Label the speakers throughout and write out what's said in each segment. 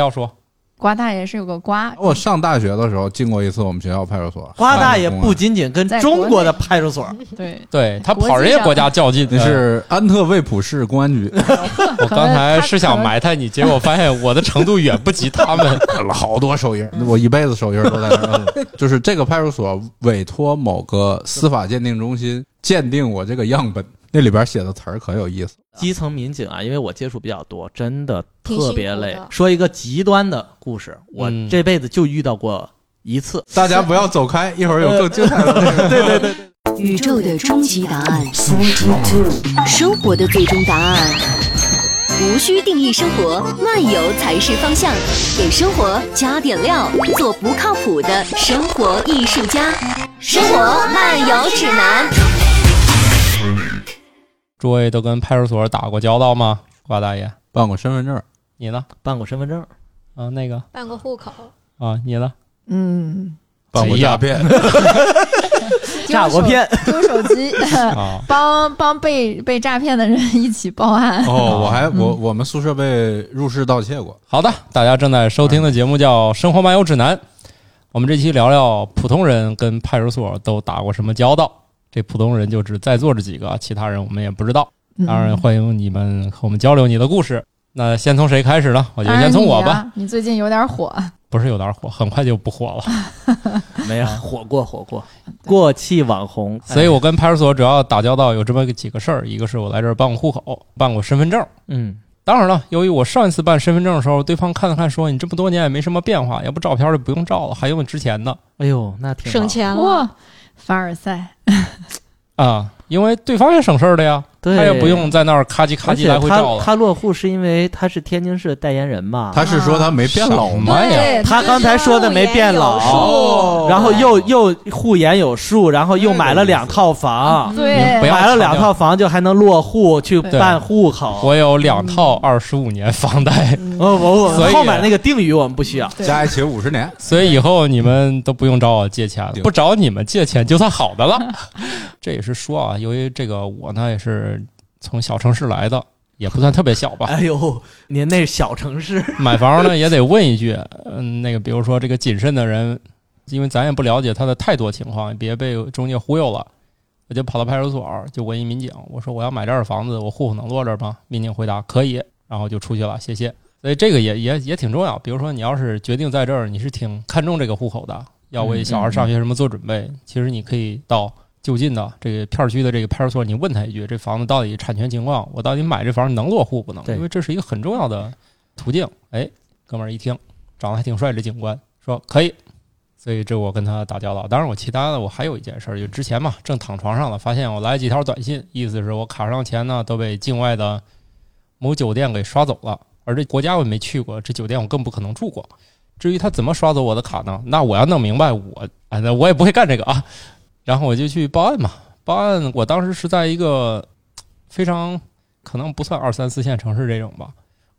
Speaker 1: 要说，
Speaker 2: 瓜大爷是有个瓜，
Speaker 1: 哦
Speaker 3: 我上大学的时候进过一次我们学校派出所，
Speaker 4: 花大爷
Speaker 3: 汉
Speaker 4: 不
Speaker 3: 宫啊，
Speaker 4: 仅仅跟
Speaker 2: 在
Speaker 4: 中
Speaker 2: 国嗯
Speaker 4: 国的派出所，
Speaker 2: 对，
Speaker 1: 对他
Speaker 2: 哎国际
Speaker 1: 跑人家
Speaker 2: 上
Speaker 1: 国家较劲，
Speaker 3: 那是
Speaker 4: 啊
Speaker 3: 安特卫普市公安 局，
Speaker 1: 我
Speaker 2: 可
Speaker 1: 刚
Speaker 2: 能
Speaker 1: 才
Speaker 2: 他
Speaker 1: 是
Speaker 2: 可
Speaker 1: 想
Speaker 2: 能
Speaker 1: 埋汰你，结果发现我的程度远不及他们。
Speaker 3: 好多手印儿，我一辈子手印儿都在那儿。 嗯就是这个派出所委托某个司法鉴定中心鉴定我这个样本，那里边写的词儿可有意思。
Speaker 4: 基层民警啊，因为我接触比较多，真的
Speaker 5: 挺辛苦
Speaker 4: 特别累
Speaker 5: 的。
Speaker 4: 说一个极端的故事，我
Speaker 1: 嗯
Speaker 4: 这辈子就遇到过一次。
Speaker 3: 大家不要走开，一会儿有更精彩的内容。
Speaker 4: 对对对，
Speaker 6: 宇宙的终极答案，生活的最终答案。无需定义生活，漫游才是方向。给生活加点料，做不靠谱的生活艺术家。生活漫游指南。
Speaker 1: 诸位都跟派出所打过交道吗？瓜大爷，
Speaker 3: 办过身份证，
Speaker 1: 你呢？
Speaker 4: 办过身份证，
Speaker 1: 啊，那个
Speaker 5: 办个户口，
Speaker 1: 啊，你呢？
Speaker 2: 嗯，
Speaker 3: 办过诈骗，
Speaker 4: 诈过骗，
Speaker 2: 丢手机，
Speaker 1: 啊，
Speaker 2: 帮帮被被诈骗的人一起报案。
Speaker 3: 哦，我还我我们宿舍被入室盗窃过，
Speaker 1: 好的，大家正在收听的节目叫《生活漫游指南》，我们这期聊聊普通人跟派出所都打过什么交道。这普通人就只在座这几个，其他人我们也不知道。
Speaker 2: 嗯
Speaker 1: 当然，欢迎你们和我们交流你的故事。那先从谁开始呢？我觉
Speaker 2: 当
Speaker 1: 得先
Speaker 2: 然
Speaker 1: 从
Speaker 2: 你啊
Speaker 1: 我
Speaker 2: 呀
Speaker 1: 吧，。
Speaker 2: 你最近有点火，
Speaker 1: 不是有点火，很快就不火了。
Speaker 4: 没有火过火过，嗯 过气网红。
Speaker 1: 所以
Speaker 4: 哎
Speaker 1: 我跟派出所主要打交道有这么几个事儿，一个是我来这儿办过户口，办过身份证。
Speaker 4: 嗯，
Speaker 1: 当然了，由于我上一次办身份证的时候，对方看了看说：“你这么多年也没什么变化，要不照片就不用照了，还用之前的
Speaker 4: 哎呦，那挺好
Speaker 5: 省。
Speaker 1: 嗯
Speaker 5: 钱了，
Speaker 2: 哇，凡尔赛，
Speaker 1: 啊、因为对方也省事儿的呀，
Speaker 4: 对，
Speaker 1: 他也不用在那儿咔叽咔
Speaker 4: 而
Speaker 1: 叽
Speaker 4: 且
Speaker 1: 来回照
Speaker 4: 他
Speaker 1: 了。
Speaker 4: 他落户是因为他是天津市的代言人嘛，
Speaker 3: 他是说他没变老
Speaker 1: 什
Speaker 3: 吗？
Speaker 1: 么呀？
Speaker 2: 对
Speaker 4: 他刚才说的没变老
Speaker 5: 有数
Speaker 4: 然后又又护眼有术，然后又买了两套房，
Speaker 1: 你不
Speaker 2: 对
Speaker 1: 要
Speaker 4: 买了两套房就还能落户去
Speaker 2: 对
Speaker 4: 办户口。
Speaker 1: 我有两套二十五年房贷，
Speaker 4: 哦，我我
Speaker 1: 所以
Speaker 4: 后面那个定语我们不需要。
Speaker 2: 对
Speaker 3: 加一起五十年，
Speaker 1: 所以以后你们都不用找我借钱了
Speaker 3: 对，
Speaker 1: 不找你们借钱就算好的了。这也是说啊，由于这个我呢也是从小城市来的，也不算特别小吧，
Speaker 4: 哎呦，您那是小城市，
Speaker 1: 买房呢也得问一句，嗯，那个比如说这个谨慎的人，因为咱也不了解他的太多情况，别被中介忽悠了。我就跑到派出所，就问一民警，我说我要买这儿的房子，我户口能落这儿吗？民警回答可以，然后就出去了，谢谢。所以这个也也也挺重要。比如说你要是决定在这儿，你是挺看重这个户口的，要为小孩上学什么做准备，其实你可以到就近的这个片儿区的这个派出所，你问他一句，这房子到底产权情况，我到底买这房能落户不能？
Speaker 4: 对
Speaker 1: 因为这是一个很重要的途径。哎，哥们儿一听，长得还挺帅，这警官说可以，所以这我跟他打交道。当然，我其他的我还有一件事儿，就之前嘛，正躺床上了，发现我来几条短信，意思是我卡上钱呢都被境外的某酒店给刷走了，而这国家我也没去过，这酒店我更不可能住过。至于他怎么刷走我的卡呢？ 那我要弄明白，我哎，那我也不会干这个啊。然后我就去报案嘛，报案我当时是在一个非常可能不算二三四线城市这种吧，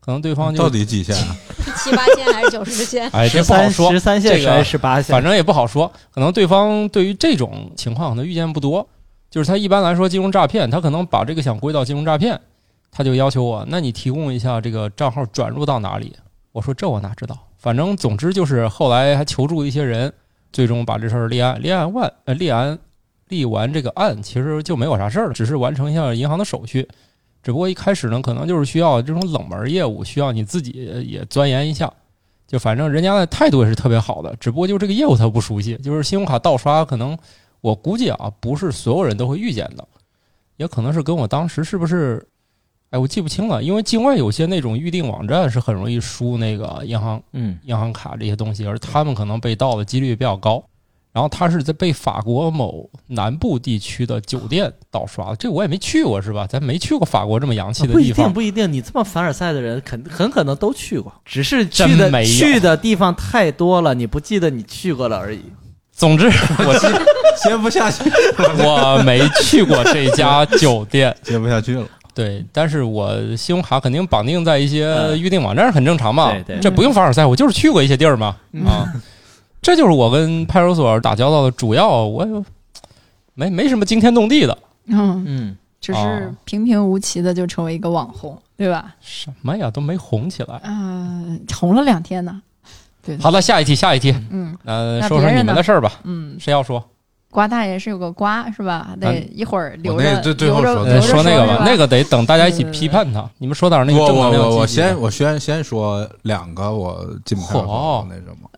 Speaker 1: 可能对方就？
Speaker 3: 到底几线啊？
Speaker 5: 七八千还是九十千
Speaker 1: 哎，这
Speaker 4: 十
Speaker 1: 不好
Speaker 4: 三
Speaker 1: 说
Speaker 4: 十，三
Speaker 1: 这
Speaker 4: 线
Speaker 1: 个
Speaker 4: 还是十八线？
Speaker 1: 反正也不好说。可能对方对于这种情况可能遇见不多，就是他一般来说金融诈骗，他可能把这个想归到金融诈骗，他就要求我，那你提供一下这个账号转入到哪里？我说这我哪知道，反正总之就是后来还求助一些人，最终把这事儿立案，立案完，呃，立案立完这个案，其实就没有啥事儿了，只是完成一下银行的手续。只不过一开始呢，可能就是需要这种冷门业务，需要你自己呃也钻研一下。就反正人家的态度也是特别好的，只不过就这个业务他不熟悉，就是信用卡盗刷，可能我估计啊，不是所有人都会遇见的，也可能是跟我当时是不是，哎，我记不清了，因为境外有些那种预订网站是很容易输那个银行
Speaker 4: 嗯，
Speaker 1: 银行卡这些东西，而他们可能被盗的几率比较高。然后他是在被法国某南部地区的酒店盗刷的，这我也没去过是吧？咱没去过法国这么洋气的
Speaker 4: 不
Speaker 1: 地
Speaker 4: 一
Speaker 1: 方
Speaker 4: 啊定，，不一定。你这么凡尔赛的人，肯很可能都去过，只是
Speaker 1: 真
Speaker 4: 去
Speaker 1: 没有
Speaker 4: 的去的地方太多了，你不记得你去过了而已。
Speaker 1: 总之我是
Speaker 3: 接不下去，
Speaker 1: 我没去过这家酒店。
Speaker 3: 接不下去了。
Speaker 1: 对，但是我信用卡肯定绑定在一些
Speaker 4: 嗯
Speaker 1: 预订网站，很正常嘛。
Speaker 4: 对对
Speaker 1: 这不用凡尔赛，我就是去过一些地儿嘛。啊，这就是我跟派出所打交道的主要，我有没没什么惊天动地的。
Speaker 2: 嗯，
Speaker 4: 嗯，
Speaker 1: 哦
Speaker 2: 只是平平无奇的就成为一个网红，对吧？
Speaker 1: 什么呀，都没红起来。
Speaker 2: 嗯、红了两天呢。对的
Speaker 1: 好了，下一题，下一题，
Speaker 2: 嗯
Speaker 1: 呃，
Speaker 2: 那
Speaker 1: 说说
Speaker 2: 别人
Speaker 1: 你们
Speaker 2: 呢
Speaker 1: 的事儿吧。
Speaker 2: 嗯，
Speaker 1: 谁要说？
Speaker 2: 瓜大爷是有个瓜是吧？得
Speaker 1: 嗯
Speaker 2: 一会儿留
Speaker 3: 我那
Speaker 2: 着，
Speaker 3: 最最后
Speaker 2: 留着
Speaker 3: 说
Speaker 2: 留
Speaker 1: 呃，
Speaker 2: 着
Speaker 1: 说那个
Speaker 2: 是
Speaker 1: 吧，那个得等大家一起批判他。你们说点儿那个
Speaker 3: 我
Speaker 1: 正能
Speaker 3: 我
Speaker 1: 量
Speaker 3: 我我
Speaker 1: 积极的
Speaker 3: 先我先先说两个我进派出所
Speaker 1: 嚯
Speaker 3: 那什么，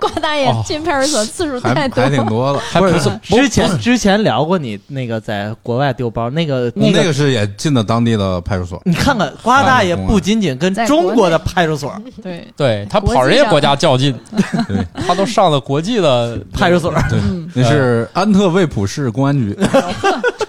Speaker 2: 瓜大爷
Speaker 1: 哦
Speaker 2: 进派出所次数
Speaker 3: 还
Speaker 2: 太多
Speaker 3: 还挺
Speaker 2: 了，
Speaker 3: 多了，
Speaker 1: 还不
Speaker 3: 不是
Speaker 1: 是
Speaker 4: 之前之前聊过你那个在国外丢包那
Speaker 1: 哦
Speaker 4: 个
Speaker 3: 那
Speaker 4: 个，
Speaker 3: 个是也进的当地的派出所，
Speaker 4: 你看看瓜大爷不仅仅跟
Speaker 2: 在国内
Speaker 4: 中国的派出所
Speaker 2: 对，
Speaker 1: 对他
Speaker 2: 国
Speaker 1: 跑
Speaker 2: 际
Speaker 1: 人家
Speaker 2: 上
Speaker 1: 国家较劲，
Speaker 3: 对
Speaker 1: 他都上了国际 的
Speaker 4: 派出所，
Speaker 3: 对，
Speaker 2: 嗯
Speaker 3: 那
Speaker 1: 嗯
Speaker 3: 是安特卫普市公 安局，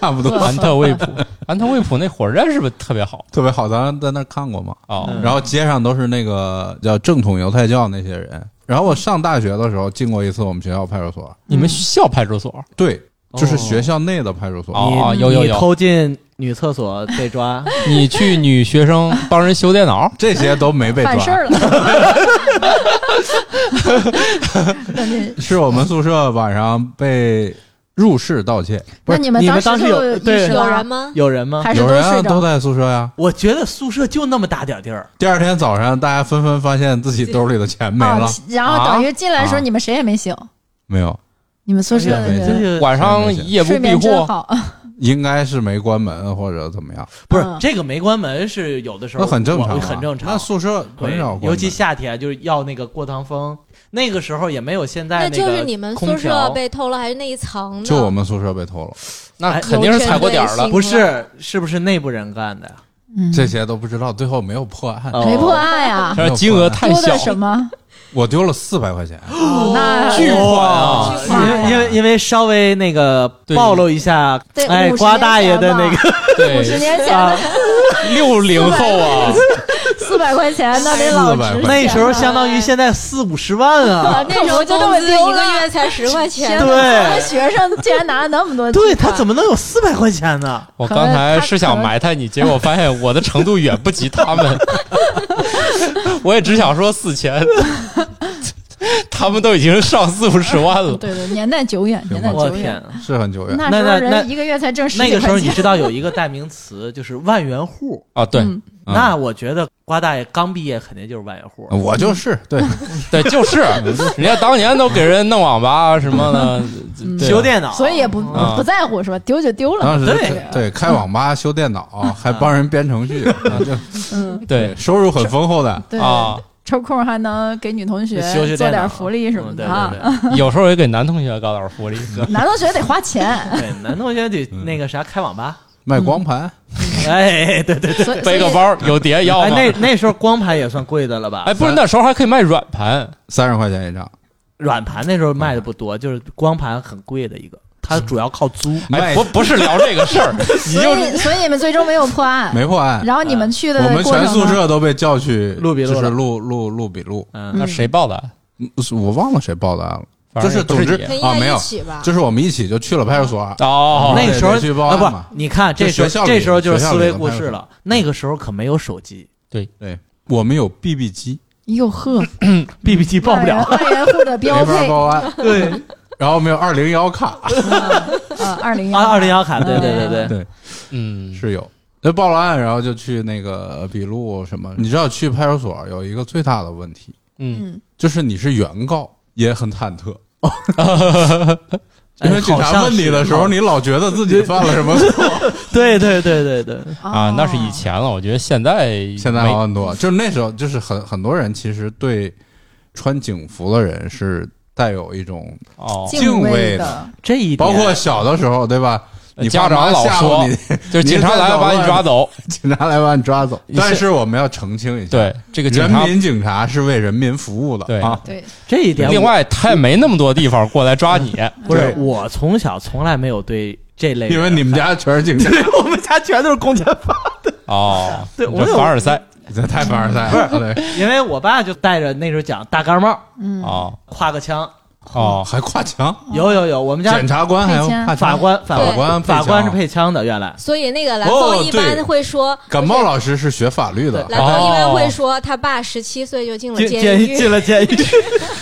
Speaker 3: 差不
Speaker 2: 嗯
Speaker 3: 多，
Speaker 1: 安特卫普，安特卫普那火车站是不是特别好
Speaker 3: 特别好，咱在那儿看过嘛。
Speaker 1: 啊？
Speaker 4: 嗯
Speaker 3: 然后街上都是那个叫正统犹太教那些人。然后我上大学的时候进过一次我们学校派出所，
Speaker 1: 你们校派出所
Speaker 3: 对，就是
Speaker 4: 哦
Speaker 3: 学校内的派出所。
Speaker 1: 哦
Speaker 4: 你
Speaker 1: 有有
Speaker 4: 你
Speaker 1: 有
Speaker 4: 偷进女厕所被抓，
Speaker 1: 你去女学生帮人修电脑，
Speaker 3: 这些都没被抓
Speaker 2: 犯，事儿了。 那你
Speaker 3: 是我们宿舍晚上被入室盗窃，不
Speaker 2: 那
Speaker 3: 是
Speaker 2: 你们
Speaker 4: 你们
Speaker 2: 当
Speaker 4: 当时
Speaker 2: 时
Speaker 4: 有
Speaker 2: 就
Speaker 4: 对
Speaker 2: 意识
Speaker 5: 有
Speaker 2: 到
Speaker 5: 人吗？
Speaker 4: 有人吗？
Speaker 2: 嗯还是
Speaker 3: 有
Speaker 2: 都
Speaker 3: 人啊
Speaker 2: 睡
Speaker 3: 都
Speaker 2: 着？
Speaker 3: 在宿舍呀。
Speaker 4: 我觉得宿舍就那么大点儿地儿，
Speaker 3: 第二天早上，大家纷纷发现自己兜里的钱没了
Speaker 2: 啊，，然后等于进来的时候
Speaker 3: 啊
Speaker 2: 你们谁也没醒，
Speaker 3: 没有，
Speaker 2: 你们宿舍的
Speaker 3: 对
Speaker 4: 哎就
Speaker 2: 人
Speaker 4: 是
Speaker 1: 晚上夜不
Speaker 2: 睡
Speaker 1: 闭
Speaker 2: 眠真
Speaker 1: 户，
Speaker 2: 好，
Speaker 3: 应该是没关门或者怎么样，
Speaker 4: 不是
Speaker 2: 嗯
Speaker 4: 这个没关门是有的时候
Speaker 3: 那很正常啊，
Speaker 4: 我很正常。
Speaker 3: 那宿舍
Speaker 4: 对
Speaker 3: 很少关门，
Speaker 4: 尤其夏天就是要那个过堂风，那个时候也没有现在
Speaker 5: 那
Speaker 4: 个
Speaker 5: 就是你们宿
Speaker 4: 空
Speaker 5: 舍
Speaker 4: 调啊
Speaker 5: 被偷了，还是那一层呢？
Speaker 3: 就我们宿舍被偷了，
Speaker 2: 哎
Speaker 1: 那肯定是踩过点儿了
Speaker 5: 有。
Speaker 4: 不是是不是内部人干的呀？
Speaker 2: 嗯
Speaker 5: 哦
Speaker 3: 这些都不知道，最后没有破案。
Speaker 4: 哦
Speaker 2: 谁破案呀？
Speaker 1: 这金额太
Speaker 2: 丢的
Speaker 1: 小
Speaker 2: 什，么？
Speaker 3: 我丢了四百块钱，
Speaker 2: 哦那
Speaker 1: 巨款啊！
Speaker 2: 哦
Speaker 5: 巨
Speaker 4: 因
Speaker 5: 款
Speaker 4: 为因为因为稍微那个
Speaker 1: 对
Speaker 4: 暴露一下，
Speaker 2: 对
Speaker 4: 哎，
Speaker 2: 50
Speaker 4: 瓜大爷的
Speaker 2: 年前
Speaker 4: 那
Speaker 2: 吧
Speaker 4: 个
Speaker 2: 五十
Speaker 1: 对，
Speaker 2: 年前
Speaker 4: 啊
Speaker 2: 的，
Speaker 1: 六零后啊，
Speaker 2: 四百块钱，那得老
Speaker 3: 400
Speaker 2: 值钱
Speaker 4: 那时候相当于
Speaker 5: 哎
Speaker 4: 现在四五十万 啊，
Speaker 2: 啊
Speaker 5: 那时候
Speaker 2: 可不就
Speaker 5: 工
Speaker 2: 这么
Speaker 5: 资
Speaker 2: 丢
Speaker 5: 一
Speaker 2: 了
Speaker 5: 个月才十块钱
Speaker 2: 天哪，
Speaker 4: 对
Speaker 2: 他们学生竟然拿了那么多钱，
Speaker 4: 对他怎么能有四百块钱呢？
Speaker 1: 我刚才是想埋汰你，结果发现我的程度远不及他们。 我也只想说四千， 他们都已经上四五十万了。
Speaker 2: 对对，年代久远，年代
Speaker 4: 我
Speaker 2: 久
Speaker 4: 天
Speaker 2: 远。
Speaker 4: 啊！
Speaker 3: 是很久远。
Speaker 2: 那
Speaker 4: 那
Speaker 2: 时
Speaker 4: 那
Speaker 2: 候
Speaker 4: 那
Speaker 2: 人一个月才 挣十
Speaker 4: 那
Speaker 2: 几
Speaker 4: 个时候
Speaker 2: 块
Speaker 4: 你
Speaker 2: 钱，
Speaker 4: 知道有一个代名词就是万 元户，
Speaker 1: 啊，对
Speaker 2: 嗯
Speaker 3: 嗯
Speaker 4: 那我觉得瓜大爷刚毕业肯定就是万元户。
Speaker 3: 我就是 对，
Speaker 1: 对， 就是，人家当年都给人弄网吧什么的，对啊
Speaker 4: 修电 脑，
Speaker 2: 所以也
Speaker 3: 嗯
Speaker 2: 不
Speaker 1: 啊
Speaker 2: 不在乎是吧？丢就丢了，
Speaker 3: 当时
Speaker 4: 对啊
Speaker 3: 对对开网吧修电脑， 还帮人编程序，啊就
Speaker 2: 嗯，
Speaker 1: 对
Speaker 3: 收入很丰厚的。
Speaker 2: 对，
Speaker 1: 啊，
Speaker 2: 抽空还能给女同学
Speaker 4: 修
Speaker 2: 做
Speaker 4: 修电脑
Speaker 2: 点福利什么的
Speaker 4: 嗯
Speaker 2: 啊
Speaker 4: 对。对对
Speaker 1: 有时候也给男同学搞点福 利。
Speaker 2: 男同学得花钱，
Speaker 4: 对，男同学得
Speaker 3: 嗯
Speaker 4: 那个啥开网吧，
Speaker 3: 卖光盘，
Speaker 4: 哎，对对对，
Speaker 2: 所以
Speaker 1: 背个
Speaker 2: 所以
Speaker 1: 包有碟要
Speaker 4: 哎，
Speaker 1: 吗？
Speaker 4: 那那时候光盘也算贵的了吧？
Speaker 1: 哎，不是，那时候还可以卖软盘，
Speaker 3: 三十块钱一张，
Speaker 4: 软盘那时候卖的不多，就是光盘很贵的一个，它主要靠租。
Speaker 1: 哎，
Speaker 3: 卖
Speaker 1: 不不是聊这个 事儿，你
Speaker 2: 所
Speaker 1: 就
Speaker 2: 以所以你们最终没有破案，
Speaker 3: 没破案。
Speaker 2: 嗯然后你们去的
Speaker 3: 我们
Speaker 2: 过程
Speaker 3: 全
Speaker 2: 呢
Speaker 3: 宿舍都被叫去
Speaker 4: 录笔录
Speaker 3: 就是
Speaker 4: 了
Speaker 3: 录录录笔录。
Speaker 4: 嗯，
Speaker 1: 那谁报的案？
Speaker 3: 嗯我忘了谁报的案了，
Speaker 1: 反正
Speaker 3: 就是
Speaker 1: 也不是
Speaker 3: 总之
Speaker 1: 你
Speaker 5: 那应
Speaker 3: 啊没
Speaker 5: 该
Speaker 3: 有
Speaker 5: 一起吧？
Speaker 3: 就是我们一起就去了派出所。
Speaker 1: 哦，
Speaker 4: 那个时候
Speaker 3: 得去报案嘛
Speaker 4: 啊，不，你看这时
Speaker 3: 就学
Speaker 4: 候
Speaker 3: 校里
Speaker 4: 这时候就是
Speaker 3: 学校
Speaker 4: 思
Speaker 3: 里的
Speaker 4: 维故事了。那个时候可没有手机
Speaker 3: 对，我们有 BB 机，
Speaker 2: 哟呵，
Speaker 4: ，BB 机报不了。
Speaker 2: 万元万元户的标
Speaker 3: 没法
Speaker 2: 配
Speaker 3: 报案。
Speaker 4: 对
Speaker 3: 然后我们有二零幺卡，
Speaker 2: 啊，二零幺
Speaker 4: 啊，二零幺卡，对对对对
Speaker 3: 对
Speaker 4: 对，
Speaker 1: 嗯，
Speaker 3: 是有。那报了案，然后就去那个笔录什么。你知道去派出所有一个最大的问题，
Speaker 1: 嗯，
Speaker 2: 嗯，
Speaker 3: 就是你是原告，也很忐忑，
Speaker 4: 哎
Speaker 3: 因为警
Speaker 4: 好
Speaker 3: 察
Speaker 4: 像
Speaker 3: 问你的
Speaker 4: 是
Speaker 3: 时候，
Speaker 4: 哦
Speaker 3: 你老觉得自己犯了什么错。
Speaker 4: 对对对对对，
Speaker 1: 啊
Speaker 2: 哦，
Speaker 1: 那是以前了，我觉得现在
Speaker 3: 现在啊
Speaker 1: 没
Speaker 3: 好很多，就是那时候，就是很很多人其实对穿警服的人是带有一种，
Speaker 1: 哦，
Speaker 2: 敬
Speaker 3: 敬
Speaker 2: 的
Speaker 3: 畏的，
Speaker 4: 这一点
Speaker 3: 包括小的时候，对吧？你爸妈
Speaker 1: 呃家长老
Speaker 3: 吓唬
Speaker 1: 说
Speaker 3: 你，
Speaker 1: 就是警察来了把你抓走，
Speaker 3: 警察来把你抓走。
Speaker 1: 你是
Speaker 3: 但是我们要澄清一下，
Speaker 1: 对这个警
Speaker 3: 人
Speaker 1: 察。
Speaker 3: 民警察是为人民服务的，
Speaker 1: 对
Speaker 3: 啊，
Speaker 2: 对，
Speaker 4: 这一点我，
Speaker 1: 另外，他也没那么多地方过来抓 你，
Speaker 4: 不是
Speaker 3: 对
Speaker 4: 我从小从来没有对这类人，
Speaker 3: 因为你们家全是警察，
Speaker 4: 我们家全都是公检法，
Speaker 1: 哦，
Speaker 4: 对
Speaker 1: 你
Speaker 4: 我
Speaker 1: 这
Speaker 4: 有
Speaker 1: 凡尔赛
Speaker 3: 这太凡尔赛了。对
Speaker 4: 因为我爸就带着那时候讲大盖帽，
Speaker 2: 嗯，
Speaker 1: 哦，
Speaker 4: 挎个枪，
Speaker 1: 哦，
Speaker 3: 还跨墙，
Speaker 4: 有有有，我们家
Speaker 3: 检察官还要跨墙，
Speaker 4: 法官法
Speaker 5: 对
Speaker 3: 法官配
Speaker 4: 法官是
Speaker 3: 枪
Speaker 4: 配枪的，原来
Speaker 5: 所以那个蓝
Speaker 3: 哦
Speaker 5: 峰一般
Speaker 3: 对哦
Speaker 5: 会说，
Speaker 3: 感冒老师是学法律的，
Speaker 5: 蓝峰一般
Speaker 3: 哦
Speaker 5: 会说他爸十七岁就进了
Speaker 4: 进
Speaker 5: 监
Speaker 4: 进
Speaker 5: 狱，
Speaker 4: 进了监 狱，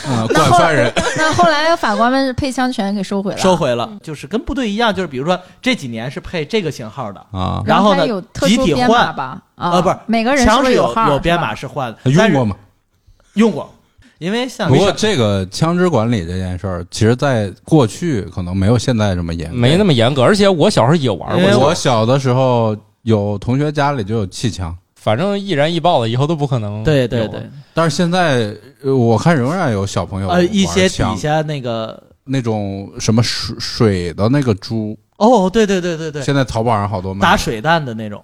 Speaker 3: 嗯，管犯人，
Speaker 2: 那后来法官们配枪全给收回了，
Speaker 4: 收回了，就是跟部队一样，就是比如说这几年是配这个型号的，
Speaker 3: 啊，
Speaker 4: 然后呢
Speaker 2: 它有特殊编码吧？啊
Speaker 4: 啊不是
Speaker 2: 每个人
Speaker 4: 枪
Speaker 2: 是
Speaker 4: 是
Speaker 2: 有号
Speaker 4: 有编码
Speaker 2: 是
Speaker 4: 是换的，但
Speaker 3: 用
Speaker 4: 是
Speaker 3: 过吗？
Speaker 4: 用过，因为像
Speaker 3: 不过这个枪支管理这件事儿，其实在过去可能没有现在这么
Speaker 4: 嗯
Speaker 3: 严格。
Speaker 1: 没那么严格，而且我小时候也玩
Speaker 4: 因
Speaker 1: 过
Speaker 4: 为
Speaker 1: 枪，
Speaker 3: 我小的时候有同学家里就有气枪，
Speaker 1: 反正易燃易爆的，以后都不可能。
Speaker 4: 对对对，，
Speaker 3: 但是现在呃我看仍然有小朋友
Speaker 4: 呃一些
Speaker 3: 玩
Speaker 4: 底
Speaker 3: 枪
Speaker 4: 下那个
Speaker 3: 那种什么水水的那个珠，
Speaker 4: 哦，对对对对对，
Speaker 3: 现在淘宝上好多卖
Speaker 4: 打水弹的那种，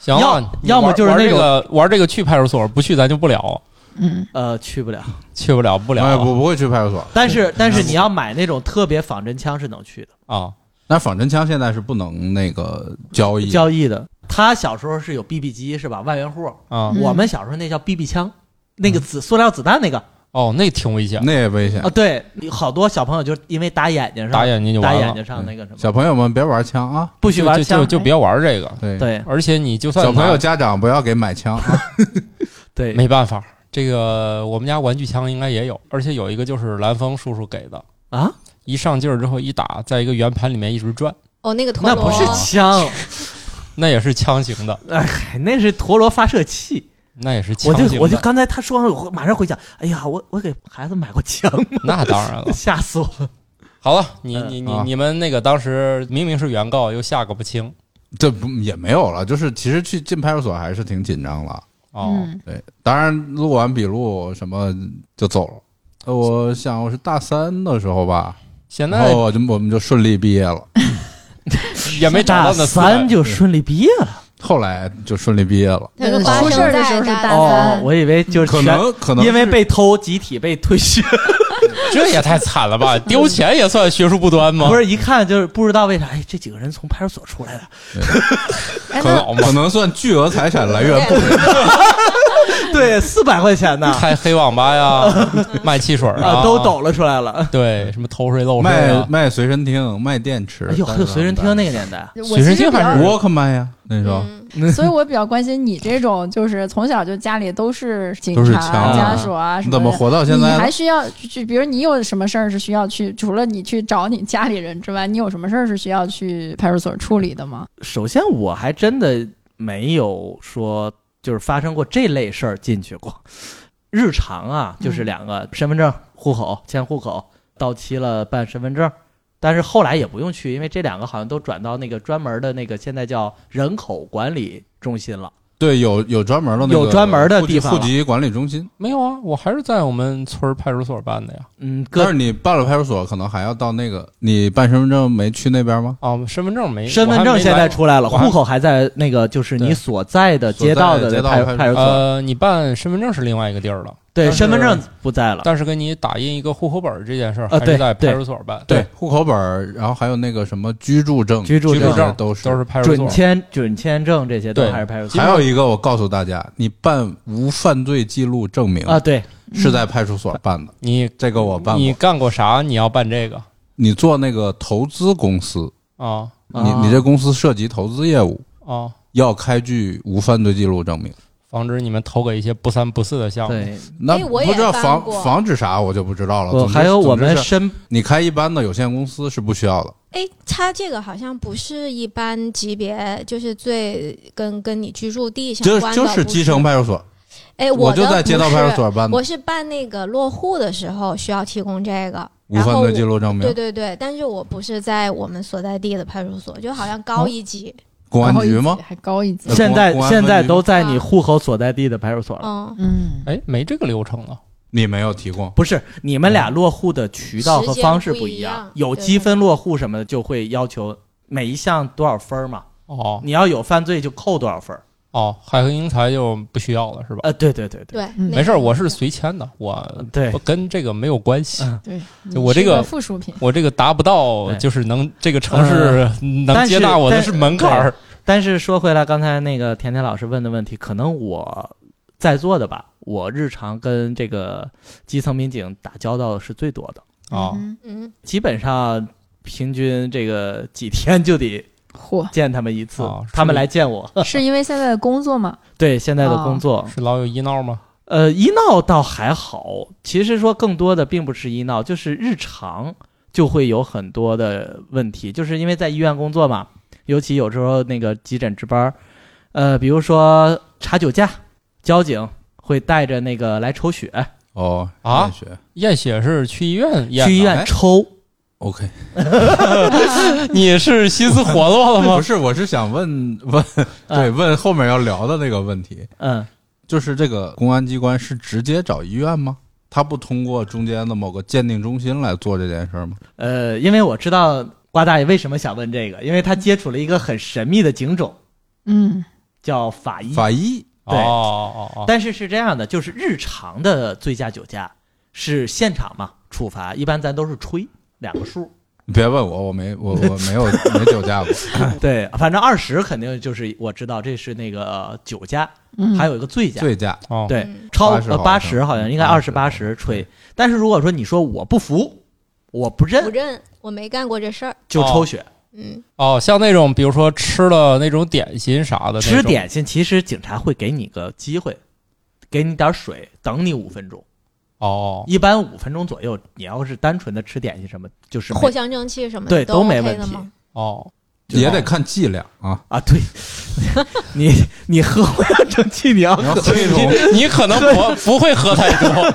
Speaker 1: 行了，
Speaker 4: 要
Speaker 1: 你
Speaker 4: 要么
Speaker 1: 玩
Speaker 4: 就是
Speaker 1: 玩
Speaker 4: 那
Speaker 1: 这个玩这个去派出所，不去咱就不聊，
Speaker 2: 嗯，
Speaker 4: 呃，去不了。啊
Speaker 1: 去不了不
Speaker 3: 哎
Speaker 1: 了
Speaker 3: 不不会去派出所。
Speaker 4: 但是但是你要买那种特别仿真枪是能去的
Speaker 1: 啊。
Speaker 3: 那仿真枪现在是不能那个交易，
Speaker 4: 交易的。他小时候是有 BB 机是吧？万元户，
Speaker 1: 啊
Speaker 2: 嗯
Speaker 4: 我们小时候那叫 BB 枪，那
Speaker 1: 嗯
Speaker 4: 个子塑料子弹那个
Speaker 1: 哦，那挺危险，
Speaker 3: 那也危险
Speaker 4: 啊，。对，好多小朋友就因为打眼睛上
Speaker 1: 打眼睛就
Speaker 4: 打
Speaker 1: 完
Speaker 4: 眼
Speaker 1: 了，嗯
Speaker 4: 睛上那个什么，
Speaker 3: 小朋友们别玩枪啊！
Speaker 4: 不许
Speaker 1: 就
Speaker 4: 玩
Speaker 1: 就
Speaker 4: 枪哎
Speaker 1: 就，就别玩这个。
Speaker 3: 对，
Speaker 4: 对
Speaker 1: 而且你就算
Speaker 3: 小朋友
Speaker 1: 拿
Speaker 3: 家长不要给买枪啊！
Speaker 4: 对，
Speaker 1: 没办法，这个我们家玩具枪应该也有，而且有一个就是蓝峰叔叔给的，
Speaker 4: 啊，
Speaker 1: 一上劲儿之后一打，在一个圆盘里面一直转，
Speaker 5: 哦，那个陀
Speaker 4: 那
Speaker 5: 螺
Speaker 4: 不是枪，
Speaker 1: 那也是枪型的，
Speaker 4: 哎，那是陀螺发射器。
Speaker 1: 那也是枪
Speaker 4: 我
Speaker 1: 型的。
Speaker 4: 就我就刚才他说完，我马上回想，哎呀，我我给孩子买过枪吗，。
Speaker 1: 那当然了
Speaker 4: 吓死我了。
Speaker 1: 好了，你
Speaker 4: 嗯
Speaker 1: 你你
Speaker 3: 啊
Speaker 1: 你们那个当时明明是原告，又下个不清
Speaker 3: 这不也没有了，就是其实去进派出所还是挺紧张了。
Speaker 1: 哦。
Speaker 2: 嗯
Speaker 3: 对，当然录完笔录什么就走了。呃我想我是大三的时候吧，
Speaker 1: 现
Speaker 3: 然
Speaker 1: 在
Speaker 3: 后我就我们就顺利毕业了。
Speaker 1: 也没找
Speaker 4: 大
Speaker 1: 到那四
Speaker 4: 三
Speaker 1: 位
Speaker 4: 就顺利毕业了。
Speaker 3: 后来就顺利毕业了，
Speaker 5: 那个发
Speaker 2: 嗯出
Speaker 5: 生
Speaker 2: 事儿的
Speaker 5: 在
Speaker 2: 时候是
Speaker 5: 大
Speaker 2: 大
Speaker 4: 哦
Speaker 2: 三，，
Speaker 4: 我以为就是
Speaker 3: 可
Speaker 4: 全
Speaker 3: 能可能
Speaker 4: 因为
Speaker 3: 是
Speaker 4: 被偷，集体被 退学，
Speaker 1: 这也太惨了 吧！丢钱也算学术不端吗？
Speaker 4: 不是一看就是不知道为啥，哎，这几个人从派出所出来 的，
Speaker 2: 哎
Speaker 3: 可
Speaker 2: 那
Speaker 3: 能可能算巨额财产来源不明。
Speaker 4: 对，四百 块钱呢，
Speaker 1: 开黑网吧呀，卖汽水
Speaker 4: 啊，都。抖了出来了。
Speaker 1: 对，什么偷税漏税
Speaker 3: 卖
Speaker 1: 啊？
Speaker 3: 卖随身听，卖电池，
Speaker 4: 哎呦，还有随身听那个年代，
Speaker 2: 我其
Speaker 1: 随
Speaker 2: 实
Speaker 1: 身听
Speaker 2: 比较
Speaker 1: 还是
Speaker 3: 沃克曼呀，那时候
Speaker 5: 嗯
Speaker 2: 所以我比较关心你这种，就是从小就家里都是警
Speaker 3: 都是
Speaker 2: 察、
Speaker 3: 枪
Speaker 2: 家属啊什
Speaker 3: 你
Speaker 2: 么的，
Speaker 3: 怎么活到现
Speaker 2: 你
Speaker 3: 在
Speaker 2: 还
Speaker 3: 的？
Speaker 2: 需要去，比如你有什么事儿是需要去，除了你去找你家里人之外，你有什么事儿是需要去派出所处理的吗？
Speaker 4: 首先我还真的没有说就是发生过这类事儿进去过。日常啊，就是两个身份证、户口、迁户口到期了办身份证，但是后来也不用去，因为这两个好像都转到那个专门的那个现在叫人口管理中心了。
Speaker 3: 对，有有专门的那个
Speaker 4: 有专门的地方
Speaker 3: 户籍户籍管理中心。
Speaker 1: 没有啊，我还是在我们村儿派出所办的呀。
Speaker 4: 嗯，
Speaker 3: 但
Speaker 4: 哥
Speaker 3: 是，你办了派出所，可能还要到那个你办身份证没去那边吗？
Speaker 1: 啊，身份证没，
Speaker 4: 身份
Speaker 1: 我还
Speaker 4: 证
Speaker 1: 没
Speaker 4: 现在
Speaker 1: 来
Speaker 4: 出来了，
Speaker 1: 我还
Speaker 4: 户口还在那个就是你
Speaker 1: 对
Speaker 4: 所在的街道
Speaker 3: 所
Speaker 4: 的
Speaker 3: 在街道
Speaker 4: 派
Speaker 3: 派出
Speaker 4: 派出所，
Speaker 1: 呃，你办身份证是另外一个地儿了，
Speaker 4: 对，
Speaker 1: 但是
Speaker 4: 身份证不在了。
Speaker 1: 但是跟你打印一个户口本儿这件事儿还
Speaker 4: 啊对
Speaker 1: 是在派出所办。
Speaker 3: 对，户口本儿，然后还有那个什么居住证、
Speaker 4: 居住
Speaker 1: 居
Speaker 4: 证
Speaker 1: 住证
Speaker 3: 都是
Speaker 1: 都是派出所
Speaker 4: 准。签、准签证这些都
Speaker 1: 对
Speaker 4: 还是派出所
Speaker 3: 还有一个，我告诉大家，你办无犯罪记录证明
Speaker 4: 啊，对，
Speaker 3: 是在派出所办的，
Speaker 1: 你
Speaker 3: 这个我办过。
Speaker 1: 你
Speaker 3: 你
Speaker 1: 干过啥？你要办这个
Speaker 3: 做那个投资公司，
Speaker 1: 啊
Speaker 3: 你
Speaker 4: 啊
Speaker 3: 你这公司涉及投资业务，
Speaker 1: 啊，
Speaker 3: 要开具无犯罪记录证明。
Speaker 1: 防止你们投给一些不三不四的项目。
Speaker 4: 对，
Speaker 3: 那
Speaker 5: 哎我也
Speaker 3: 不知道
Speaker 5: 办
Speaker 3: 防
Speaker 5: 过
Speaker 3: 防止啥，我就不知道了。哦
Speaker 4: 我
Speaker 3: 总之
Speaker 4: 还有我们
Speaker 3: 总之是
Speaker 4: 身
Speaker 3: 你开一般的有限公司是不需要的，
Speaker 5: 哎，他这个好像不是一般级别，就是最跟跟你居住地相
Speaker 3: 就
Speaker 5: 关的，
Speaker 3: 就是
Speaker 5: 不
Speaker 3: 基层。派出所，
Speaker 5: 哎，
Speaker 3: 我
Speaker 5: 的
Speaker 3: 就在街道
Speaker 5: 不是
Speaker 3: 派出所办的
Speaker 5: 我是办那个落户的时候需要提供这个，
Speaker 3: 无
Speaker 5: 然
Speaker 3: 犯
Speaker 5: 后
Speaker 3: 罪记
Speaker 5: 我
Speaker 3: 录证
Speaker 5: 对
Speaker 3: 明。
Speaker 5: 对对，但是我不是在我们所在地的派出所，就好像高一级。
Speaker 3: 公安
Speaker 2: 高一
Speaker 3: 局吗？
Speaker 2: 还高一级
Speaker 3: 呃，
Speaker 4: 现在
Speaker 3: 公安
Speaker 4: 现在
Speaker 3: 分局
Speaker 4: 都在你户口所在地的派出所了。
Speaker 5: 嗯，
Speaker 2: 嗯，
Speaker 1: 哎，没这个流程了。
Speaker 3: 你没有提供，
Speaker 4: 不是你们俩落户的渠道和方式一
Speaker 5: 时间不一样
Speaker 4: 有积分落户什么的就会要求每一项多少分儿嘛，
Speaker 1: 哦
Speaker 4: 你要有犯罪就扣多少分儿。
Speaker 1: 哦，海河英才就不需要了是吧？
Speaker 4: 呃，对对对对，
Speaker 5: 对，
Speaker 2: 嗯
Speaker 5: 那
Speaker 1: 没事儿，
Speaker 5: 个
Speaker 1: 我是随签的，我
Speaker 4: 对
Speaker 1: 我跟这个没有关系。
Speaker 4: 嗯
Speaker 2: 对，你
Speaker 1: 就我这
Speaker 2: 是
Speaker 1: 个
Speaker 2: 个附属品，
Speaker 1: 我这个达不到，
Speaker 4: 对嗯
Speaker 1: 就是能这个城市能接纳我的
Speaker 4: 但是
Speaker 1: 是门槛儿。
Speaker 4: 但是说回来，刚才那个甜甜老师问的问题，可能我在座的吧，我日常跟这个基层民警打交道是最多的。
Speaker 1: 啊，
Speaker 3: 哦
Speaker 2: 嗯
Speaker 5: 嗯，
Speaker 4: 基本上平均这个几天就得
Speaker 2: 嚯，
Speaker 4: 见他们一次，
Speaker 1: 哦
Speaker 4: 他们来见我。
Speaker 2: 是因为现在的工作吗？
Speaker 4: 对现在的工作，
Speaker 1: 是老有医闹吗？
Speaker 4: 呃，医闹倒还好，其实说更多的并不是医闹，就是日常就会有很多的问题，就是因为在医院工作嘛，尤其有时候那个急诊值班儿，呃，比如说查酒驾，交警会带着那个来抽血，
Speaker 3: 哦
Speaker 1: 啊
Speaker 3: 验血
Speaker 1: 验血是去医院验的，
Speaker 4: 去医院
Speaker 3: 哎
Speaker 4: 抽，
Speaker 3: ，OK，
Speaker 1: 你是心思活络了
Speaker 3: 不
Speaker 1: 吗？
Speaker 3: 是，我是想问问，对，问后面要聊的那个问题，
Speaker 4: 嗯，
Speaker 3: 就是这个公安机关是直接找医院吗？他不通过中间的某个鉴定中心来做这件事儿吗？
Speaker 4: 呃，因为我知道瓜大爷为什么想问这个，因为他接触了一个很神秘的警种，
Speaker 2: 嗯，
Speaker 4: 叫法医。
Speaker 3: 法医
Speaker 1: 哦
Speaker 4: 对
Speaker 1: 哦哦哦，
Speaker 4: 但是是这样的，就是日常的醉驾酒驾是现场嘛处罚，一般咱都是吹两个数，
Speaker 3: 你别问我，我没我我 没有没酒驾过。
Speaker 4: 对，反正二十肯定就是我知道这是那个呃酒驾，
Speaker 2: 嗯
Speaker 4: 还有一个醉驾，
Speaker 3: 醉驾
Speaker 1: 哦
Speaker 4: 对
Speaker 5: 嗯
Speaker 4: 超
Speaker 3: 80
Speaker 4: 呃
Speaker 3: 好像
Speaker 4: 八十好像应该二十
Speaker 3: 80
Speaker 4: 八十吹。但是如果说你说我不服，我不
Speaker 5: 不
Speaker 4: 认，呃
Speaker 5: 认，我没干过这事儿。
Speaker 4: 就抽血。
Speaker 5: 嗯，
Speaker 1: 哦，像那种比如说吃了那种点心啥的，
Speaker 4: 吃，点心其实警察会给你个机会，给你点水，等你五分钟，
Speaker 1: 哦，
Speaker 4: 一般五分钟左右。你要是单纯的吃点心什么，就是没
Speaker 5: 藿香正气什么的
Speaker 4: 对都没
Speaker 5: OK
Speaker 4: 问
Speaker 5: 的
Speaker 4: 题
Speaker 5: 吗
Speaker 1: 哦，
Speaker 3: 也得看剂量 啊。
Speaker 4: 啊，对，你你喝藿香正气，你要
Speaker 3: 你要
Speaker 4: 喝
Speaker 3: 喝一种
Speaker 1: 你你可能不不会喝太多。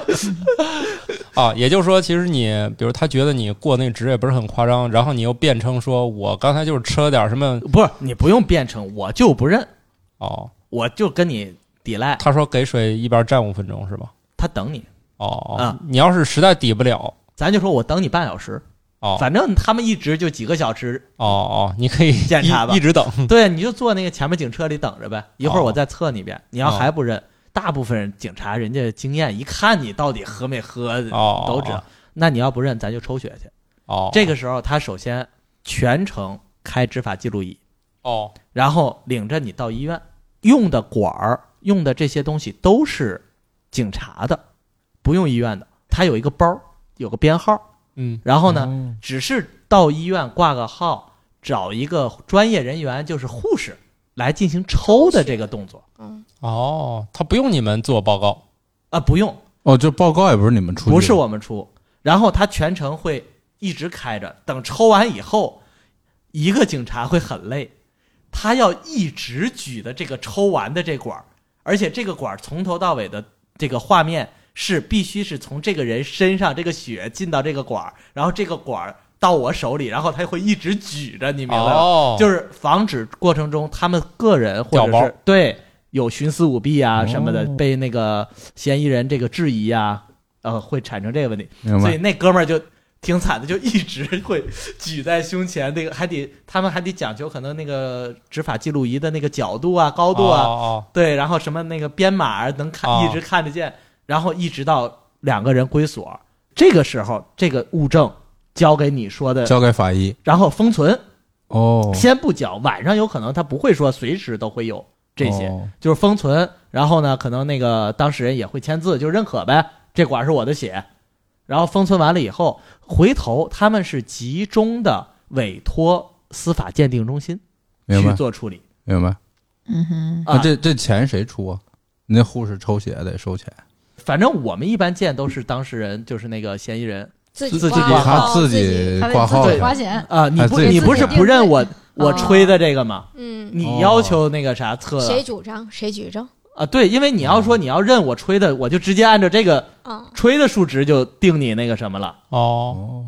Speaker 1: 啊，也就是说，其实你，比如他觉得你过那个值也不是很夸张，然后你又辩称说我刚才就是吃了点什么，
Speaker 4: 不是你不用辩称，我就不认，
Speaker 1: 哦，
Speaker 4: 我就跟你抵赖，
Speaker 1: 他说给水一边站五分钟是吧？
Speaker 4: 他等你，
Speaker 1: 哦，
Speaker 4: 啊
Speaker 1: 你要是实在抵不了，
Speaker 4: 咱就说我等你半小时，
Speaker 1: 哦
Speaker 4: 反正他们一直就几个小时，
Speaker 1: 哦哦，你可以
Speaker 4: 检查吧
Speaker 1: 一一直等，
Speaker 4: 对，你就坐那个前面警车里等着呗，一会儿
Speaker 1: 哦
Speaker 4: 我再测你一遍，你要
Speaker 1: 哦
Speaker 4: 还不认，大部分警察人家经验一看你到底喝没喝，
Speaker 1: 哦，
Speaker 4: 嗯都知道，那你要不认，咱就抽血去。
Speaker 1: 哦，
Speaker 4: 这个时候他首先全程开执法记录仪，
Speaker 1: 哦
Speaker 4: 然后领着你到医院，用的管儿、用的这些东西都是警察的，不用医院的。他有一个包儿，有个编号，
Speaker 1: 嗯，
Speaker 4: 然后呢，
Speaker 1: 呢，
Speaker 4: 只是到医院挂个号，找一个专业人员，就是护士来进行抽的这个动作
Speaker 5: 嗯，
Speaker 1: 哦，他不用你们做报告，
Speaker 4: 啊、不用，
Speaker 3: 哦，就报告也不是你们出，
Speaker 4: 不是，我们出。然后他全程会一直开着，等抽完以后，一个警察会很累，他要一直举的这个抽完的这管儿，而且这个管儿从头到尾的这个画面是必须是从这个人身上这个血进到这个管儿，然后这个管儿到我手里，然后他会一直举着，你明白吗？
Speaker 1: 哦，
Speaker 4: 就是是防止过程中他们个人或
Speaker 1: 掉
Speaker 4: 者
Speaker 1: 包
Speaker 4: 是对有徇私舞弊啊
Speaker 3: 哦
Speaker 4: 什么的，被那个嫌疑人这个质疑啊，呃，会产生这个问题。
Speaker 3: 明
Speaker 4: 所以
Speaker 3: 白？
Speaker 4: 那哥们儿就挺惨的，就一直会举在胸前，那个还得他们还得讲究可能那个执法记录仪的那个角度啊、
Speaker 1: 高
Speaker 4: 高度啊，
Speaker 1: 哦
Speaker 4: 对，然后什么那个编码儿能看、
Speaker 1: 哦
Speaker 4: 一直看得见，然后一直到两个人归所，这个时候这个物证交给你说的，
Speaker 3: 交给法医
Speaker 4: 然后封存。
Speaker 3: 哦，
Speaker 4: 先不讲，晚上有可能他不会说随时都会有这些，
Speaker 3: 哦
Speaker 4: 就是封存。然后呢，可能那个当事人也会签字，就认可呗，这管是我的血。然后封存完了以后，回头他们是集中的委托司法鉴定中心
Speaker 3: 明
Speaker 4: 去
Speaker 3: 白
Speaker 4: 做处理
Speaker 3: 明白。
Speaker 2: 嗯哼，
Speaker 3: 那
Speaker 4: 啊。
Speaker 3: 这这钱谁出啊？你那护士抽血得收钱，
Speaker 4: 反正我们一般见都是当事人，就是那个嫌疑人
Speaker 5: 自
Speaker 4: 自己
Speaker 5: 挂
Speaker 4: 挂
Speaker 5: 号
Speaker 3: 哦他自
Speaker 5: 己，
Speaker 3: 己
Speaker 2: 还
Speaker 3: 挂
Speaker 2: 得
Speaker 3: 号
Speaker 2: 自
Speaker 4: 对
Speaker 2: 己
Speaker 3: 去
Speaker 2: 花钱，
Speaker 4: 啊，你
Speaker 3: 哎
Speaker 4: 不
Speaker 3: 自己哦
Speaker 4: 你
Speaker 2: 自
Speaker 4: 不
Speaker 2: 己
Speaker 4: 是不认我我
Speaker 2: 哦
Speaker 4: 吹的这个吗？
Speaker 5: 嗯，
Speaker 4: 你要求那个啥测
Speaker 5: 谁主张谁举证
Speaker 4: 啊？对，因为你要
Speaker 3: 哦
Speaker 4: 说你要认我吹的，我就直接按照这个
Speaker 5: 啊？
Speaker 4: 吹的数值就定你那个什么了。
Speaker 1: 哦。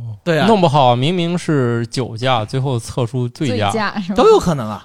Speaker 3: 哦，
Speaker 4: 对啊，
Speaker 1: 弄不好明明是酒驾，最后测出醉
Speaker 2: 醉
Speaker 1: 驾。
Speaker 2: 驾是吧？
Speaker 4: 都有可能啊，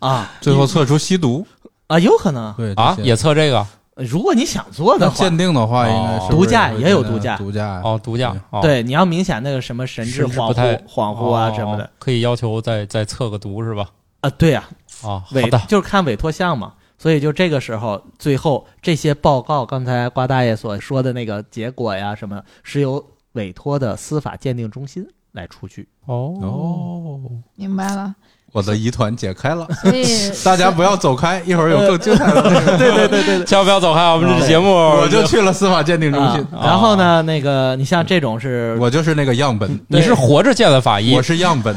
Speaker 4: 啊
Speaker 3: 最后测出吸毒，
Speaker 4: 啊，有可能啊。
Speaker 3: 对
Speaker 1: 啊，
Speaker 3: 这些
Speaker 1: 也测这个
Speaker 4: 如果你想做
Speaker 3: 那
Speaker 4: 的话
Speaker 3: 鉴，定的话哦应该是不是
Speaker 4: 毒驾
Speaker 3: 会
Speaker 4: 也有
Speaker 3: 觉得
Speaker 4: 毒驾
Speaker 3: 毒驾呀
Speaker 1: 哦，毒驾
Speaker 3: 对
Speaker 1: 哦，
Speaker 4: 对，你要明显那个什么神志
Speaker 1: 神志
Speaker 4: 恍
Speaker 1: 不太
Speaker 4: 惚、恍惚啊什么
Speaker 1: 哦
Speaker 4: 的，
Speaker 1: 可以要求再再测个毒是吧？
Speaker 4: 啊，对啊，
Speaker 1: 啊，好
Speaker 4: 委
Speaker 1: 的，
Speaker 4: 就是看委托项嘛。所以就这个时候，最后这些报告，刚才瓜大爷所说的那个结果呀什么，是由委托的司法鉴定中心来出具。
Speaker 1: 哦
Speaker 3: 哦，
Speaker 2: 明白了。
Speaker 3: 我的疑团解开了，
Speaker 2: 所以
Speaker 3: 大家不要走开，一会儿有更精彩的内容。
Speaker 4: 对对对对对。
Speaker 1: 千万不要走开，我们这节目
Speaker 3: 呃
Speaker 4: 哦
Speaker 3: 我就去了司法鉴定中心，
Speaker 1: 啊
Speaker 4: 然后呢，那个你像这种
Speaker 1: 嗯
Speaker 4: 是，
Speaker 3: 我就是那个样本，
Speaker 1: 你是活着见了法医
Speaker 3: 我，是样本，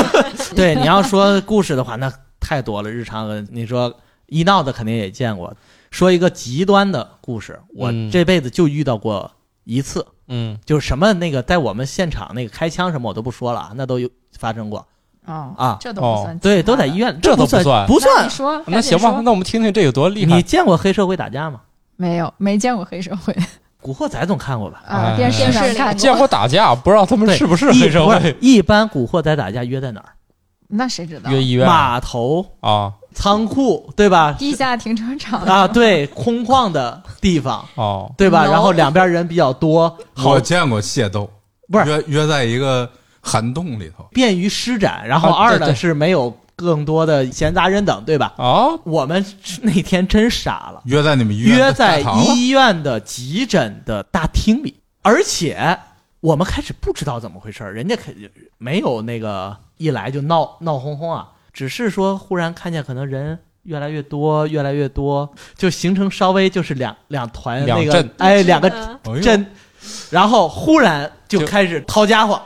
Speaker 4: 对你要说故事的话，那太多了。日常呃你说医闹的肯定也见过，说一个极端的故事，我
Speaker 1: 嗯
Speaker 4: 这辈子就遇到过一次，
Speaker 1: 嗯，
Speaker 4: 就是什么那个在我们现场那个开枪什么我都不说了啊，那都有发生过
Speaker 2: 哦，
Speaker 4: 啊。
Speaker 2: 这都不算，
Speaker 4: 对，都在医。院，
Speaker 1: 这都
Speaker 4: 不
Speaker 1: 不算
Speaker 4: 不
Speaker 2: 那
Speaker 4: 算
Speaker 2: 你。说，
Speaker 1: 嗯那行吧，那我们听听这有多厉
Speaker 4: 你
Speaker 1: 害。
Speaker 4: 见过黑社会打架吗？
Speaker 2: 没有没见过黑社会
Speaker 4: 古惑仔总看过吧？
Speaker 2: 啊，
Speaker 1: 哎
Speaker 2: 电视上
Speaker 5: 电视里
Speaker 2: 看
Speaker 1: 见过打架，不知道他们
Speaker 4: 对
Speaker 1: 是不是黑社
Speaker 4: 一不是
Speaker 1: 会，
Speaker 4: 一般古惑仔打架约在哪儿？
Speaker 2: 那谁知道？
Speaker 1: 约医院
Speaker 4: 码头、
Speaker 1: 啊，
Speaker 4: 仓库，对吧？
Speaker 2: 地下停车场
Speaker 4: 啊，，对，空旷的地方，
Speaker 1: 哦，
Speaker 4: 对吧？
Speaker 2: No
Speaker 4: 然后两边人比较多，好
Speaker 3: 我见过械斗，
Speaker 4: 不是
Speaker 3: 约约在一个涵洞里头，
Speaker 4: 便于施展。然后
Speaker 1: 啊
Speaker 4: 二
Speaker 1: 对对
Speaker 4: 呢是没有更多的闲杂人等，对吧？
Speaker 1: 哦，
Speaker 4: 我们是 那天真傻了，
Speaker 3: 约在你们医院
Speaker 4: 约
Speaker 3: 的大
Speaker 4: 在
Speaker 3: 堂了
Speaker 4: 医院的急诊的大厅里，而且我们开始不知道怎么回事儿，人家肯没有那个一来就闹闹哄哄啊，只是说忽然看见可能人越来越多，越来越多，就形成稍微就是两两团
Speaker 1: 两
Speaker 4: 那个
Speaker 1: 阵
Speaker 4: 哎两 个
Speaker 5: 个
Speaker 3: 哎呦
Speaker 4: 阵，然后忽然就
Speaker 1: 就
Speaker 4: 开始掏家伙，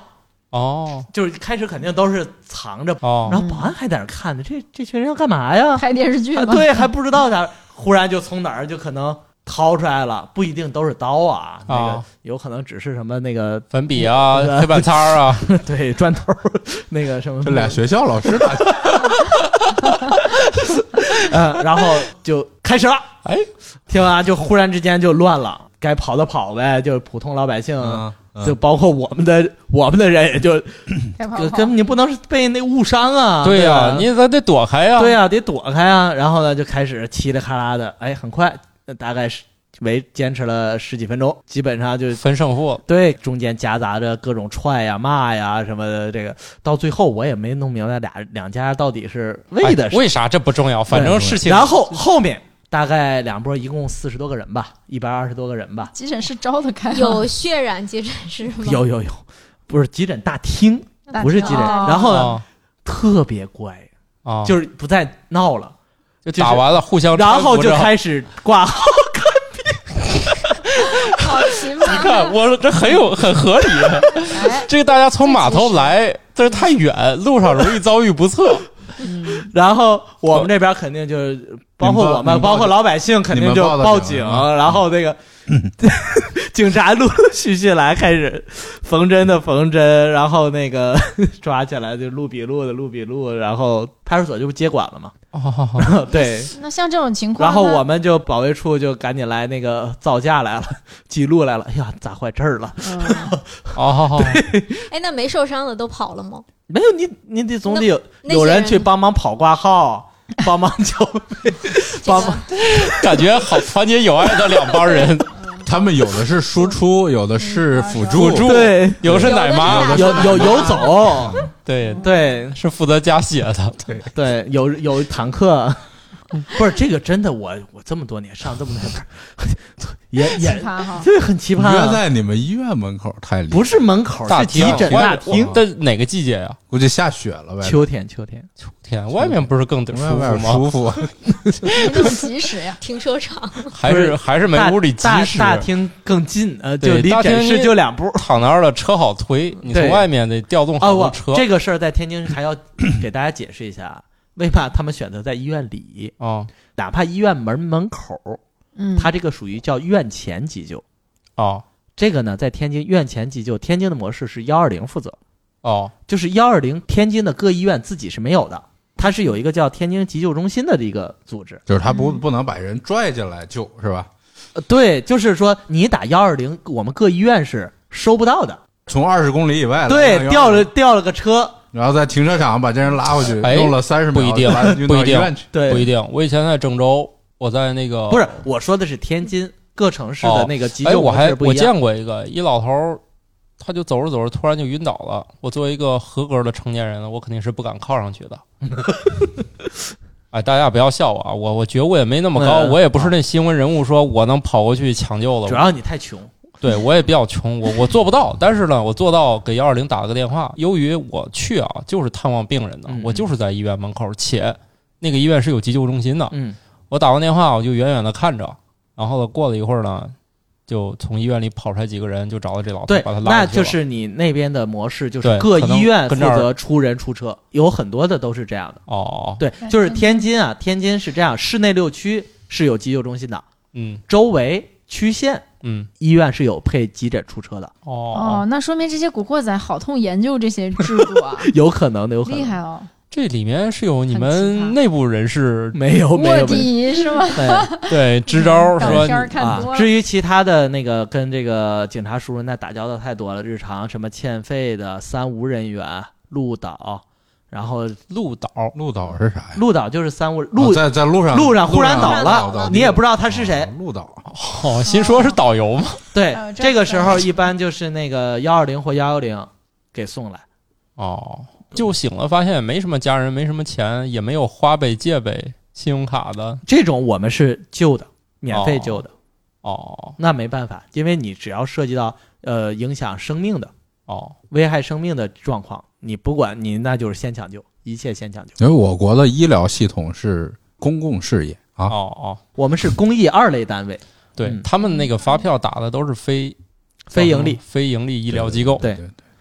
Speaker 1: 哦，
Speaker 4: 就是开始肯定都是藏着，然
Speaker 1: 哦，
Speaker 4: 后保安还在那儿看呢，这这群人要干嘛呀？
Speaker 2: 拍电视剧
Speaker 4: 啊，
Speaker 2: 吗？
Speaker 4: 对，还不知道咋，忽然就从哪儿就可能掏出来了，不一定都是刀啊，那个
Speaker 1: 啊
Speaker 4: 有可能只是什么那个
Speaker 1: 粉笔啊，
Speaker 4: 对
Speaker 1: 黑板擦儿啊，
Speaker 4: 对砖头儿那个什么
Speaker 3: 这俩学校老师打架，
Speaker 4: 嗯，然后就开始了，
Speaker 1: 哎，
Speaker 4: 听完就忽然之间就乱了，该跑的跑呗，就是普通老百姓。
Speaker 3: 嗯
Speaker 4: 就包括我们的我们的人，也就
Speaker 2: 开跑
Speaker 4: 就
Speaker 2: 跑
Speaker 4: 根本你不能是被那误伤 啊！
Speaker 1: 对
Speaker 4: 呀、
Speaker 1: 呀，你咱得躲开呀，
Speaker 4: 对呀、得躲开啊。然后呢，就开始嘁里喀啦的，哎，很快，呃大概是为坚持了十几分钟，基本上就
Speaker 1: 分胜负，
Speaker 4: 对中间夹杂着各种踹呀、骂呀什么的。这个到最后我也没弄明白俩两家到底是为的
Speaker 1: 哎
Speaker 4: 是、
Speaker 1: 为啥这不重要，反正事情
Speaker 4: 然后后面大概两波，一共四十多个人吧，一百二十多个人吧，
Speaker 2: 急诊室招的开吗，
Speaker 5: 有血染急诊室吗？
Speaker 4: 有有有，不是急诊大厅，
Speaker 2: 嗯大
Speaker 4: 不是
Speaker 2: 厅
Speaker 4: 急诊，
Speaker 2: 哦
Speaker 4: 然后呢、
Speaker 1: 啊
Speaker 4: 特别乖，
Speaker 1: 啊，
Speaker 4: 就是不再闹了。
Speaker 1: 就打完了，互相
Speaker 4: 然后
Speaker 1: 搀扶
Speaker 4: 就
Speaker 1: 哦着
Speaker 4: 开始挂号。
Speaker 2: 好奇
Speaker 1: 你
Speaker 2: 葩，
Speaker 1: 看，我说这很有很合理。
Speaker 2: 哎，
Speaker 1: 这个大家从码头来，这是太远，路上容易遭遇不测。
Speaker 2: 嗯
Speaker 4: 然后我们这边肯定就是，包括我
Speaker 3: 你们报
Speaker 4: 们，包括老百姓肯定就
Speaker 3: 你们
Speaker 4: 报
Speaker 3: 报的
Speaker 4: 警
Speaker 3: 警啊，
Speaker 4: 然后那个 警察陆陆续续来，开始缝针的缝针，然后那个 抓起来就录笔录的录笔录，然后派出所就接管了嘛，
Speaker 1: 哦，
Speaker 4: 对。
Speaker 2: 那像这种情况，
Speaker 4: 然后
Speaker 2: 那
Speaker 4: 我们就保卫处就赶紧来那个造假来了， 记录来了。哎呀，咋坏这儿了？
Speaker 2: 嗯
Speaker 1: 哦，
Speaker 5: 哎，那没受伤的都跑了吗？
Speaker 4: 没有你，你得总得有
Speaker 5: 那
Speaker 4: 有
Speaker 5: 些
Speaker 4: 人
Speaker 5: 人
Speaker 4: 去帮忙跑挂号，帮忙交
Speaker 5: 这
Speaker 4: 帮忙
Speaker 5: 个
Speaker 1: 感觉好团结友爱的两帮 人，
Speaker 3: 他们有的是输出，有的是辅助，
Speaker 1: 辅助
Speaker 4: 对，
Speaker 1: 有的是奶妈，
Speaker 5: 有的是奶
Speaker 4: 有有游 走，
Speaker 1: 对，
Speaker 4: 对
Speaker 1: 是负责加血
Speaker 4: 嗯
Speaker 1: 的。
Speaker 4: 对，有有坦克， 不是这个真的，我我这么多年上这么多年班儿， 也
Speaker 2: 奇
Speaker 4: 也
Speaker 2: 葩 哈，
Speaker 4: 这很奇葩
Speaker 3: 约
Speaker 4: 啊，
Speaker 3: 在你们医院门口太离，
Speaker 4: 不是门口，
Speaker 1: 大
Speaker 4: 是急
Speaker 1: 厅啊
Speaker 4: 诊
Speaker 1: 外
Speaker 4: 大厅
Speaker 1: 我，但哪个季节呀？
Speaker 3: 估计下雪了呗，
Speaker 4: 秋天秋天，
Speaker 1: 天，外面不是更得舒
Speaker 3: 外
Speaker 1: 服
Speaker 3: 面
Speaker 1: 吗？
Speaker 3: 舒服，
Speaker 2: 没这么及时呀，
Speaker 5: 停车场，
Speaker 1: 还
Speaker 4: 不
Speaker 1: 是
Speaker 4: 是
Speaker 1: 还是没
Speaker 4: 大
Speaker 1: 屋里及
Speaker 4: 大
Speaker 1: 时。
Speaker 4: 大厅更近，呃，就
Speaker 1: 对
Speaker 4: 离
Speaker 1: 大厅
Speaker 4: 诊室
Speaker 1: 你
Speaker 4: 就两步。
Speaker 1: 躺那儿了，车好推，你从
Speaker 4: 对
Speaker 1: 外面得调动
Speaker 4: 啊，
Speaker 1: 好
Speaker 4: 我
Speaker 1: 多车。
Speaker 4: 这个事儿在天津还要 给大家解释一下，啊为嘛他们选择在医院里，
Speaker 1: 哦
Speaker 4: 哪怕医院门门口儿，
Speaker 2: 嗯，
Speaker 4: 它这个属于叫院前急救。
Speaker 1: 哦
Speaker 4: 这个呢，在天津院前急救，天津的模式是幺二零负责，
Speaker 1: 哦
Speaker 4: 就是幺二零天津的各医院自己是没有的，它是有一个叫天津急救中心的一个组织。
Speaker 3: 就是他不不能把人拽进来救，是吧？
Speaker 4: 呃，对，就是说你打幺二零，我们各医院是收不到的。
Speaker 3: 从二十公里以
Speaker 1: 哎
Speaker 3: 外来
Speaker 4: 对，调了，调了个车，
Speaker 3: 然后在停车场把这人拉回去，
Speaker 1: 哎
Speaker 3: 用了三十秒，
Speaker 1: 不一定
Speaker 3: 把他运
Speaker 1: 不一
Speaker 3: 到医
Speaker 1: 定
Speaker 3: 院去。
Speaker 4: 对，
Speaker 1: 不一定。我以前在郑州，我在那个
Speaker 4: 不是我说的是天津各城市的那个急
Speaker 1: 哎，
Speaker 4: 救
Speaker 1: 我
Speaker 4: 模
Speaker 1: 还
Speaker 4: 式不
Speaker 1: 我
Speaker 4: 一样。
Speaker 1: 见过一个一老头儿，他就走着走着突然就晕倒了。我作为一个合格的成年人呢，我肯定是不敢靠上去 的。哎，大家不要笑我啊！我我觉悟也没那么高，
Speaker 4: 嗯
Speaker 1: 我也不是那新闻人物，说我能跑过去抢救
Speaker 4: 主
Speaker 1: 了。
Speaker 4: 要你太穷，
Speaker 1: 对我也比较穷，我我做不到，但是呢，我做到给幺二零打了个电话。由于我去啊，就是探望病人的
Speaker 4: 嗯嗯，
Speaker 1: 我就是在医院门口，且那个医院是有急救中心的。
Speaker 4: 嗯
Speaker 1: 我打完电话，我就远远的看着，然后呢，过了一会儿呢，就从医院里跑出来几个人，就找到这老头
Speaker 4: 对，，
Speaker 1: 把他拉
Speaker 4: 那
Speaker 1: 过去
Speaker 4: 就
Speaker 1: 了哦
Speaker 4: 是你那边的模式，就是
Speaker 1: 对
Speaker 4: 各
Speaker 1: 可能
Speaker 4: 医院负
Speaker 1: 跟这儿
Speaker 4: 责出人出车，有很多的都是这样的。
Speaker 1: 哦，
Speaker 4: 对，就是天津啊，天津是这样，市内六区是有急救中心的，
Speaker 1: 嗯
Speaker 4: 周围区县
Speaker 1: 嗯
Speaker 4: 医院是有配急诊出车的，
Speaker 1: 哦
Speaker 2: 哦，，那说明这些古惑仔好痛研究这些制度 啊，
Speaker 4: 有可能的，有可能
Speaker 2: 厉害哦！
Speaker 1: 这里面是有你
Speaker 2: 很奇葩
Speaker 1: 们内部人士
Speaker 4: 没有没
Speaker 2: 卧
Speaker 4: 有没
Speaker 2: 底是吗？
Speaker 4: 有。对
Speaker 1: 对支招
Speaker 2: 港
Speaker 1: 说你
Speaker 2: 片嗯儿 看
Speaker 4: 啊
Speaker 2: 多，了，
Speaker 4: 至于其他的那个跟这个警察叔叔那打交道太多了，日常什么欠费的、三无人员、鹿岛，然后
Speaker 1: 鹿岛
Speaker 3: 鹿岛是啥呀？
Speaker 4: 鹿岛就是三无鹿
Speaker 3: 哦在在路上
Speaker 4: 路上忽然倒
Speaker 5: 了
Speaker 4: 你也不知道他是谁。
Speaker 3: 哦鹿岛
Speaker 1: 哦，心说是导游吗？
Speaker 4: 对，
Speaker 2: 哦这
Speaker 4: 这个
Speaker 2: 样
Speaker 4: 时候一般就是那个幺二零或幺幺零给送来。
Speaker 1: 哦，就醒了，发现没什么家人，没什么钱，也没有花呗、借呗、信用卡的。
Speaker 4: 这种我们是救的，免费
Speaker 1: 哦
Speaker 4: 救的，
Speaker 1: 哦
Speaker 4: 那没办法，因为你只要涉及到呃影响生命的、
Speaker 1: 哦，
Speaker 4: 危害生命的状况，你不管你那就是先抢救，一切先抢救。
Speaker 3: 因为我国的医疗系统是公共事业啊，
Speaker 1: 哦哦，
Speaker 4: 我们是公益二类单位，
Speaker 1: 对、
Speaker 4: 嗯
Speaker 1: 他们那个发票打的都是非
Speaker 4: 非盈利。
Speaker 1: 非盈利医疗机构，
Speaker 4: 对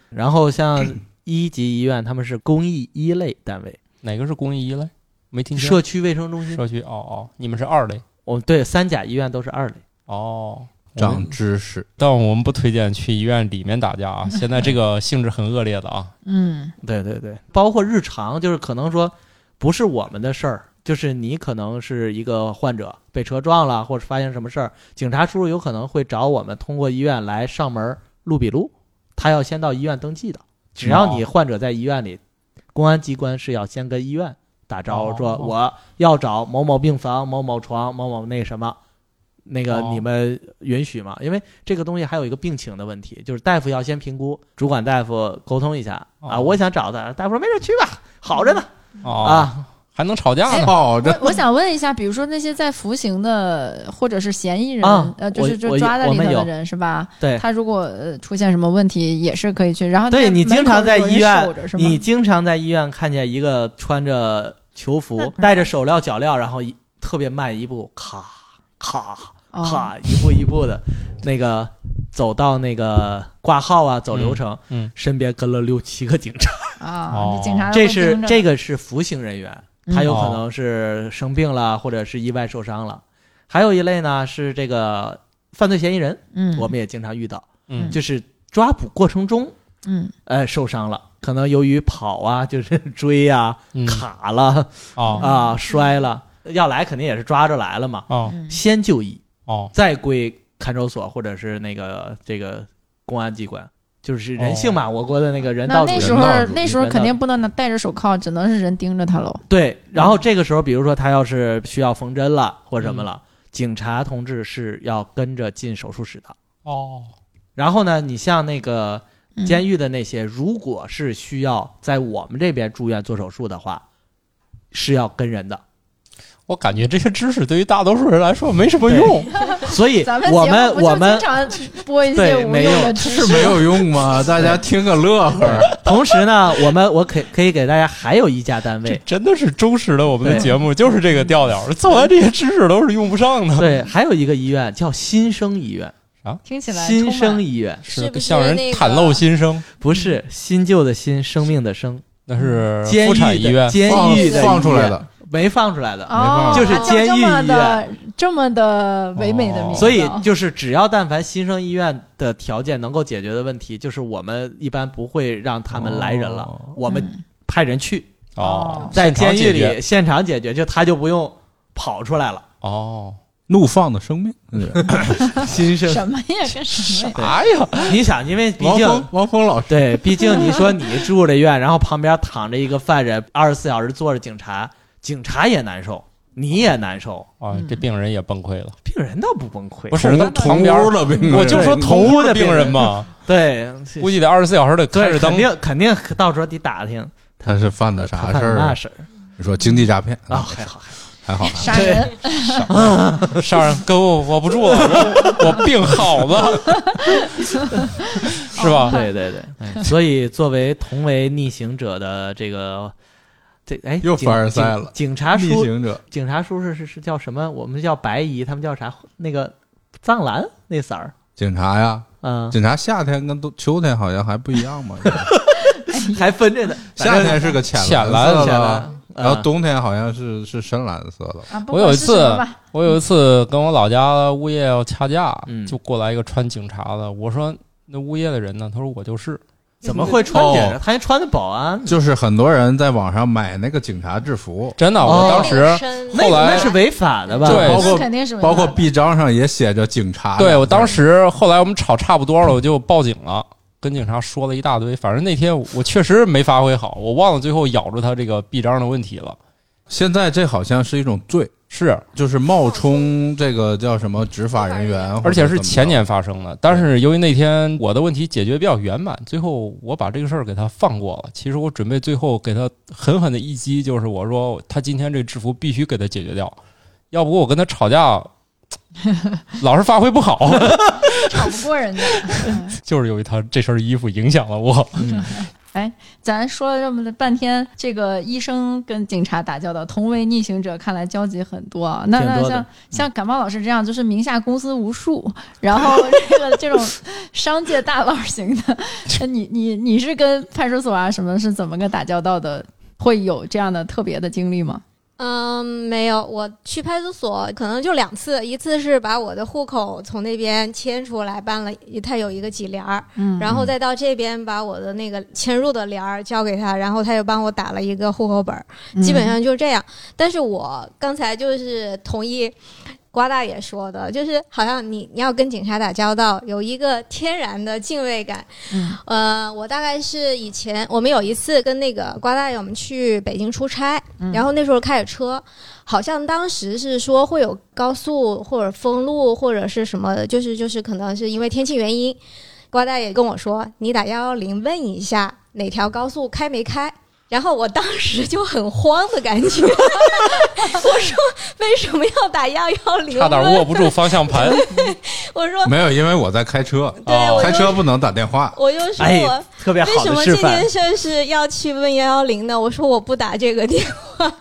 Speaker 4: 然后 像一级医院，他们是公益一类单位，
Speaker 1: 哪个是公益一类？没听清。
Speaker 4: 社区卫生中心。
Speaker 1: 社区哦哦，你们是二类
Speaker 4: 我对三甲医院都是二类。
Speaker 1: 哦。我
Speaker 3: 长
Speaker 1: 们
Speaker 3: 知识。
Speaker 1: 但我们不推荐去医院里面打架 啊，现在这个性质很恶劣的啊。
Speaker 2: 嗯，
Speaker 4: 对对对，包括日常，就是可能说不是我们的事儿，就是你可能是一个患者被车撞了，或者发生什么事儿，警察叔叔有可能会找我们通过医院来上门录笔录，他要先到医院登记的。只要你患者在医院里，公安机关是要先跟医院打招呼，
Speaker 1: 哦
Speaker 4: 说我要找某某病房、某某床、某某那什么。那个
Speaker 1: 哦
Speaker 4: 你们允许吗？因为这个东西还有一个病情的问题，就是大夫要先评估，主管大夫沟通一下啊。
Speaker 1: 哦
Speaker 4: 我想找他，大夫说没事去吧，好着呢
Speaker 1: 哦，
Speaker 4: 啊。
Speaker 1: 还能吵架呢？
Speaker 3: 哦，这
Speaker 2: 我 我想问一下，比如说那些在服刑的或者是嫌疑人，
Speaker 4: 啊
Speaker 2: 呃，就是
Speaker 4: 我
Speaker 2: 就
Speaker 4: 我
Speaker 2: 抓在
Speaker 4: 我
Speaker 2: 里头
Speaker 4: 们有
Speaker 2: 的人是吧？
Speaker 4: 对
Speaker 2: 他如果呃出现什么问题，也是可以去。然后
Speaker 4: 对
Speaker 2: 那
Speaker 4: 你
Speaker 2: 门
Speaker 4: 经
Speaker 2: 口
Speaker 4: 常在
Speaker 2: 有人
Speaker 4: 医
Speaker 2: 守着
Speaker 4: 院
Speaker 2: 是，吗
Speaker 4: 你经常在医院看见一个穿着囚服、戴着手镣脚镣，然后一特别慢一步，咔咔
Speaker 2: 哦
Speaker 4: 咔，一步一步的，那个走到那个挂号啊，走流程，
Speaker 1: 嗯嗯
Speaker 4: 身边跟了六七个警察。
Speaker 2: 啊
Speaker 1: 哦，
Speaker 2: 这警察
Speaker 4: 这是这
Speaker 2: 个
Speaker 4: 个是服刑人员，他有可
Speaker 1: 嗯
Speaker 4: 能是生病了，或者是意外受伤了。还有一类呢是这个犯罪嫌疑人，
Speaker 2: 嗯，
Speaker 4: 我们也经常遇到，
Speaker 1: 嗯，
Speaker 4: 就是抓捕过程中，
Speaker 2: 嗯
Speaker 4: 呃，受伤了，可能由于跑啊，就是 追啊，
Speaker 1: 嗯
Speaker 4: 卡了
Speaker 1: 哦
Speaker 4: 啊，摔了，要来肯定也是抓着来了嘛，
Speaker 1: 哦
Speaker 2: 嗯
Speaker 4: 先就医，
Speaker 1: 哦
Speaker 4: 再归看守所或者是那个这个公安机关，就是人性嘛，我国的那个人
Speaker 2: 那
Speaker 4: 道主
Speaker 2: 那
Speaker 4: 义
Speaker 2: 时
Speaker 3: 人
Speaker 2: 候
Speaker 3: 道主义
Speaker 2: 那时候
Speaker 4: 人
Speaker 2: 肯
Speaker 4: 道
Speaker 2: 定不能拿戴着手铐，只能是人盯着他喽。
Speaker 4: 对，然
Speaker 2: 嗯
Speaker 4: 后这个时候，比如说他要是需要缝针了或什么
Speaker 2: 嗯
Speaker 4: 了，警察同志是要跟着进手术室的。
Speaker 1: 哦
Speaker 4: 然后呢，你像那个
Speaker 2: 嗯
Speaker 4: 监狱的那些，如果是需要在我们这边住院做手术的话，是要跟人的。
Speaker 1: 我感觉这些知识对于大多数人来说没什么用。
Speaker 4: 所以
Speaker 2: 咱们
Speaker 4: 我
Speaker 2: 节
Speaker 4: 们
Speaker 2: 目不就
Speaker 4: 我们
Speaker 2: 经常播一些
Speaker 4: 对
Speaker 2: 无
Speaker 4: 没
Speaker 2: 用
Speaker 4: 有
Speaker 2: 的知
Speaker 3: 是
Speaker 2: 识，
Speaker 3: 没有用吗？大家听个乐 呵。
Speaker 4: 同时呢，我们我可可以给大家还有一家单
Speaker 1: 这
Speaker 4: 位，
Speaker 1: 真的是忠实的我们的
Speaker 4: 对
Speaker 1: 节目，就是这个调调。做完这些知识都是用不上的。
Speaker 4: 对，还有一个医院叫新生医院，
Speaker 2: 听起来
Speaker 4: 新
Speaker 2: 充满
Speaker 4: 生医院
Speaker 5: 是不是
Speaker 1: 向人
Speaker 5: 那个
Speaker 1: 袒露心声，
Speaker 4: 不是
Speaker 2: 嗯
Speaker 4: 新旧的新，生命的生，
Speaker 1: 那是
Speaker 4: 嗯
Speaker 3: 呃
Speaker 4: 监
Speaker 1: 妇产
Speaker 4: 狱
Speaker 1: 医
Speaker 4: 的
Speaker 1: 院。
Speaker 4: 监
Speaker 3: 放
Speaker 4: 狱的
Speaker 3: 放出
Speaker 4: 医
Speaker 3: 来
Speaker 4: 院
Speaker 3: 的，
Speaker 4: 没放出来的，
Speaker 2: 哦，
Speaker 3: 就是
Speaker 2: 啊
Speaker 4: 监
Speaker 2: 这
Speaker 4: 狱
Speaker 2: 么
Speaker 4: 医
Speaker 2: 的这么的唯美的
Speaker 1: 哦
Speaker 2: 名字，
Speaker 4: 所以就是只要但凡新生医院的条件能够解决的问题，就是我们一般不会让他们来人了，
Speaker 3: 哦
Speaker 4: 我们派人去
Speaker 1: 哦
Speaker 2: 哦，
Speaker 1: 现
Speaker 4: 在
Speaker 1: 场
Speaker 4: 监狱
Speaker 1: 解决
Speaker 4: 里现场解决，就他就不用跑出来了。
Speaker 1: 哦，
Speaker 3: 怒放的生命。
Speaker 4: 新生，
Speaker 2: 什么呀，跟什么呀？
Speaker 1: 哎呀，
Speaker 4: 你想，因为毕
Speaker 3: 王
Speaker 4: 竟
Speaker 3: 峰，王峰老师，
Speaker 4: 对，毕竟你说你住着院，然后旁边躺着一个犯人，二十四小时坐着警察，警察也难受，你也难受，
Speaker 1: 啊，这病人也崩溃了。
Speaker 4: 病人倒不崩溃
Speaker 1: 不，是，那旁
Speaker 3: 同
Speaker 1: 边
Speaker 3: 屋的病人，
Speaker 1: 我就说
Speaker 4: 嗯对
Speaker 1: 同屋的
Speaker 4: 同屋的病
Speaker 1: 病
Speaker 4: 人
Speaker 1: 人嘛，
Speaker 4: 对，
Speaker 1: 估计得二十四小时得开
Speaker 4: 对，
Speaker 1: 着灯
Speaker 4: 肯。定肯定到时候得打听
Speaker 3: 他是犯的啥事
Speaker 4: 他犯
Speaker 3: 儿
Speaker 4: 那
Speaker 3: 啊？
Speaker 4: 事儿
Speaker 3: 你说经济诈骗
Speaker 4: 啊，还好还好，
Speaker 3: 还好，
Speaker 2: 杀人，
Speaker 1: 杀人，哥我我不住了，我我病好了，是吧？
Speaker 4: 对对对，哎 所以作为同为逆行者的这个这哎，
Speaker 3: 又
Speaker 4: 警
Speaker 3: 凡尔赛了
Speaker 4: 警警察
Speaker 3: 逆
Speaker 4: 叔，
Speaker 3: 行者
Speaker 4: 警察叔是是是叫什么？我们叫白姨，他们叫啥？那个藏蓝那色儿，
Speaker 3: 警察呀，
Speaker 4: 嗯，
Speaker 3: 啊警察夏天跟冬秋天好像还不一样 嘛，
Speaker 4: 还分 着呢。
Speaker 3: 夏天是个浅
Speaker 1: 浅蓝
Speaker 3: 蓝色
Speaker 4: 下
Speaker 3: 的，
Speaker 4: 来了，
Speaker 3: 然后
Speaker 4: 嗯
Speaker 3: 冬天好像是是深蓝色的，
Speaker 2: 啊不
Speaker 1: 我
Speaker 2: 管
Speaker 1: 有一
Speaker 2: 是什么
Speaker 1: 次
Speaker 2: 吧
Speaker 1: 我有一次跟我老家物业要掐架，
Speaker 4: 嗯
Speaker 1: 就过来一个穿警察的，我说那物业的人呢？他说我就是，
Speaker 4: 怎么会穿警察？
Speaker 3: 哦
Speaker 4: 他还穿的保安呢，
Speaker 3: 就是很多人在网上买那个警察制服，
Speaker 1: 真的，
Speaker 4: 哦
Speaker 1: 我当时、
Speaker 4: 那
Speaker 1: 后来
Speaker 4: 那是违法的吧？
Speaker 1: 对
Speaker 3: 包
Speaker 2: 那
Speaker 3: 括
Speaker 2: 肯定是违
Speaker 3: 包括
Speaker 2: 法的
Speaker 3: B 章上也写着警察。
Speaker 1: 对我当时后来我们吵差不多了，我就报警了。跟警察说了一大堆，反正那天我我确实没发挥好，我忘了最后咬住他这个臂章的问题了。
Speaker 3: 现在这好像是一种罪，
Speaker 1: 是，
Speaker 3: 就是冒充这个叫什么执法人员，
Speaker 1: 而且是
Speaker 3: 或者怎么着
Speaker 1: 前。年发生的。但是由于那天我的问题解决比较圆满，最后我把这个事儿给他放过了。其实我准备最后给他狠狠的一击，就是我说他今天这制服必须给他解决掉，要不我跟他吵架，老是发挥不 好，
Speaker 2: 吵不过人家。嗯
Speaker 1: 就是由于他这身衣服影响了我。
Speaker 2: 咱说了这么半天，这个医生跟警察打交道，同为逆行者，看来交集很多啊。那
Speaker 4: 挺
Speaker 2: 那
Speaker 4: 多的
Speaker 2: 像
Speaker 4: 嗯
Speaker 2: 像感冒老师这样，就是名下公司无数，然后这个这种商界大佬型的，那你你你是跟派出所啊什么是怎么个打交道的？会有这样的特别的经历吗？
Speaker 5: 嗯，没有，我去派出所可能就两次，一次是把我的户口从那边迁出来办了，他有一个几联儿，
Speaker 2: 嗯
Speaker 5: 然后再到这边把我的那个迁入的联儿交给他，然后他又帮我打了一个户口本儿，基
Speaker 2: 嗯
Speaker 5: 本上就是这样。但是我刚才就是同意瓜大爷说的，就是好像你你要跟警察打交道，有一个天然的敬畏感。
Speaker 2: 嗯
Speaker 5: 呃，我大概是以前我们有一次跟那个瓜大爷我们去北京出差，
Speaker 2: 嗯
Speaker 5: 然后那时候开着车，好像当时是说会有高速或者封路或者是什么，就是就是可能是因为天气原因，瓜大爷跟我说你打幺幺零问一下哪条高速开没开。然后我当时就很慌的感觉， 我说为什么要打幺幺零？
Speaker 1: 差点握不住方向盘，
Speaker 5: 我说
Speaker 3: 没有，因为我在开车，
Speaker 5: 对，
Speaker 1: 哦
Speaker 5: 我
Speaker 3: 开
Speaker 5: 就
Speaker 3: 车不能打电话。
Speaker 5: 我就说
Speaker 4: 哎
Speaker 5: 我、，
Speaker 4: 特别
Speaker 5: 为
Speaker 4: 好
Speaker 5: 什
Speaker 4: 的
Speaker 5: 么
Speaker 4: 示
Speaker 5: 这
Speaker 4: 范
Speaker 5: 件。事是要去问幺幺零呢？我说我不打这个电话，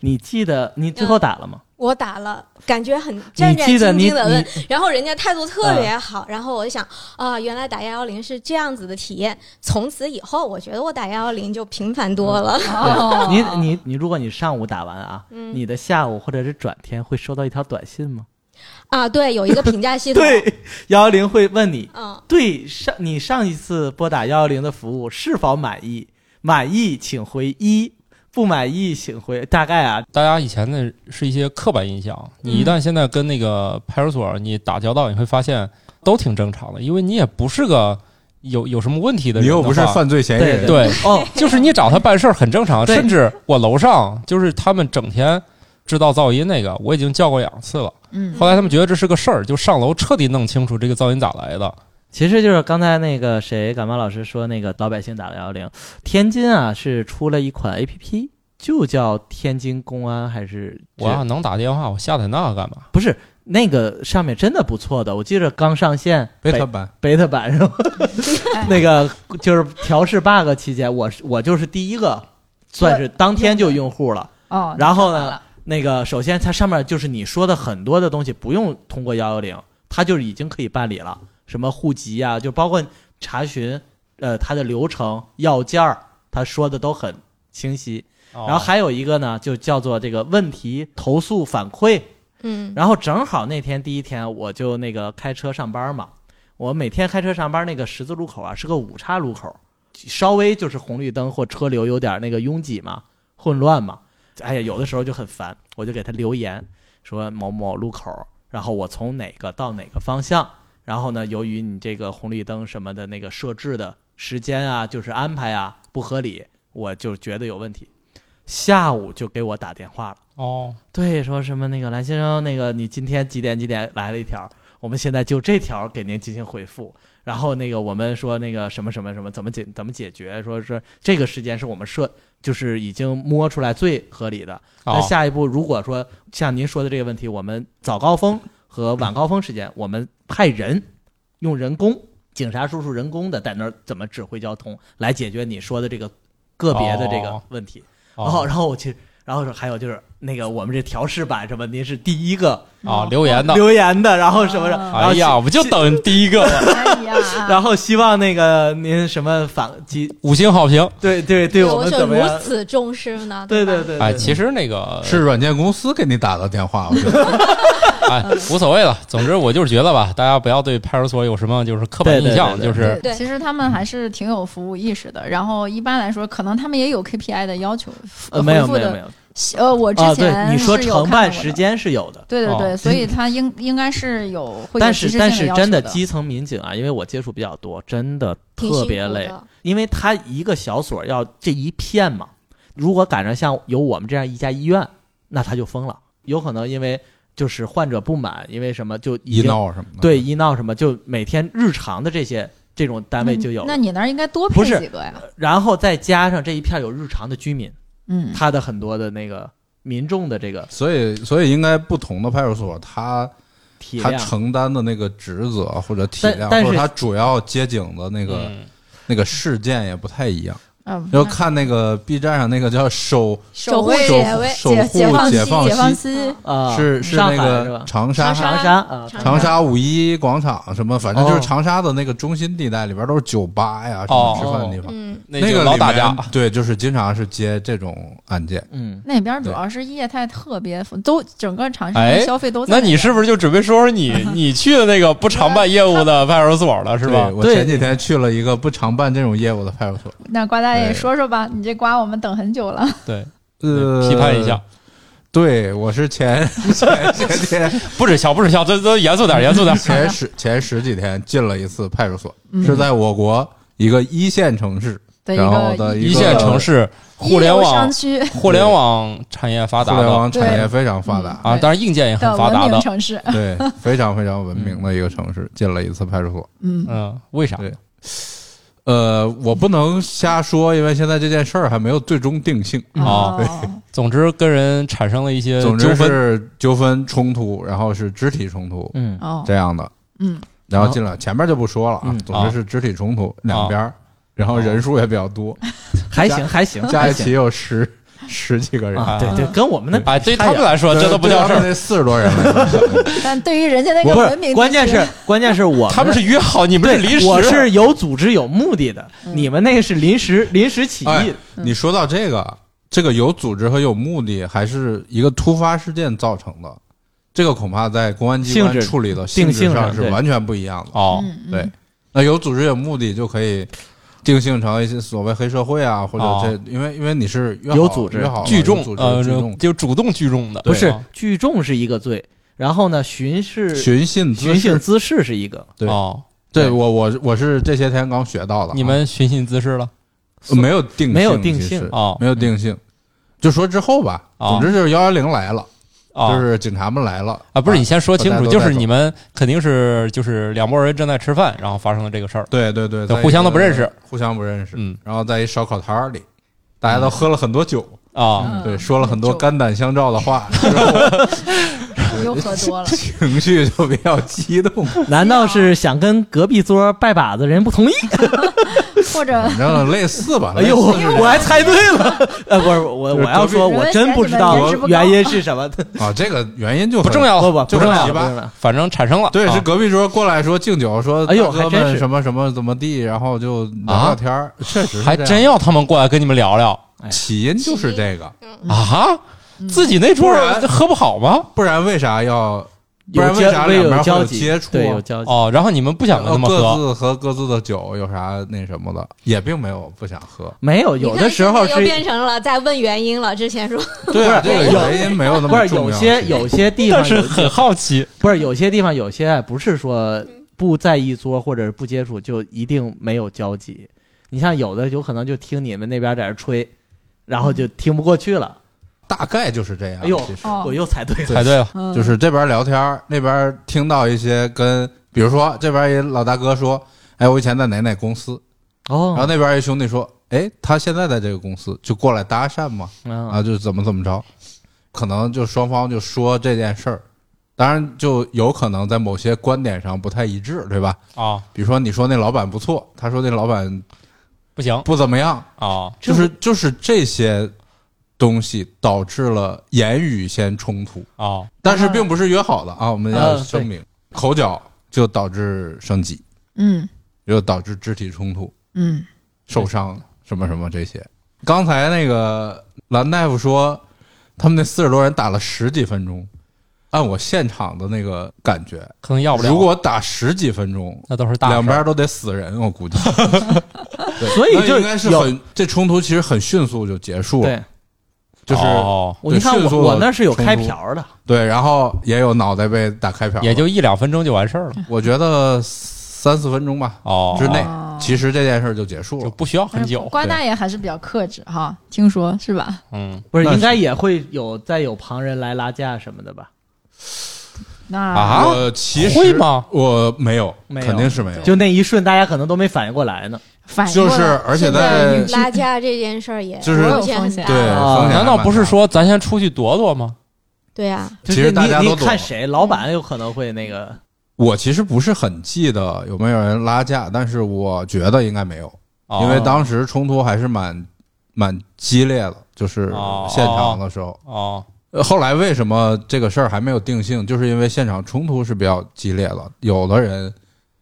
Speaker 4: 你记得你最后打了吗？
Speaker 5: 我打了，感觉很战战
Speaker 4: 记得
Speaker 5: 兢
Speaker 4: 你
Speaker 5: 兢的
Speaker 4: 你
Speaker 5: 问，然后人家态度特别好，然后我就想啊，原来打幺幺零是这样子的体验，从此以后我觉得我打幺幺零就频繁多了。
Speaker 2: 哦，
Speaker 4: 你你你，如果你上午打完啊，
Speaker 5: 嗯
Speaker 4: 你的下午或者是转天会收到一条短信吗？
Speaker 5: 啊，对，有一个评价系统，
Speaker 4: 对，幺幺零会问你，
Speaker 5: 嗯，
Speaker 4: 对上你上一次拨打幺幺零的服务是否满意？满意请回一，不满意请回。大概 啊，
Speaker 1: 大家以前的是一些刻板印象，你一
Speaker 3: 嗯
Speaker 1: 旦现在跟那个派出所你打交道，你会发现都挺正常的，因为你也不是个有有什么问题的
Speaker 3: 你
Speaker 1: 人的话，
Speaker 3: 又不是犯罪嫌疑人，
Speaker 1: 对，
Speaker 4: 哦，
Speaker 1: 就是你找他办事儿很正常，
Speaker 4: 对
Speaker 1: 甚至我楼上就是他们整天制造噪音那个，我已经叫过两次了。
Speaker 2: 嗯
Speaker 1: 后来他们觉得这是个事儿，就上楼彻底弄清楚这个噪音咋来的。
Speaker 4: 其实就是刚才那个谁感冒老师说那个老百姓打了幺幺零，天津啊是出了一款 A P P，就叫天津公安还是
Speaker 1: 我要能打电话，我下载那个干嘛？
Speaker 4: 不是那个上面真的不错的，我记着刚上线
Speaker 3: 被他办。
Speaker 4: 贝塔版是吧？
Speaker 2: 哎
Speaker 4: 那个就是调试 bug 期间，我是我就是第一个，算是当天就用户了。
Speaker 2: 哦，
Speaker 4: 然后
Speaker 2: 那
Speaker 4: 呢，那个首先它上面就是你说的很多的东西不用通过幺幺零，它就已经可以办理了，什么户籍啊，就包括查询，呃，它的流程、要件儿，他说的都很清晰。
Speaker 1: 哦
Speaker 4: 然后还有一个呢，就叫做这个问题投诉反馈
Speaker 5: 嗯，
Speaker 4: 然后正好那天第一天我就那个开车上班嘛，我每天开车上班那个十字路口啊是个五岔路口，稍微就是红绿灯或车流有点那个拥挤嘛，混乱嘛，哎呀，有的时候就很烦，我就给他留言说某某路口，然后我从哪个到哪个方向，然后呢，由于你这个红绿灯什么的那个设置的时间啊，就是安排啊不合理，我就觉得有问题，下午就给我打电话了。
Speaker 1: 哦，
Speaker 4: 对，说什么那个蓝先生，那个你今天几点几点来了一条？我们现在就这条给您进行回复。然后那个我们说那个什么什么什么怎么解怎么解决，说是这个时间是我们设就是已经摸出来最合理的。那
Speaker 1: 哦
Speaker 4: 下一步如果说像您说的这个问题，我们早高峰和晚高峰时间，我们派人用人工警察叔叔人工的在那儿怎么指挥交通来解决你说的这个个别的这个
Speaker 1: 哦
Speaker 4: 问题。然后
Speaker 1: 哦
Speaker 4: 然后我去，然后说还有就是那个我们这调试版什么，您是第一个
Speaker 1: 啊，留言的，
Speaker 4: 留言的，然后什么的，
Speaker 2: 啊
Speaker 4: 然后
Speaker 1: 哎呀，我就等第一个
Speaker 2: 哎呀，
Speaker 4: 然后希望那个您什么反击，
Speaker 1: 五星好评。
Speaker 4: 对对对，我
Speaker 5: 我
Speaker 4: 们
Speaker 5: 手
Speaker 4: 怎么样
Speaker 5: 如？此重视呢？
Speaker 4: 对
Speaker 5: 吧
Speaker 4: 对对，
Speaker 1: 哎，
Speaker 4: 对
Speaker 1: 其实那个
Speaker 4: 呃
Speaker 3: 是软件公司给你打的电话，我觉得
Speaker 1: 哎无所谓了。总之我就是觉得吧，大家不要对派出所有什么就是刻板印象，
Speaker 4: 对对对对
Speaker 1: 就是
Speaker 5: 对
Speaker 2: 其实他们还是挺有服务意识的。然后一般来说，可能他们也有 KPI 的要求。
Speaker 4: 呃没有
Speaker 2: 回复
Speaker 4: 没有
Speaker 2: 的
Speaker 4: 没有
Speaker 2: 呃，我之
Speaker 4: 啊，
Speaker 2: 前
Speaker 4: 对你说
Speaker 2: 是有
Speaker 4: 承
Speaker 2: 看
Speaker 4: 办
Speaker 2: 到过
Speaker 4: 时
Speaker 2: 的，
Speaker 4: 间是有的，
Speaker 2: 对对对，
Speaker 1: 哦
Speaker 2: 所以他应应该是有会有
Speaker 4: 但
Speaker 2: 及
Speaker 4: 是
Speaker 2: 时
Speaker 4: 但
Speaker 2: 性
Speaker 4: 是
Speaker 2: 要
Speaker 4: 真
Speaker 2: 求
Speaker 4: 的
Speaker 2: 的
Speaker 4: 基层民警啊，因为我接触比较多，真的
Speaker 5: 挺辛
Speaker 4: 特
Speaker 5: 苦
Speaker 4: 别
Speaker 5: 的
Speaker 4: 累，因为他一个小所要这一片嘛，如果赶上像有我们这样一家医院，那他就疯了，有可能因为就是患者不满，因为什么就已
Speaker 3: 医
Speaker 4: 经
Speaker 3: 闹什么的。
Speaker 4: 对医闹什么，就每天日常的这些这种单位就有
Speaker 2: 嗯那
Speaker 4: 了，
Speaker 2: 你那儿应该多
Speaker 4: 不
Speaker 2: 配
Speaker 4: 是
Speaker 2: 几个呀？
Speaker 4: 然后再加上这一片有日常的居民，
Speaker 2: 嗯，
Speaker 4: 他的很多的那个民众的这个
Speaker 3: 所以所以应该不同的派出所，他
Speaker 4: 体
Speaker 3: 他
Speaker 4: 量。
Speaker 3: 承担的那个职责或者体量，
Speaker 4: 但但是
Speaker 3: 或者他主要接警的那个、
Speaker 1: 嗯
Speaker 3: 那个事件也不太一样。
Speaker 2: 嗯，
Speaker 3: 要看那个 B 站上那个叫守
Speaker 5: 守
Speaker 2: 卫
Speaker 5: 卫
Speaker 3: 守
Speaker 5: 解
Speaker 3: 守护
Speaker 5: 围
Speaker 2: 解放
Speaker 3: 解
Speaker 2: 西，解
Speaker 3: 放
Speaker 2: 放
Speaker 3: 西
Speaker 2: 西，
Speaker 4: 啊，
Speaker 3: 是是
Speaker 4: 上
Speaker 3: 那
Speaker 4: 海是
Speaker 3: 个
Speaker 4: 吧？
Speaker 3: 长沙
Speaker 5: 长
Speaker 4: 长
Speaker 5: 沙
Speaker 4: 沙啊，
Speaker 5: 长
Speaker 3: 长沙五一广场什么，反正就是
Speaker 4: 哦
Speaker 3: 长沙的那个中心地带里边都是酒吧呀，什么吃饭的地方。
Speaker 5: 嗯，
Speaker 1: 那
Speaker 3: 那
Speaker 1: 就
Speaker 3: 个
Speaker 1: 老
Speaker 3: 里
Speaker 1: 打
Speaker 3: 面
Speaker 1: 架，
Speaker 3: 对，就是经常是接这种案件。
Speaker 4: 嗯，
Speaker 2: 那边主
Speaker 3: 对
Speaker 2: 要是业态特别丰，都整个长沙
Speaker 1: 哎
Speaker 2: 的消费都在啊
Speaker 1: 那
Speaker 2: 边
Speaker 1: 你是不是就准备说说 你你去的那个不常办业务的派出所了，是吧
Speaker 3: 对？我
Speaker 4: 对
Speaker 3: 前几天去了一个不常办这种业务的派出所，
Speaker 2: 那瓜大爷
Speaker 3: 对
Speaker 2: 说说吧，你这瓜我们等很久了，
Speaker 1: 对，
Speaker 3: 呃，
Speaker 1: 批判一下。，
Speaker 3: 对我是 前前前天
Speaker 1: 不止笑，不止笑，这这严肃点，严肃 点。
Speaker 3: 前十前十几天进了一次派出所，
Speaker 2: 嗯
Speaker 3: 是在我国一个一线城市，
Speaker 2: 的一
Speaker 3: 然后的
Speaker 2: 个
Speaker 1: 一线城市，
Speaker 2: 一
Speaker 1: 互联
Speaker 2: 流
Speaker 1: 网
Speaker 2: 商，区
Speaker 1: 互联网产业发
Speaker 3: 互
Speaker 1: 达
Speaker 3: 联
Speaker 1: 的
Speaker 3: 网产业非常发达，
Speaker 1: 啊，当然硬 件也很
Speaker 2: 的
Speaker 1: 发达
Speaker 2: 文
Speaker 1: 的
Speaker 2: 明。城市，
Speaker 3: 对， 非常非常文明的一个城市，进了一次派出所。
Speaker 2: 嗯，
Speaker 1: 嗯，为啥？
Speaker 3: 对呃，我不能瞎说，因为现在这件事儿还没有最终定性。
Speaker 2: 嗯
Speaker 1: 哦总之跟人产生了一些
Speaker 3: 总
Speaker 1: 纠
Speaker 3: 之
Speaker 1: 纷。
Speaker 3: 是呃纠纷冲突，然后是肢体冲突
Speaker 4: 嗯，
Speaker 2: 哦，
Speaker 3: 这样的，
Speaker 2: 嗯，
Speaker 3: 然后进了前面就不说了啊
Speaker 4: 嗯，
Speaker 3: 总之是肢体冲突两边儿，然后人数也比较多，
Speaker 4: 还行还行，
Speaker 3: 加
Speaker 4: 还
Speaker 3: 一
Speaker 4: 行
Speaker 3: 起有十 十几个人。
Speaker 4: 啊，
Speaker 1: 啊
Speaker 4: 对对，跟我们那
Speaker 1: 哎，对他们来说
Speaker 3: 对
Speaker 1: 这都不叫事
Speaker 3: 对他
Speaker 1: 儿，
Speaker 3: 们那四十多人来说，
Speaker 2: 但对于人家那个
Speaker 4: 不
Speaker 2: 文明地
Speaker 4: 是，关键
Speaker 2: 区
Speaker 4: 是关键是我
Speaker 1: 他们是约好，你们是
Speaker 4: 对
Speaker 1: 临时。
Speaker 4: 我是有组织有目的的，
Speaker 2: 嗯
Speaker 4: 你们那个是临时临时起
Speaker 3: 哎
Speaker 4: 义，
Speaker 3: 你说到这个，这个有组织和有目的，还是一个突发事件造成的，这个恐怕在公安机关
Speaker 4: 性质
Speaker 3: 处理的
Speaker 4: 定性
Speaker 3: 质上
Speaker 4: 上
Speaker 3: 是
Speaker 4: 对
Speaker 3: 完全不一样的。
Speaker 1: 哦，
Speaker 2: 嗯嗯
Speaker 3: 对，那有组织有目的就可以定性成一些所谓黑社会啊，或者这，因为因为你是约好
Speaker 4: 有组织
Speaker 3: 约好了
Speaker 1: 聚
Speaker 3: 有
Speaker 1: 众
Speaker 3: 组，织
Speaker 1: 呃
Speaker 3: 哦聚，众
Speaker 1: 就主动聚众的，
Speaker 4: 不是
Speaker 3: 哦
Speaker 1: 啊
Speaker 4: 聚众是一个罪，然后呢巡视
Speaker 3: 寻衅滋
Speaker 4: 寻衅
Speaker 3: 事。
Speaker 4: 滋事是一个，
Speaker 3: 对
Speaker 1: 哦，
Speaker 3: 对我我我是这些天刚学到的啊，
Speaker 1: 你们寻衅滋事了
Speaker 3: 呃没有定性
Speaker 4: 没有定
Speaker 3: 其
Speaker 4: 性
Speaker 3: 实
Speaker 1: 哦
Speaker 3: 没有定性，就说之后吧。
Speaker 1: 哦
Speaker 3: 总之就是幺幺零来了，
Speaker 1: 哦
Speaker 3: 就是警察们来了
Speaker 1: 啊，不是，你先说清
Speaker 3: 大家
Speaker 1: 楚，
Speaker 3: 都
Speaker 1: 就
Speaker 3: 在
Speaker 1: 是
Speaker 3: 走
Speaker 1: 你们肯定是就是两拨人正在吃饭，然后发生了这个事儿。
Speaker 3: 对对对，
Speaker 1: 对
Speaker 3: 在
Speaker 1: 互相
Speaker 3: 一个
Speaker 1: 都不认识，
Speaker 3: 互相不认识。
Speaker 1: 嗯
Speaker 3: 然后在一烧烤摊儿里，大家都喝了很多酒，
Speaker 1: 啊，
Speaker 2: 嗯
Speaker 3: 对，说了很多
Speaker 2: 酒
Speaker 3: 肝胆相照的话，之后
Speaker 2: 又喝多了，
Speaker 3: 情绪就比较激动。
Speaker 4: 难道是想跟隔壁桌拜把子人不同意？
Speaker 2: 或者
Speaker 3: 反正类似吧。
Speaker 4: 哎呦，
Speaker 3: 类似
Speaker 4: 我还猜对了， 呃，不是我
Speaker 3: 就是
Speaker 4: 我要说
Speaker 2: 隔壁
Speaker 4: 我真不知道
Speaker 2: 人们嫌你们颜值不高
Speaker 4: 原因是什么，
Speaker 3: 啊，这个原因就
Speaker 1: 不
Speaker 3: 很
Speaker 1: 重。要
Speaker 4: 不不
Speaker 1: 了，
Speaker 4: 不
Speaker 3: 哦就
Speaker 4: 重
Speaker 3: 是
Speaker 4: 要
Speaker 3: 提拔
Speaker 4: 不重要
Speaker 1: 反正产生了。
Speaker 3: 对，
Speaker 1: 啊
Speaker 3: 是隔壁桌过来说敬酒，说
Speaker 4: 哎呦
Speaker 3: 大哥
Speaker 4: 还真
Speaker 3: 们
Speaker 4: 是啊
Speaker 3: 什么什么怎么地，然后就聊聊天儿，确实是
Speaker 1: 还
Speaker 3: 这样
Speaker 1: 真要他们过来跟你们聊聊
Speaker 3: 起因就是这个，
Speaker 1: 啊？
Speaker 3: 嗯
Speaker 1: 自己那桌
Speaker 3: 不然
Speaker 1: 喝不好吗？
Speaker 3: 不然为啥要？不然
Speaker 4: 有
Speaker 3: 为啥两
Speaker 4: 交
Speaker 3: 边
Speaker 4: 有
Speaker 3: 会
Speaker 4: 交
Speaker 3: 有
Speaker 4: 集，
Speaker 3: 接触
Speaker 4: 对
Speaker 3: 啊
Speaker 4: 有交集，。
Speaker 1: 哦，然后你们不想跟
Speaker 3: 呃
Speaker 1: 他们
Speaker 3: 各
Speaker 1: 喝，
Speaker 3: 自喝各自的酒有啥那什么的，也并没有不想喝
Speaker 4: 没有
Speaker 5: 你
Speaker 4: 有
Speaker 5: 看
Speaker 4: 的时候
Speaker 5: 现在又
Speaker 4: 是
Speaker 5: 变成了在问原因了。之前说
Speaker 3: 对啊，
Speaker 4: 不是
Speaker 3: 这个原因没有那
Speaker 4: 不
Speaker 3: 么
Speaker 4: 是
Speaker 3: 重
Speaker 4: 有
Speaker 3: 要。
Speaker 4: 些有些地
Speaker 1: 但
Speaker 4: 方
Speaker 1: 是
Speaker 4: 有
Speaker 1: 很好奇
Speaker 4: 不是有些地方有些不是说不在一桌或者不接触就一定没有交集。你像有的有可能就听你们那边在这吹，然后就听不过去了。
Speaker 3: 大概就是这样。
Speaker 4: 哎呦
Speaker 3: 嗯啊其实
Speaker 2: 哦
Speaker 4: 我又猜对了，
Speaker 1: 猜对了，
Speaker 2: 嗯，
Speaker 3: 就是这边聊天儿，那边听到一些跟，比如说这边一老大哥说：“哎，我以前在哪哪公司。”然后
Speaker 4: 哦，
Speaker 3: 那边一兄弟说：“哎，他现在在这个公司，就过来搭讪嘛。”
Speaker 4: 啊
Speaker 3: 啊，就是怎么怎么着，可能就双方就说这件事儿，当然就有可能在某些观点上不太一致，对吧？
Speaker 1: 啊，
Speaker 3: 比如说你说那老板不错，他说那老板
Speaker 1: 不行
Speaker 3: 不怎么样，
Speaker 1: 啊，
Speaker 3: 就是就是这些东西导致了言语先冲突，
Speaker 1: 啊，
Speaker 3: 但是并不是约好的啊，我们要声明，口角就导致升级，
Speaker 2: 嗯
Speaker 3: 又导致肢体冲突、
Speaker 2: 嗯
Speaker 3: 受伤什么什么这些。刚才那个蓝大夫说，他们那四十多人打了十几分钟，按我现场的那个感觉，
Speaker 1: 可能要不了。
Speaker 3: 如果打十几分钟，
Speaker 1: 那都是大事儿
Speaker 3: 两边都得死人，我估计。对
Speaker 4: 所以
Speaker 3: 那
Speaker 4: 就
Speaker 3: 应该是
Speaker 4: 有
Speaker 3: 很这冲突其实很迅速就结束了，
Speaker 4: 对，
Speaker 3: 就是
Speaker 1: 哦
Speaker 4: 我你看
Speaker 3: 迅
Speaker 4: 我
Speaker 3: 速地
Speaker 4: 我那是有开
Speaker 3: 冲突
Speaker 4: 瓢的，
Speaker 3: 对，然后也有脑袋被打开瓢了，
Speaker 1: 也就一两分钟就完事儿了。
Speaker 3: 我觉得三四分钟吧
Speaker 1: 哦，
Speaker 3: 嗯之内
Speaker 2: 哦，
Speaker 3: 其实这件事儿就结束
Speaker 1: 就
Speaker 3: 了。
Speaker 1: 不需要很久。
Speaker 2: 关大爷还是比较克制哈，听说是吧？
Speaker 1: 嗯，
Speaker 4: 不是
Speaker 3: 那是
Speaker 4: 应该也会有再有旁人来拉架什么的吧？
Speaker 2: 那、
Speaker 1: 啊
Speaker 3: 我其实
Speaker 1: 会吗？
Speaker 3: 我没有，
Speaker 4: 没有
Speaker 3: 肯定是没有。
Speaker 4: 就那一瞬，大家可能都没反应过来呢。
Speaker 2: 反应
Speaker 3: 就
Speaker 2: 过
Speaker 3: 是
Speaker 2: 来
Speaker 3: 而且
Speaker 2: 现
Speaker 3: 在
Speaker 2: 女
Speaker 5: 拉架这件事儿也
Speaker 3: 就是
Speaker 5: 风险很大。
Speaker 3: 对，
Speaker 4: 啊
Speaker 3: 风险还
Speaker 1: 难道
Speaker 3: 蛮
Speaker 1: 不是
Speaker 3: 大的
Speaker 1: 说咱先出去躲躲吗？
Speaker 5: 对啊，
Speaker 4: 就
Speaker 3: 其实
Speaker 4: 是
Speaker 3: 大家
Speaker 4: 你
Speaker 3: 都
Speaker 4: 你
Speaker 3: 懂
Speaker 4: 看谁，老板有可能会那个
Speaker 3: 我其实不是很记得有没有人拉架，但是我觉得应该没有，
Speaker 1: 哦
Speaker 3: 因为当时冲突还是蛮蛮激烈的，就是
Speaker 1: 哦
Speaker 3: 现场的时候。
Speaker 1: 哦
Speaker 3: 呃后来为什么这个事儿还没有定性，就是因为现场冲突是比较激烈的，有的人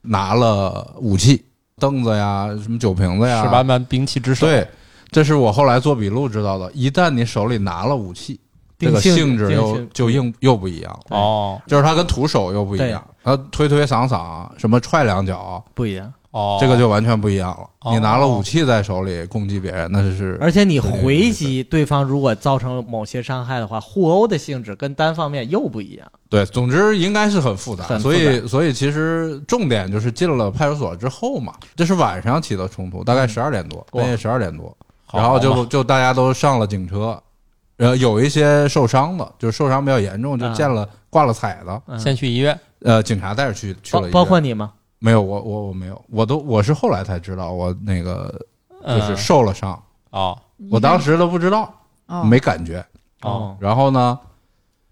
Speaker 3: 拿了武器，凳子呀、什么酒瓶子呀，
Speaker 1: 十八般兵器之首，
Speaker 3: 啊对，这是我后来做笔录知道的。一旦你手里拿了武器，这
Speaker 4: 定
Speaker 3: 个
Speaker 4: 性
Speaker 3: 性质
Speaker 4: 定
Speaker 3: 又
Speaker 4: 性
Speaker 3: 就硬又不一样了。
Speaker 1: 哦
Speaker 3: 就是他跟徒手又不一样，他推推搡搡，什么踹两脚，
Speaker 4: 不一样，
Speaker 1: 哦，
Speaker 3: 这个就完全不一样了。
Speaker 1: 哦
Speaker 3: 你拿了武器在手里攻击别人，那是
Speaker 4: 而且你
Speaker 3: 对对对
Speaker 4: 回击对方如果造成某些伤害的话，互殴的性质跟单方面又不一样。
Speaker 3: 对。总之应该是很复杂，
Speaker 4: 很复
Speaker 3: 所
Speaker 4: 杂
Speaker 3: 以所以其实重点就是进了派出所之后嘛，这是晚上起的冲突，大概十二点多，
Speaker 4: 嗯哇
Speaker 3: 半夜十二点多，
Speaker 1: 好
Speaker 3: 然后就
Speaker 1: 嘛
Speaker 3: 就大家都上了警车，然后有一些受伤的，就是受伤比较严重，就
Speaker 4: 啊
Speaker 3: 见了挂了彩的，
Speaker 4: 嗯，
Speaker 1: 先去医院
Speaker 3: 呃，警察带着去去
Speaker 4: 包
Speaker 3: 了医院，
Speaker 4: 包括你吗？
Speaker 3: 没有我我我没有，我都我是后来才知道我那个就
Speaker 1: 嗯
Speaker 3: 是受了伤，
Speaker 1: 哦
Speaker 3: 我当时都不知道，
Speaker 2: 哦
Speaker 3: 没感觉。
Speaker 1: 哦
Speaker 3: 然后呢，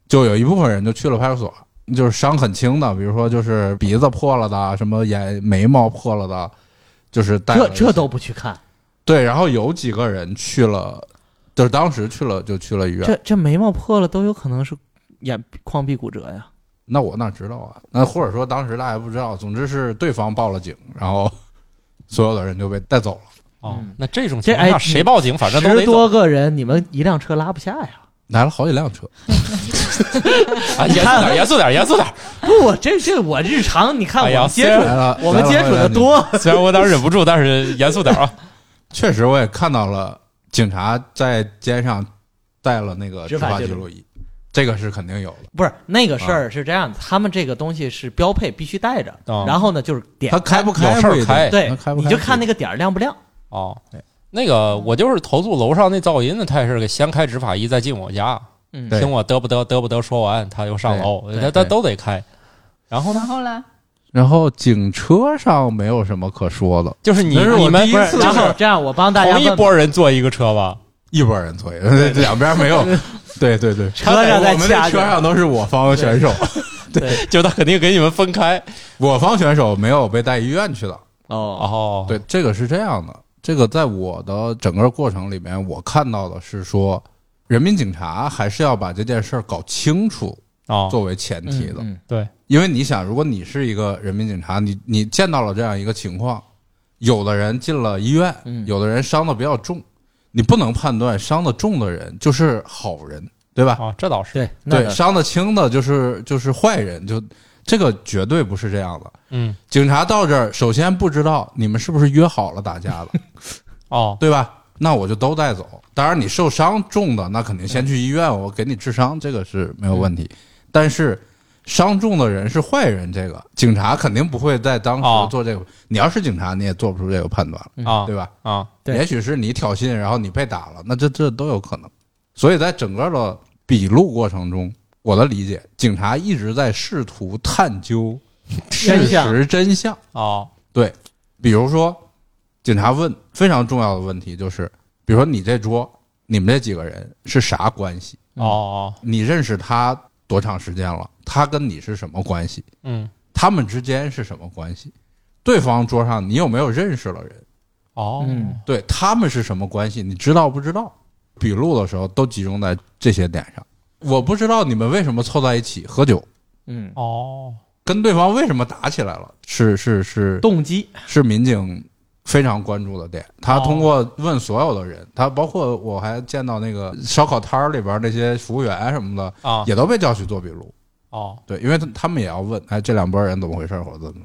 Speaker 3: 就有一部分人就去了派出所，就是伤很轻的，比如说就是鼻子破了的，什么眼眉毛破了的，就是带
Speaker 4: 这
Speaker 3: 了一些
Speaker 4: 这都不去看，
Speaker 3: 对。然后有几个人去了，就是当时去了就去了医院。
Speaker 4: 这这眉毛破了都有可能是眼眶壁骨折呀。
Speaker 3: 那我哪知道啊？那或者说当时大家不知道，总之是对方报了警，然后 所有的人就被带走了。
Speaker 1: 哦
Speaker 4: 嗯，
Speaker 1: 那这种情
Speaker 4: 这
Speaker 1: 况下
Speaker 4: 哎
Speaker 1: 谁报警，反正都
Speaker 4: 十
Speaker 1: 得走
Speaker 4: 多个人，你们一辆车拉不下呀。
Speaker 3: 来了好几辆车，
Speaker 1: 啊，严肃点，严肃点，严肃点。
Speaker 4: 不，我这这我日常，你看
Speaker 1: 哎呀
Speaker 4: 我接
Speaker 1: 虽
Speaker 4: 触
Speaker 1: 然
Speaker 3: 来了
Speaker 4: 我们接触
Speaker 3: 来
Speaker 4: 的，
Speaker 3: 了好几辆车
Speaker 4: 多，
Speaker 1: 虽然我有点忍不住，但是严肃点啊。
Speaker 3: 确实我也看到了警察在肩上带了那个
Speaker 4: 执
Speaker 3: 执
Speaker 4: 法
Speaker 3: 法
Speaker 4: 记
Speaker 3: 记
Speaker 4: 录
Speaker 3: 录仪，这个是肯定有的。
Speaker 4: 不是那个事儿是这样的，他们这个东西是标配，必须带着。
Speaker 1: 哦
Speaker 4: 然后呢，就是点
Speaker 3: 他开不开
Speaker 1: 有事儿
Speaker 3: 不一定
Speaker 1: 开
Speaker 4: 对
Speaker 3: 他开，不
Speaker 4: 你
Speaker 3: 开
Speaker 4: 就看那个点儿亮不亮。
Speaker 1: 哦，那个我就是投诉楼上那噪音的，他也是给先开执法仪，再进我家，
Speaker 4: 嗯，
Speaker 3: 对
Speaker 1: 听我嘚不嘚嘚不嘚说完，他就上楼，
Speaker 4: 对
Speaker 1: 他
Speaker 4: 对
Speaker 1: 他都得开。然后
Speaker 2: 哦然
Speaker 1: 呢，
Speaker 2: 后呢？
Speaker 3: 然后警车上没有什么可说的，
Speaker 1: 就是你
Speaker 3: 那是我
Speaker 1: 你们
Speaker 3: 第一
Speaker 1: 不是
Speaker 3: 次
Speaker 1: 就
Speaker 4: 然后
Speaker 1: 是
Speaker 4: 这样，我帮大家
Speaker 1: 同一
Speaker 4: 问
Speaker 1: 波人坐一个车吧？
Speaker 3: 一拨人左右， 两边没有。 对对对，
Speaker 4: 车上再
Speaker 3: 我们
Speaker 4: 掐
Speaker 3: 那
Speaker 4: 着
Speaker 3: 车上都是我方选手，
Speaker 4: 对
Speaker 1: 就他肯定给你们分开。
Speaker 3: 我方选手没有被带医院去的。
Speaker 4: 哦，
Speaker 1: 哦，
Speaker 3: 对，这个是这样的，这个在我的整个过程里面，我看到的是说，人民警察还是要把这件事儿搞清楚
Speaker 1: 哦，
Speaker 3: 作为前提的。
Speaker 4: 嗯
Speaker 1: 对，
Speaker 3: 因为你想，如果你是一个人民警察，你你见到了这样一个情况，有的人进了医院，
Speaker 4: 嗯
Speaker 3: 有的人伤的比较重，你不能判断伤的重的人就是好人，对吧？
Speaker 1: 啊，这倒是，
Speaker 4: 对那
Speaker 3: 对，
Speaker 4: 个
Speaker 3: 伤的轻的就是就是坏人，就这个绝对不是这样的。
Speaker 1: 嗯，
Speaker 3: 警察到这儿，首先不知道你们是不是约好了打架的，
Speaker 1: 哦，
Speaker 3: 对吧？那我就都带走。当然，你受伤重的，那肯定先去医院，我给你治伤，这个是没有问题。但是伤重的人是坏人，这个警察肯定不会在当
Speaker 1: 哦
Speaker 3: 时做这个。你要是警察，你也做不出这个判断了，
Speaker 4: 嗯
Speaker 1: 啊
Speaker 3: 对吧？
Speaker 1: 啊，
Speaker 4: 对
Speaker 3: 也许是你挑衅，然后你被打了，那这这都有可能。所以在整个的笔录过程中，我的理解，警察一直在试图探究事
Speaker 4: 真相
Speaker 3: 实真相。
Speaker 1: 哦，
Speaker 3: 比如说，警察问非常重要的问题，就是比如说你这桌，你们这几个人是啥关系？
Speaker 1: 哦哦，
Speaker 3: 你认识他多长时间了？他跟你是什么关系？
Speaker 1: 嗯，
Speaker 3: 他们之间是什么关系？对方桌上你有没有认识了人？
Speaker 1: 哦，
Speaker 4: 嗯
Speaker 3: 对他们是什么关系？你知道不知道？笔录的时候都集中在这些点上。我不知道你们为什么凑在一起喝酒，
Speaker 4: 嗯，
Speaker 1: 哦，
Speaker 3: 跟对方为什么打起来了？是是是
Speaker 4: 动机
Speaker 3: 是民警非常关注的点。他
Speaker 1: 哦
Speaker 3: 通过问所有的人，他包括我还见到那个烧烤摊儿里边那些服务员什么的，
Speaker 1: 啊，
Speaker 3: 也都被叫去做笔录。
Speaker 1: 哦，
Speaker 3: 对，因为他他们也要问，哎，这两拨人怎么回事，或者怎么。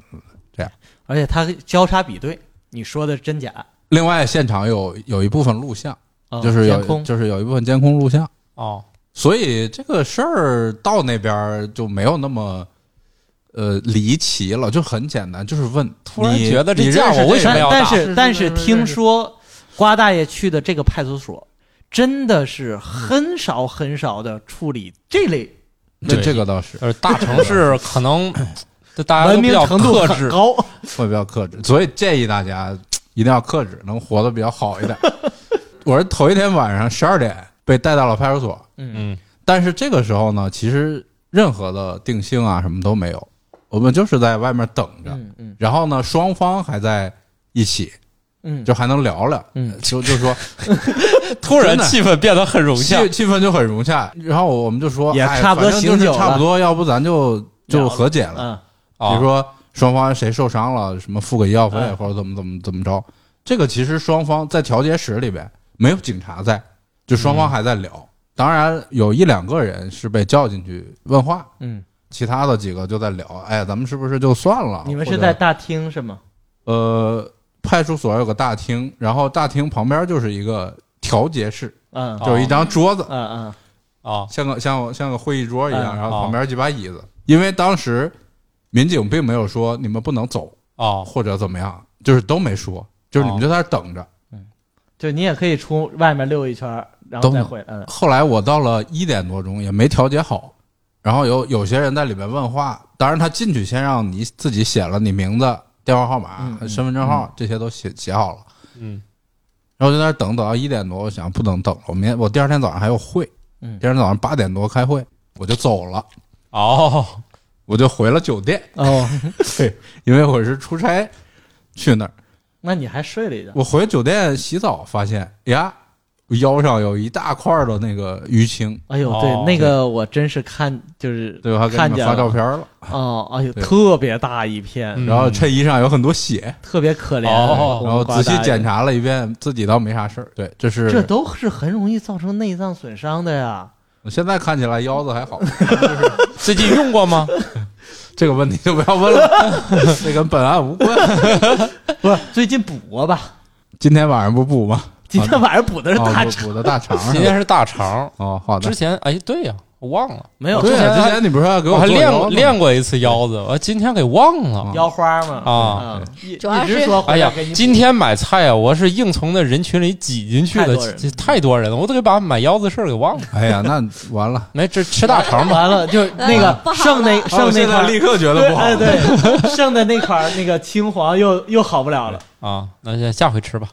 Speaker 4: 而且他交叉比对，你说的真假，
Speaker 3: 另外，现场有有一部分录像，
Speaker 4: 啊
Speaker 3: 就是
Speaker 4: 监
Speaker 3: 有
Speaker 4: 控，
Speaker 3: 就是有一部分监控录像。
Speaker 1: 哦，
Speaker 3: 所以这个事儿到那边儿就没有那么呃离奇了，就很简单，就是问。
Speaker 1: 突然
Speaker 3: 你
Speaker 1: 觉得这
Speaker 3: 你认
Speaker 1: 架
Speaker 3: 识
Speaker 1: 我为
Speaker 3: 这
Speaker 1: 什么
Speaker 3: 人
Speaker 1: 要
Speaker 4: 但但
Speaker 1: 打
Speaker 4: 是但
Speaker 3: 是
Speaker 4: 是
Speaker 3: 是是
Speaker 4: 听说瓜大爷去的这个派出所，真的是很少很少的处理这类
Speaker 3: 这
Speaker 1: 对
Speaker 3: 这个倒是
Speaker 1: 就是大城市可能 大家
Speaker 4: 文
Speaker 1: 都比
Speaker 4: 明
Speaker 1: 较
Speaker 4: 程度
Speaker 1: 克
Speaker 4: 很
Speaker 1: 制，
Speaker 4: 高。
Speaker 3: 会比较克制，所以建议大家一定要克制，能活得比较好一点。我是头一天晚上十二点被带到了派出所，
Speaker 4: 嗯
Speaker 1: 嗯，
Speaker 3: 但是这个时候呢，其实任何的定性啊什么都没有，我们就是在外面等着，
Speaker 4: 嗯嗯
Speaker 3: 然后呢，双方还在一起，
Speaker 4: 嗯，
Speaker 3: 就还能聊聊，
Speaker 4: 嗯
Speaker 3: 就就 说
Speaker 1: 突然
Speaker 3: 真的
Speaker 1: 气氛变得很融洽
Speaker 3: 气，气氛就很融洽。然后我们就说，
Speaker 4: 也
Speaker 3: 哎
Speaker 4: 差不多
Speaker 3: 反正就是
Speaker 4: 醒酒
Speaker 3: 差
Speaker 4: 了
Speaker 3: 不多，要不咱就
Speaker 4: 了
Speaker 3: 就
Speaker 4: 了
Speaker 3: 和解了。
Speaker 4: 嗯
Speaker 1: 啊
Speaker 3: 比如说双方谁受伤了，什么付个医药费
Speaker 4: 哎
Speaker 3: 或者怎么怎么怎么着，这个其实双方在调解室里边没有警察在，就双方还在聊。
Speaker 1: 嗯
Speaker 3: 当然有一两个人是被叫进去问话，
Speaker 4: 嗯，
Speaker 3: 其他的几个就在聊，哎，咱们是不是就算了？
Speaker 4: 你们
Speaker 3: 或
Speaker 4: 是
Speaker 3: 者
Speaker 4: 在大厅是吗？
Speaker 3: 呃派出所有个大厅，然后大厅旁边就是一个调解室，
Speaker 4: 嗯嗯
Speaker 1: 哦
Speaker 3: 就是一张桌子，
Speaker 4: 嗯
Speaker 1: 啊，
Speaker 3: 像个像个像个会议桌一样，
Speaker 4: 嗯
Speaker 3: 然后
Speaker 1: 哦
Speaker 3: 旁边几把椅子。因为当时民警并没有说你们不能走，
Speaker 1: 哦，
Speaker 3: 啊或者怎么样，就是都没说，就是你们
Speaker 1: 哦
Speaker 3: 就在那儿等着。
Speaker 4: 就你也可以出外面溜一圈儿，然后
Speaker 3: 都
Speaker 4: 再
Speaker 3: 能
Speaker 4: 回来。嗯
Speaker 3: 后来我到了一点多钟也没调节好，然后有有些人在里面问话，当然他进去先让你自己写了你名字、电话号码、
Speaker 4: 嗯嗯
Speaker 3: 身份证号、这些都写写好了，
Speaker 1: 嗯，
Speaker 3: 然后就在那儿等等到一点多，我想不能等了，我明天我第二天早上还有会，
Speaker 4: 嗯
Speaker 3: 第二天早上八点多开会，我就走了，
Speaker 1: 哦，
Speaker 3: 我就回了酒店，
Speaker 4: 哦，
Speaker 3: 因为我是出差去那儿。
Speaker 4: 那你还睡了一觉？
Speaker 3: 我回酒店洗澡，发现呀，我腰上有一大块儿的那个淤青，
Speaker 4: 哎呦，对
Speaker 1: 哦，
Speaker 4: 那个我真是看就是
Speaker 3: 对吧？给
Speaker 4: 看
Speaker 3: 你们
Speaker 4: 见
Speaker 3: 发
Speaker 4: 了
Speaker 3: 照片了，
Speaker 4: 哦，哎呦，
Speaker 3: 对
Speaker 4: 特别大一片，
Speaker 1: 嗯
Speaker 3: 然后衬衣上有很多血，
Speaker 4: 特别可怜。
Speaker 1: 哦
Speaker 3: 然后仔细检，查了一遍，自己倒没啥事儿。对，这是
Speaker 4: 这都是很容易造成内脏损伤的呀。
Speaker 3: 现在看起来腰子还好，
Speaker 1: 最近用过吗？
Speaker 3: 这个问题就不要问了，这跟本案无关。
Speaker 4: 不是，最近补过
Speaker 3: 啊
Speaker 4: 吧？
Speaker 3: 今天晚上不补吗？
Speaker 4: 今天晚上补的是大
Speaker 3: 啊，
Speaker 4: 肠，
Speaker 3: 补补的大肠
Speaker 1: 今
Speaker 3: 是吧？
Speaker 1: 天是大肠，
Speaker 3: 哦，好的
Speaker 1: 之。前哎，对呀，我忘了，
Speaker 4: 没有
Speaker 1: 我之
Speaker 3: 对
Speaker 1: 前
Speaker 3: 啊，之
Speaker 1: 还
Speaker 3: 前你不是要给
Speaker 1: 我还
Speaker 3: 做
Speaker 1: 练
Speaker 3: 腰
Speaker 1: 过
Speaker 3: 子吗
Speaker 1: 练过一次腰子，我今天给忘了。
Speaker 4: 腰花嘛？
Speaker 1: 啊
Speaker 4: 嗯，一
Speaker 5: 主要
Speaker 4: 一直
Speaker 5: 是
Speaker 4: 说
Speaker 1: 哎
Speaker 4: 回
Speaker 1: 呀
Speaker 4: 嗯来给你，补
Speaker 1: 今天买菜啊，我是硬从那人群里挤进去
Speaker 4: 太
Speaker 1: 的
Speaker 4: 多人，
Speaker 1: 这太多人了，我都给把买腰子事儿给忘了。
Speaker 3: 哎呀，那完了。
Speaker 1: 没，这吃大肠吧，
Speaker 4: 完了，就是那
Speaker 5: 哎不
Speaker 4: 个
Speaker 5: 好
Speaker 4: 剩那
Speaker 5: 了
Speaker 3: 啊我
Speaker 4: 剩那
Speaker 3: 现
Speaker 4: 块
Speaker 3: 在
Speaker 4: 儿
Speaker 3: 立刻觉得
Speaker 4: 对，
Speaker 3: 不好
Speaker 4: 哎，。对，剩的那块儿那个青黄又又好不了了。
Speaker 1: 啊，那下下回吃吧。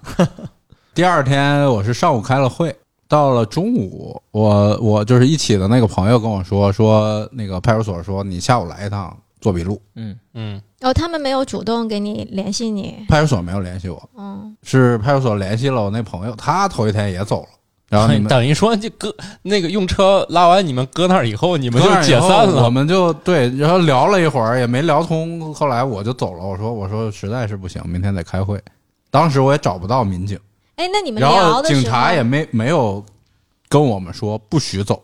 Speaker 3: 第二天我是上午开了会，到了中午，我我就是一起的那个朋友跟我说说那个派出所说你下午来一趟做笔录，
Speaker 4: 嗯，
Speaker 1: 嗯，
Speaker 5: 然后哦他们没有主动给你联系你，
Speaker 3: 派出所没有联系我，
Speaker 5: 嗯，
Speaker 3: 是派出所联系了我那朋友，他头一天也走了，然后你 们
Speaker 1: 等于说就搁那个用车拉完你们搁那儿以后，你们就
Speaker 3: 搁那儿以
Speaker 1: 解
Speaker 3: 后
Speaker 1: 散
Speaker 3: 我
Speaker 1: 了。
Speaker 3: 们就对，然后聊了一会儿也没聊通，后来我就走了，我说我说实在是不行，明天得开会，当时我也找不到民警，
Speaker 5: 哎，那你们
Speaker 3: 然后
Speaker 5: 聊的时候，
Speaker 3: 警察也没没有跟我们说不许走，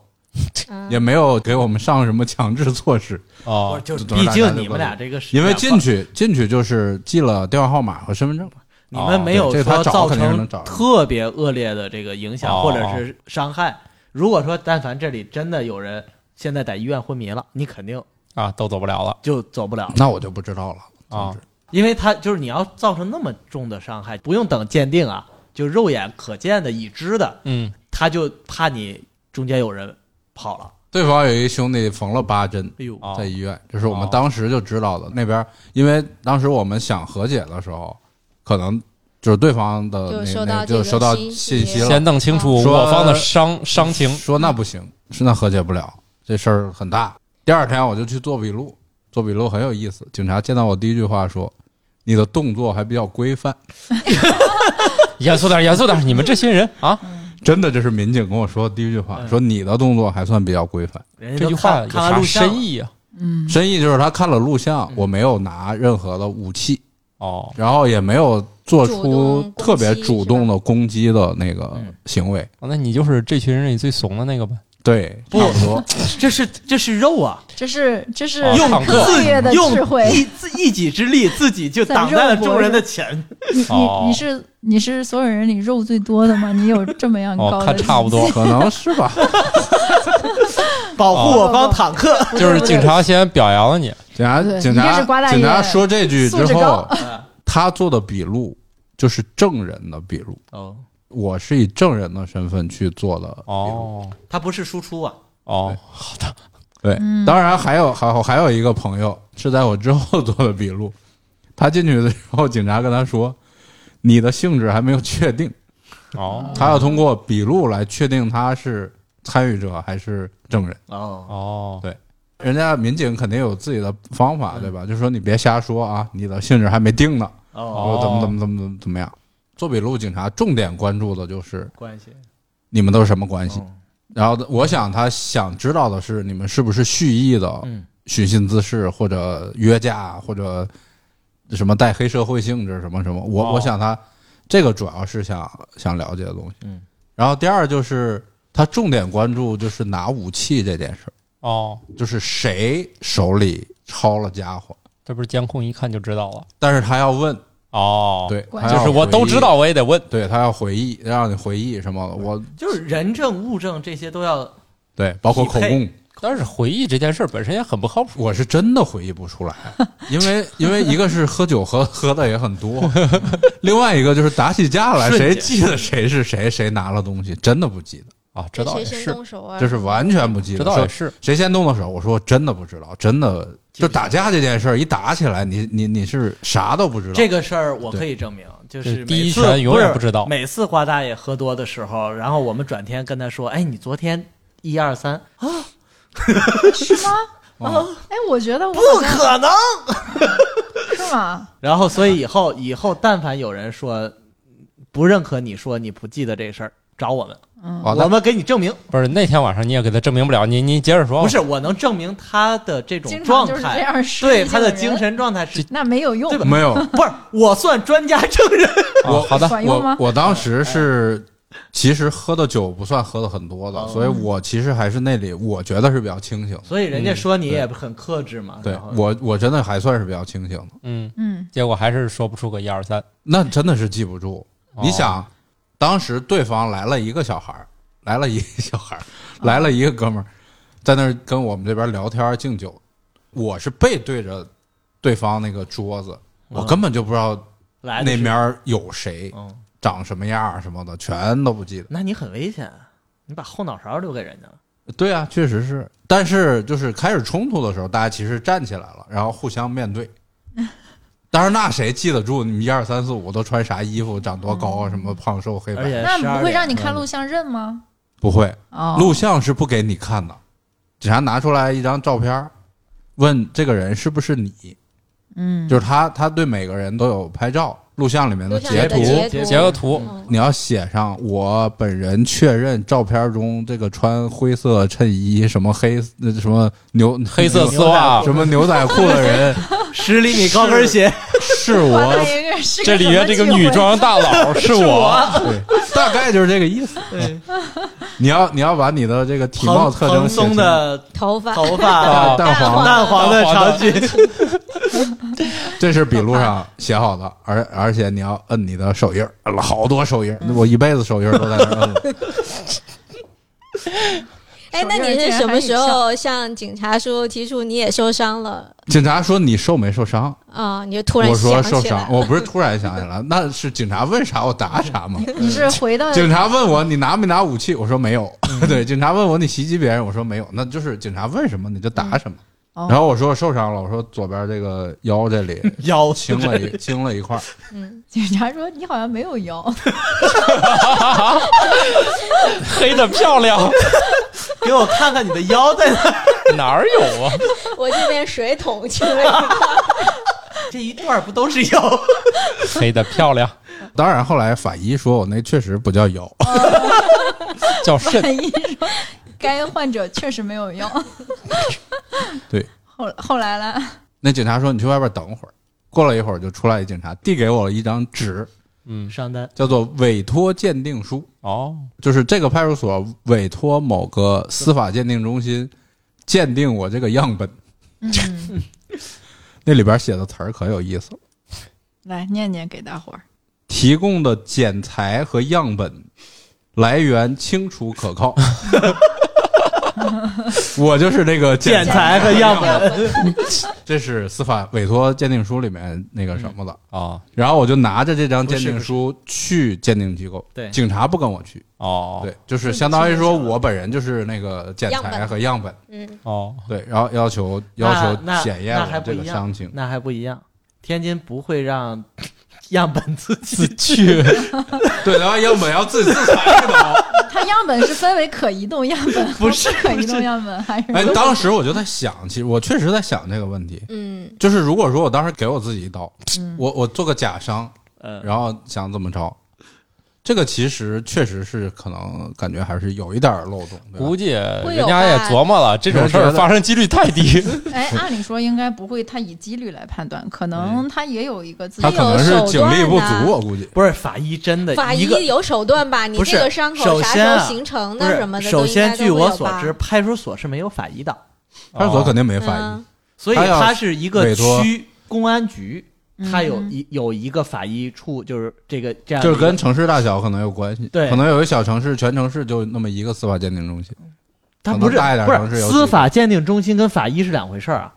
Speaker 5: 嗯
Speaker 3: 也没有给我们上什么强制措施。
Speaker 1: 哦，
Speaker 4: 就是
Speaker 3: 总之
Speaker 4: 毕
Speaker 3: 大家就
Speaker 4: 竟你们
Speaker 3: 各
Speaker 4: 俩
Speaker 3: 自
Speaker 4: 这个是
Speaker 3: 因为
Speaker 4: 两
Speaker 3: 进
Speaker 4: 方，
Speaker 3: 去进去就是记了电话号码和身份证，
Speaker 4: 你们没有
Speaker 3: 哦对这
Speaker 4: 说
Speaker 3: 他找
Speaker 4: 造
Speaker 3: 肯定是能
Speaker 4: 成
Speaker 3: 找着
Speaker 4: 特别恶劣的这个影响
Speaker 1: 哦
Speaker 4: 或者是伤害。如果说但凡这里真的有人现在在医院昏迷了，你肯定
Speaker 1: 啊，都走不了了
Speaker 4: 就走不了了，
Speaker 3: 那我就不知道了。
Speaker 1: 啊
Speaker 3: 总之
Speaker 4: 因为他就是你要造成那么重的伤害，不用等鉴定啊，就肉眼可见的已知的，
Speaker 1: 嗯，
Speaker 4: 他就怕你中间有人跑了，
Speaker 3: 对方有一兄弟缝了八针，
Speaker 4: 哎呦，
Speaker 1: 啊
Speaker 3: 在医院，这是我们当时就知道的。那边因为当时我们想和解的时候，可能就是对方的
Speaker 5: 就
Speaker 3: 那
Speaker 5: 收到
Speaker 3: 那
Speaker 5: 这个
Speaker 3: 就收到
Speaker 5: 信
Speaker 3: 信息
Speaker 5: 息
Speaker 3: 了
Speaker 1: 先，弄清楚
Speaker 3: 说
Speaker 1: 我方的伤伤情。
Speaker 3: 说那不行，是那和解不了，这事儿很大。第二天我就去做笔录，做笔录很有意思。警察见到我第一句话说：“你的动作还比较规范。
Speaker 1: 严肃点，严肃点，你们这些人啊，”
Speaker 3: 真的，这是民警跟我说的第一句话，
Speaker 4: 嗯
Speaker 3: 说你的动作还算比较规范。
Speaker 4: 人家
Speaker 1: 这
Speaker 4: 都
Speaker 1: 句话
Speaker 4: 看
Speaker 1: 有
Speaker 4: 看完
Speaker 1: 啥
Speaker 4: 录像了
Speaker 1: 深意啊？
Speaker 2: 嗯，
Speaker 3: 深意就是他看了录像，我没有拿任何的武器，
Speaker 1: 哦，
Speaker 3: 然后也没有做
Speaker 5: 主动
Speaker 3: 出
Speaker 5: 攻击
Speaker 3: 特别主动的攻击的那个
Speaker 4: 嗯
Speaker 3: 行为。
Speaker 1: 那你就是这群人里最怂的那个呗？
Speaker 3: 对，
Speaker 4: 不
Speaker 3: 差不多。
Speaker 4: 这是这是肉啊，
Speaker 2: 这是这是
Speaker 1: 哦坦克
Speaker 2: 岁月的
Speaker 4: 用
Speaker 2: 智慧。
Speaker 4: 一自一己之力，自己就
Speaker 2: 在
Speaker 4: 挡在了
Speaker 2: 肉搏
Speaker 4: 众人
Speaker 2: 中
Speaker 4: 的前。
Speaker 2: 你
Speaker 1: 哦
Speaker 2: 你你是你是所有人里肉最多的吗？你有这么样高
Speaker 1: 哦，
Speaker 2: 的？
Speaker 1: 看差不多。
Speaker 3: 可能是 吧，
Speaker 4: 保护我方坦克，
Speaker 2: 不对
Speaker 1: 就是
Speaker 2: 不对
Speaker 1: 警察先表扬了你，
Speaker 3: 警察
Speaker 2: 对
Speaker 3: 警
Speaker 2: 你这
Speaker 3: 察
Speaker 2: 是瓜大爷
Speaker 3: 警察说这句之
Speaker 2: 素质
Speaker 3: 后
Speaker 2: 高，
Speaker 3: 他做的笔录就是证人的笔录，
Speaker 4: 哦，
Speaker 3: 我是以证人的身份去做的笔录。
Speaker 1: 哦
Speaker 4: 他不是输出啊，
Speaker 1: 哦，
Speaker 3: 对，
Speaker 2: 嗯
Speaker 3: 当然还有还有还有一个朋友是在我之后做的笔录，他进去的时候，警察跟他说：“你的性质还没有确定。”
Speaker 1: 哦
Speaker 3: 他要通过笔录来确定他是参与者还是证人。
Speaker 4: 哦，
Speaker 1: 哦，
Speaker 3: 人家民警肯定有自己的方
Speaker 4: 嗯
Speaker 3: 法，对吧？就说你别瞎说啊，你的性质还没定呢，
Speaker 4: 哦，
Speaker 1: 哦
Speaker 3: 我怎么怎么怎么怎么怎么样。做笔录，警察重点关注的就是
Speaker 4: 关系，
Speaker 3: 你们都是什么关系。
Speaker 4: 哦
Speaker 3: 然后，我想他想知道的是你们是不是蓄意的
Speaker 4: 嗯，
Speaker 3: 寻衅滋事，或者约架，或者什么带黑社会性质什么什么。我、
Speaker 1: 哦
Speaker 3: 我想他这个主要是想想了解的东西。
Speaker 4: 嗯，
Speaker 3: 然后第二就是他重点关注就是拿武器这件事儿，
Speaker 1: 哦，
Speaker 3: 就是谁手里抄了家伙，
Speaker 1: 这不是监控一看就知道了。
Speaker 3: 但是他要问，
Speaker 1: 哦，，
Speaker 3: 对，
Speaker 2: 关
Speaker 3: 他
Speaker 1: 就
Speaker 3: 要
Speaker 1: 是我
Speaker 3: 回
Speaker 1: 都
Speaker 3: 忆
Speaker 1: 知道，，我也得问。
Speaker 3: 对他要回忆，让你回忆什么的，我
Speaker 4: 就是人证物证这些都要
Speaker 3: 对，包括
Speaker 4: 匹
Speaker 3: 口
Speaker 4: 配
Speaker 3: 供。
Speaker 1: 但是回忆这件事儿本身也很不靠谱。
Speaker 3: 我是真的回忆不 出来，因为因为一个是喝酒喝喝的也很 多，另外一个就是打起架来，
Speaker 4: 瞬间
Speaker 3: 谁记得谁是谁，谁拿了东西，真的不记得，
Speaker 1: 啊，这
Speaker 5: 对
Speaker 1: 倒
Speaker 5: 谁
Speaker 1: 也
Speaker 5: 先
Speaker 1: 是，
Speaker 5: 动手啊？
Speaker 3: 这是完全不记
Speaker 1: 这
Speaker 3: 得。
Speaker 1: 倒
Speaker 3: 说
Speaker 1: 也是。
Speaker 3: 谁先动的手，我说我真的不知道，真的就打架这件事儿，一打起来，你你你是啥都不知道。
Speaker 4: 这个事儿，我可以证明，就是
Speaker 1: 对第一
Speaker 4: 每次
Speaker 1: 拳永远
Speaker 4: 是
Speaker 1: 不知道
Speaker 4: 每次花大爷喝多的时候，然后我们转天跟他说：“哎，你昨天一二三，
Speaker 2: 是吗？
Speaker 3: 哦
Speaker 2: 哎，我觉得我
Speaker 4: 不
Speaker 2: 好像
Speaker 4: 可能。
Speaker 2: 是吗？”
Speaker 4: 然后所以以后以后，但凡有人说不认可你说你不记得这事儿，找我们，
Speaker 3: 哇
Speaker 4: 我
Speaker 3: 那
Speaker 4: 们给你证明。
Speaker 1: 不是那天晚上你也给他证明不了，你你接着说吧。
Speaker 4: 不是，我能证明他的这种
Speaker 2: 经常
Speaker 4: 状
Speaker 2: 就是这
Speaker 4: 态，
Speaker 2: 样失忆
Speaker 4: 对
Speaker 2: 症
Speaker 4: 他的
Speaker 2: 人
Speaker 4: 精，神状态是，
Speaker 2: 那没有用
Speaker 4: 对。吧
Speaker 3: 没有，
Speaker 4: 不是我算专家证人。
Speaker 1: 啊，好的，
Speaker 2: 管用
Speaker 3: 我
Speaker 2: 吗？
Speaker 3: 我当时是其实喝的酒不算喝的很多的，
Speaker 4: 哎哦
Speaker 3: 所以我其实还是那里我觉得是比较清醒的。
Speaker 4: 所以人家
Speaker 1: 嗯
Speaker 4: 说你也很克制嘛。
Speaker 3: 对
Speaker 4: 然后
Speaker 3: 我我真的还算是比较清醒的，
Speaker 1: 嗯，
Speaker 2: 嗯，
Speaker 1: 结果还是说不出个一二三。
Speaker 3: 那真的是记不住。
Speaker 1: 哦
Speaker 3: 你想，当时对方来了一个小孩儿，来了一个小孩儿，
Speaker 4: 哦
Speaker 3: 来了一个哥们儿，在那儿跟我们这边聊天儿敬酒，我是背对着对方那个桌子，我
Speaker 4: 嗯
Speaker 3: 根本就不知道
Speaker 4: 来的
Speaker 3: 那
Speaker 4: 是
Speaker 3: 面儿有谁，
Speaker 4: 嗯，
Speaker 3: 长什么样儿什么的，全都不记得。
Speaker 4: 那你很危险啊，你把后脑勺留给人家了。
Speaker 3: 对啊，确实是。但是就是开始冲突的时候，大家其实站起来了，然后互相面 对。当然，那谁记得住你们一二三四五都穿啥衣服，长多
Speaker 5: 嗯
Speaker 3: 高，啊什么胖瘦黑
Speaker 1: 哎
Speaker 4: 而
Speaker 3: 白？
Speaker 4: 且
Speaker 2: 那
Speaker 4: 12
Speaker 2: 不会让你
Speaker 4: 点嗯
Speaker 2: 看录像认吗？
Speaker 3: 不会，
Speaker 2: 哦，
Speaker 3: 录像是不给你看的。警察拿出来一张照片儿，问这个人是不是你？
Speaker 2: 嗯，
Speaker 3: 就是他，他对每个人都有拍照，录像里面的
Speaker 5: 录像里
Speaker 3: 截
Speaker 5: 的
Speaker 3: 图。
Speaker 5: 截
Speaker 1: 截
Speaker 5: 图
Speaker 1: 个图，
Speaker 5: 嗯
Speaker 3: 你要写上我本人确认照片中这个穿灰色衬衣、什么黑那什么牛
Speaker 1: 黑色丝袜
Speaker 3: 什么牛仔裤的人
Speaker 4: 十厘米高跟鞋，
Speaker 3: 是
Speaker 2: 哇那
Speaker 3: 我，
Speaker 2: 应该是 个
Speaker 1: 这里面这个
Speaker 2: 什么聚
Speaker 1: 女
Speaker 2: 会
Speaker 1: 装大佬是我，
Speaker 3: 对，大概就是这个意思。你要你要把你的这个体貌
Speaker 4: 蓬
Speaker 3: 特征
Speaker 4: 蓬
Speaker 3: 写清
Speaker 4: 松的
Speaker 5: 头发
Speaker 4: 头发，
Speaker 3: 啊淡黄，
Speaker 4: 淡黄的长裙，
Speaker 3: 这是笔录上写好的，而而且你要摁你的手印儿，
Speaker 5: 嗯
Speaker 3: 摁了好多手印儿，我一辈子手印儿都在那儿摁了。
Speaker 5: 哎，那你是什么时候向警察叔叔提出你也受伤了
Speaker 3: 警察说你受没受伤？
Speaker 5: 啊、你就突然
Speaker 3: 我说
Speaker 5: 想
Speaker 3: 受
Speaker 5: 起来
Speaker 3: 伤，
Speaker 5: 了。
Speaker 3: 我不是突然想起来，那是警察问啥我答啥嘛。
Speaker 2: 你是回 到
Speaker 3: 警察问我你拿没拿武器，我说没有。 对，警察问我你袭击别人，我说没有。那就是警察问什么你就答什么。
Speaker 2: 哦
Speaker 3: 然后我说我受伤了，我说左边这个腰这里
Speaker 4: 腰
Speaker 3: 青了一青了一块儿，
Speaker 5: 嗯，
Speaker 2: 警察说你好像没有腰，
Speaker 1: 黑的漂亮，
Speaker 4: 给我看看你的腰在哪。
Speaker 1: 哪儿有啊？
Speaker 5: 我这边水桶去 了。
Speaker 4: 这一段不都是腰？
Speaker 1: 黑的漂亮，
Speaker 3: 当然后来法医说我那确实不叫腰，
Speaker 1: 叫 肾。
Speaker 2: 万一说该患者确实没有腰。
Speaker 3: 对，
Speaker 2: 后后来呢？
Speaker 3: 那警察说你去外边等会儿。过了一会儿就出来一警察，递给我一张纸，
Speaker 1: 嗯，
Speaker 4: 上单
Speaker 3: 叫做委托鉴定书，
Speaker 1: 哦，
Speaker 3: 就是这个派出所委托某个司法鉴定中心鉴定我这个样本。
Speaker 2: 嗯，
Speaker 3: 那里边写的词儿可有意思了。
Speaker 2: 来念念给大伙儿。
Speaker 3: 提供的检材和样本来源清楚可 靠。我就是那个
Speaker 4: 剪
Speaker 3: 检材，
Speaker 4: 裁和样本，
Speaker 3: 这是司法委托鉴定书里面那个什么
Speaker 4: 嗯
Speaker 3: 的。
Speaker 1: 哦，
Speaker 3: 然后我就拿着这张鉴定
Speaker 4: 不是
Speaker 3: 书去鉴定机构，
Speaker 4: 对
Speaker 3: 警察不跟我去，
Speaker 1: 哦，，
Speaker 3: 对，就是相当于说我本人就是那个检材和样本，
Speaker 5: 嗯，
Speaker 1: 哦，
Speaker 3: 对，然后要求要
Speaker 4: 那
Speaker 3: 求
Speaker 4: 那
Speaker 3: 检验
Speaker 4: 那还
Speaker 3: 我
Speaker 4: 不
Speaker 3: 这个
Speaker 4: 一样
Speaker 3: 伤情，
Speaker 4: 那还不一样。天津不会让 样本自
Speaker 1: 自
Speaker 4: 己
Speaker 1: 去，
Speaker 3: 对，然后样本要自己 自裁一刀。
Speaker 2: 它样本是分为可移动样本，
Speaker 4: 不是
Speaker 2: 还可移
Speaker 4: 不
Speaker 2: 动
Speaker 4: 是
Speaker 2: 样本，还是
Speaker 3: 哎，当时我就在想，其实我确实在想这个问题，
Speaker 5: 嗯，
Speaker 3: 就是如果说我当时给我自己一刀，
Speaker 2: 嗯
Speaker 3: 我我做个假伤，
Speaker 4: 呃
Speaker 3: 然后想怎么着，这个其实确实是可能感觉还是有一点儿漏洞。对吧
Speaker 1: 估计
Speaker 5: 会
Speaker 1: 人
Speaker 5: 有
Speaker 1: 家也
Speaker 5: 吧
Speaker 1: 琢磨了，这种事
Speaker 3: 我觉
Speaker 1: 儿
Speaker 3: 得
Speaker 1: 发生几率太低。
Speaker 2: 哎，按理说应该不会，他以几率来判断，可能他也有一个自己
Speaker 3: 他可能是警力不
Speaker 5: 有手段啊
Speaker 3: 足，
Speaker 5: 呐
Speaker 3: 我估计。
Speaker 4: 不是法医真的
Speaker 5: 法
Speaker 4: 一
Speaker 5: 医
Speaker 4: 个
Speaker 5: 有手段吧？你
Speaker 4: 不是
Speaker 5: 这个伤口
Speaker 4: 首
Speaker 5: 啥
Speaker 4: 先
Speaker 5: 时
Speaker 4: 啊
Speaker 5: 候形成
Speaker 4: 不
Speaker 5: 的
Speaker 4: 是
Speaker 5: 什么的，
Speaker 4: 首先，
Speaker 5: 都应该
Speaker 4: 据
Speaker 5: 都会
Speaker 4: 我
Speaker 5: 有
Speaker 4: 所
Speaker 5: 吧
Speaker 4: 知，，派出所是没有法医的，
Speaker 3: 派出所
Speaker 1: 哦
Speaker 3: 肯定没法医
Speaker 5: 嗯，，
Speaker 4: 所以
Speaker 3: 他要
Speaker 4: 它是一个
Speaker 3: 委托
Speaker 4: 区公安局，
Speaker 2: 嗯
Speaker 4: 它有一有一个法医处，就是这个
Speaker 5: 嗯
Speaker 4: 这样的
Speaker 3: 就
Speaker 4: 一
Speaker 3: 是
Speaker 4: 个，
Speaker 3: 跟城市大小可能有关系。
Speaker 4: 对
Speaker 3: 可能有一小城市，全城市就那么一个司法鉴定中心。
Speaker 4: 它
Speaker 3: 可能
Speaker 4: 不是
Speaker 3: 大一点
Speaker 4: 不
Speaker 3: 城市
Speaker 4: 是
Speaker 3: 有
Speaker 4: 司
Speaker 3: 几个
Speaker 4: 法鉴定中心跟法医是两回事儿啊，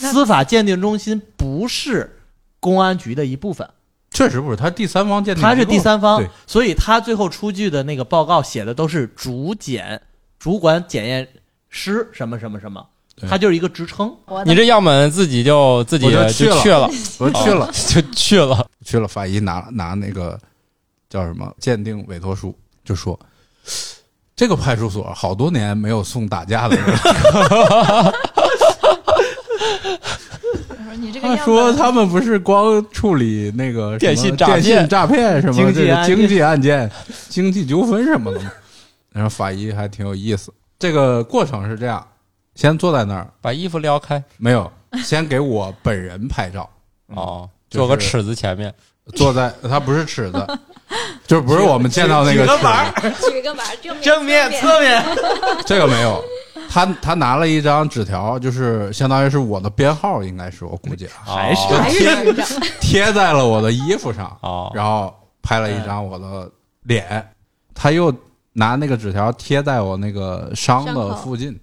Speaker 2: 那
Speaker 4: 司法鉴定中心不是公安局的一部分，
Speaker 3: 确实不是，他第三方鉴定，
Speaker 4: 它是第。三方
Speaker 3: 对，
Speaker 4: 所以它最后出具的那个报告写的都是主检主管检验师什么什么什么，
Speaker 3: 对
Speaker 4: 它就是一个职称，
Speaker 2: 我的
Speaker 1: 你这样本自己就自己
Speaker 3: 我就去
Speaker 1: 就去了，
Speaker 3: 我去了，
Speaker 1: 哦， 就去了。
Speaker 3: 去了，法医拿拿那个叫什么鉴定委托书，就说这个派出所好多年没有送打架的人了。
Speaker 2: 我说你这个
Speaker 3: 他
Speaker 2: 样本
Speaker 3: 说他们不是光处理那个什么
Speaker 1: 电信诈骗
Speaker 3: 电信诈骗什么
Speaker 4: 经济
Speaker 3: 这个
Speaker 4: 案件
Speaker 3: 经济案件、经济纠纷什么的吗？然后法医还挺有意思。这个过程是这样：先坐在那儿，
Speaker 1: 把衣服撩开，
Speaker 3: 没有，先给我本人拍照，
Speaker 1: 哦，
Speaker 3: 就是
Speaker 1: 坐个尺子前面，
Speaker 3: 坐在他不是尺子，就是不是我们见到那
Speaker 4: 举
Speaker 3: 个
Speaker 4: 个
Speaker 3: 尺
Speaker 4: 板儿
Speaker 3: 子，
Speaker 5: 举个板，正面
Speaker 4: 正面侧面。
Speaker 3: 哦这个没有。他他拿了一张纸条，就是相当于是我的编号，应该是我估计啊，
Speaker 4: 还是
Speaker 1: 哦
Speaker 5: 还是
Speaker 3: 贴
Speaker 5: 直着，
Speaker 3: 贴在了我的衣服上。
Speaker 1: 哦，
Speaker 3: 然后拍了一张我的脸，他又拿那个纸条贴在我那个伤的附近，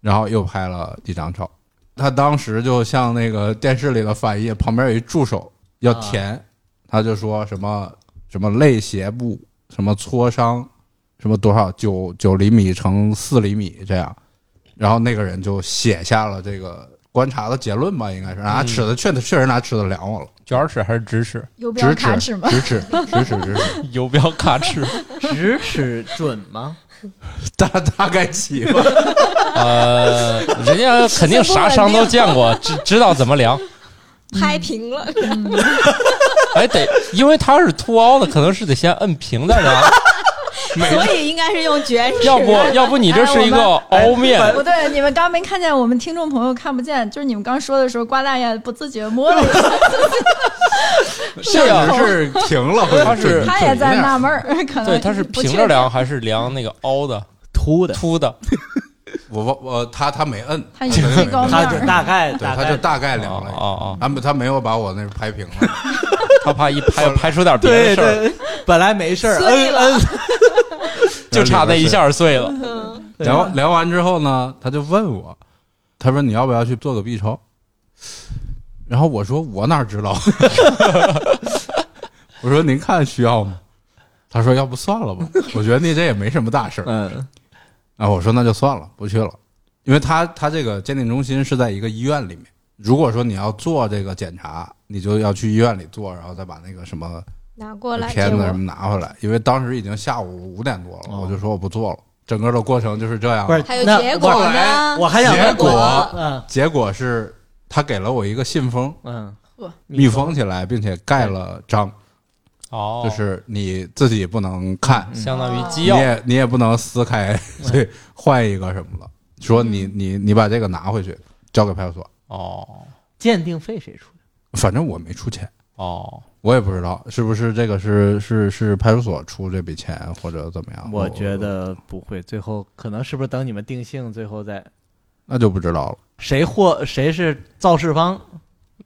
Speaker 3: 然后又拍了一张照。他当时就像那个电视里的反应，旁边有一助手要填，
Speaker 2: 哦
Speaker 3: 他就说什么什么类斜部，什么挫伤，什么多少九九厘米乘四厘米这样，然后那个人就写下了这个观察的结论吧，应该是
Speaker 2: 嗯
Speaker 3: 拿尺子确确实拿尺子量我了，
Speaker 1: 卷尺还是直尺？
Speaker 2: 游标
Speaker 3: 直
Speaker 2: 卡
Speaker 3: 尺
Speaker 2: 尺吗？
Speaker 3: 直尺直尺直尺。
Speaker 1: 游标卡尺，
Speaker 4: 直尺准吗？
Speaker 3: 大大概齐 吧。
Speaker 1: 呃，人家肯定啥伤都见过，知知道怎么量。
Speaker 5: 拍平 了，
Speaker 1: 哎，得，因为它是凸凹的，可能是得先摁平再量，
Speaker 5: 所以应该是用卷尺。
Speaker 1: 要不要不你这是一个凹面，
Speaker 2: 哎不对，你们刚没看见，我们听众朋友看不见，就是你们刚说的时候，瓜大爷不自觉摸了一下，
Speaker 1: 这样
Speaker 3: 甚至是停 了，
Speaker 1: 它是
Speaker 2: 啊他也在纳闷儿，
Speaker 3: 嗯
Speaker 2: 可能
Speaker 1: 对，它是平着量，还是量那个凹的、
Speaker 4: 凸的，
Speaker 1: 凸的？
Speaker 3: 我我我他他没摁，
Speaker 2: 他以最高
Speaker 4: 他
Speaker 2: 面
Speaker 4: 就
Speaker 2: 儿
Speaker 4: 大概
Speaker 3: 对，
Speaker 4: 大
Speaker 3: 他
Speaker 4: 概
Speaker 3: 就大概
Speaker 1: 哦
Speaker 3: 量了一下，
Speaker 1: 哦哦，
Speaker 3: 他没他没有把我那拍平了，
Speaker 1: 他怕一拍拍出点别的
Speaker 4: 对
Speaker 1: 事儿，
Speaker 4: 对，本来没事儿，
Speaker 5: 碎
Speaker 4: 嗯
Speaker 5: 了
Speaker 4: 嗯，
Speaker 1: 就差那一下碎了。
Speaker 5: 嗯，
Speaker 3: 聊
Speaker 2: 啊
Speaker 3: 聊完之后呢，他就问我，他说你要不要去做个 B 超？然后我说我哪知道？ 我说您看需要吗？他说要不算了吧，我觉得那这也没什么大事儿。
Speaker 4: 嗯
Speaker 3: 然啊后我说那就算了，不去了，因为他他这个鉴定中心是在一个医院里面。如果说你要做这个检查，你就要去医院里做，然后再把那个什么
Speaker 5: 拿过来给
Speaker 3: 片子什
Speaker 5: 我。
Speaker 3: 么拿回来。因为当时已经下午五点多了，
Speaker 4: 哦
Speaker 3: 我就说我不做了。整个的过程就是这样
Speaker 4: 不。是，
Speaker 5: 还有
Speaker 4: 那
Speaker 5: 结果
Speaker 3: 我
Speaker 5: 呢
Speaker 3: 来？
Speaker 4: 我还想
Speaker 3: 嗯结
Speaker 4: 问
Speaker 3: 果
Speaker 4: 嗯
Speaker 3: 结果是他给了我一个信封，
Speaker 4: 嗯
Speaker 2: 呵，
Speaker 3: 密封起来，并且盖了章，
Speaker 1: 哦，
Speaker 3: 就是你自己不能看，
Speaker 4: 嗯
Speaker 1: 相当于机
Speaker 3: 你
Speaker 1: 要，
Speaker 3: 也你也不能撕 开，对，换一个什么了。说你
Speaker 1: 嗯
Speaker 3: 你你把这个拿回去，交给派出所。
Speaker 1: 哦
Speaker 4: 鉴定费谁出？
Speaker 3: 反正我没出钱，
Speaker 1: 哦，
Speaker 3: 我也不知道是不是这个是是是派出所出这笔钱或者怎么样。
Speaker 4: 我觉得不会，最后可能是不是等你们定性，最后再
Speaker 3: 那就不知 道了。
Speaker 4: 谁获谁是肇事方？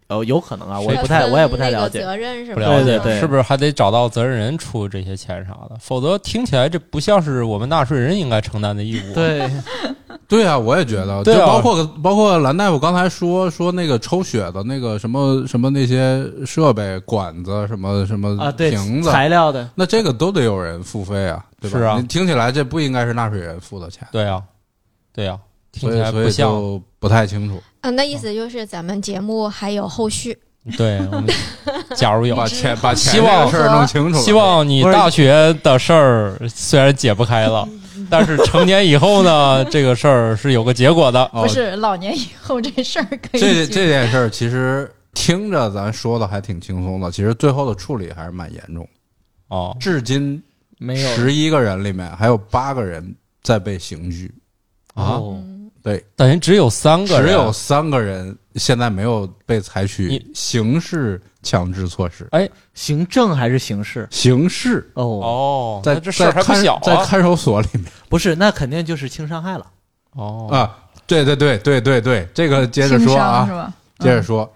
Speaker 4: 呃，有可能啊，我也不太我也不太了
Speaker 5: 要分
Speaker 4: 解
Speaker 5: 那个。责任什
Speaker 1: 不
Speaker 5: 么
Speaker 1: 了
Speaker 5: 的，
Speaker 1: 解
Speaker 4: 对对
Speaker 1: 是不是还得找到责任人出这些钱啥的？否则听起来这不像是我们纳税人应该承担的义务。，啊
Speaker 4: 对，
Speaker 3: 对啊，我也觉得，
Speaker 1: 对啊
Speaker 3: 就包括包括蓝大夫刚才说说那个抽血的那个什么什么那些设备管子什么什么
Speaker 4: 啊，
Speaker 3: 嗯
Speaker 4: 对
Speaker 3: 瓶，子，
Speaker 4: 材料的，
Speaker 3: 那这个都得有人付费啊，对吧？
Speaker 1: 是啊
Speaker 3: 你听起来这不应该是纳税人付的钱，
Speaker 1: 对呀、对呀、啊听
Speaker 3: 所
Speaker 1: 起
Speaker 3: 以
Speaker 1: 来
Speaker 3: 所
Speaker 1: 不
Speaker 3: 以
Speaker 1: 像。
Speaker 3: 就不太清楚。
Speaker 5: 嗯，那意思就是咱们节目还有后续，
Speaker 1: 对，我们假如有
Speaker 3: 把，钱把钱
Speaker 1: 希望
Speaker 3: 这个事儿弄清楚了，
Speaker 1: 希望你
Speaker 4: 不是
Speaker 1: 大学的事儿虽然解不开了，但是成年以后呢，这个事儿是有个结果的。
Speaker 3: 哦
Speaker 2: 不是老年以后这事儿可以去
Speaker 3: 这这件事儿其实听着咱说的还挺轻松的，其实最后的处理还是蛮严重的。
Speaker 1: 哦，
Speaker 3: 至今
Speaker 4: 没有
Speaker 3: 十一个人里面还有八个人在被刑拘，
Speaker 1: 啊
Speaker 4: 哦
Speaker 1: 等于只有三个人，
Speaker 3: 只有三个人现在没有被采取
Speaker 1: 你
Speaker 3: 刑事强制措施。
Speaker 4: 行政还是刑事？
Speaker 3: 刑事
Speaker 4: 哦，
Speaker 1: 哦，
Speaker 3: 在
Speaker 1: 那这事儿
Speaker 3: 在
Speaker 1: 还不
Speaker 3: 看
Speaker 1: 小
Speaker 3: 在
Speaker 1: 啊！
Speaker 3: 看守所里面
Speaker 4: 不是，那肯定就是轻伤害了。
Speaker 1: 哦，
Speaker 3: 啊，对对对对对对，这个接着
Speaker 2: 轻
Speaker 3: 说
Speaker 2: 伤
Speaker 3: 啊
Speaker 2: 是，吧？嗯
Speaker 3: 接着说。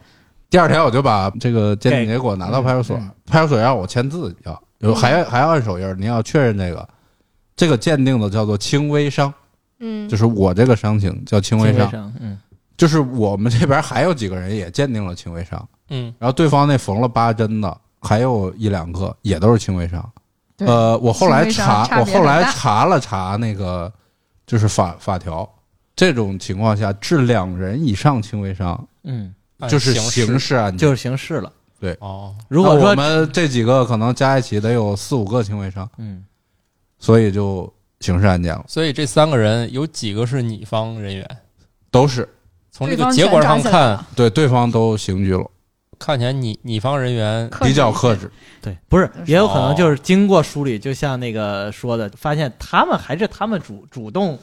Speaker 3: 第二天我就把这个鉴定结果拿到派出所
Speaker 4: 嗯，
Speaker 3: 派出所让我签字，要有还要还要按手印儿，您要确认这个。这个鉴定的叫做轻微伤，
Speaker 5: 嗯，
Speaker 3: 就是我这个伤情叫轻微伤，
Speaker 4: 伤，嗯，
Speaker 3: 就是我们这边还有几个人也鉴定了轻微伤，
Speaker 1: 嗯，
Speaker 3: 然后对方那缝了八针的还有一两个也都是轻微伤。
Speaker 2: 对
Speaker 3: 呃，我后来
Speaker 2: 轻微伤
Speaker 3: 查，
Speaker 2: 差
Speaker 3: 我
Speaker 2: 别很
Speaker 3: 后来
Speaker 2: 大
Speaker 3: 查了查那个就是法法条，这种情况下致两人以上轻微伤
Speaker 4: 嗯，
Speaker 1: 按
Speaker 3: 就是
Speaker 1: 形
Speaker 3: 刑
Speaker 1: 式
Speaker 3: 事案件，
Speaker 4: 就是刑事了。
Speaker 1: 哦，
Speaker 4: 如果
Speaker 3: 那嗯我
Speaker 4: 说，
Speaker 3: 们这几个可能加一起得有四五个轻微伤，
Speaker 4: 嗯，
Speaker 3: 所以就刑事案件了，
Speaker 1: 所以这三个人有几个是你方人员？
Speaker 3: 都是
Speaker 1: 从这个结果上
Speaker 2: 对方全抓起来
Speaker 1: 看
Speaker 2: 了，
Speaker 3: 对对方都刑拘了，
Speaker 1: 看起来你你方人员
Speaker 2: 克制
Speaker 3: 比较
Speaker 2: 一些
Speaker 3: 克制。
Speaker 4: 对，不是，也有可
Speaker 1: 哦
Speaker 4: 能就是经过梳理，就像那个说的，发现他们还是他们主主动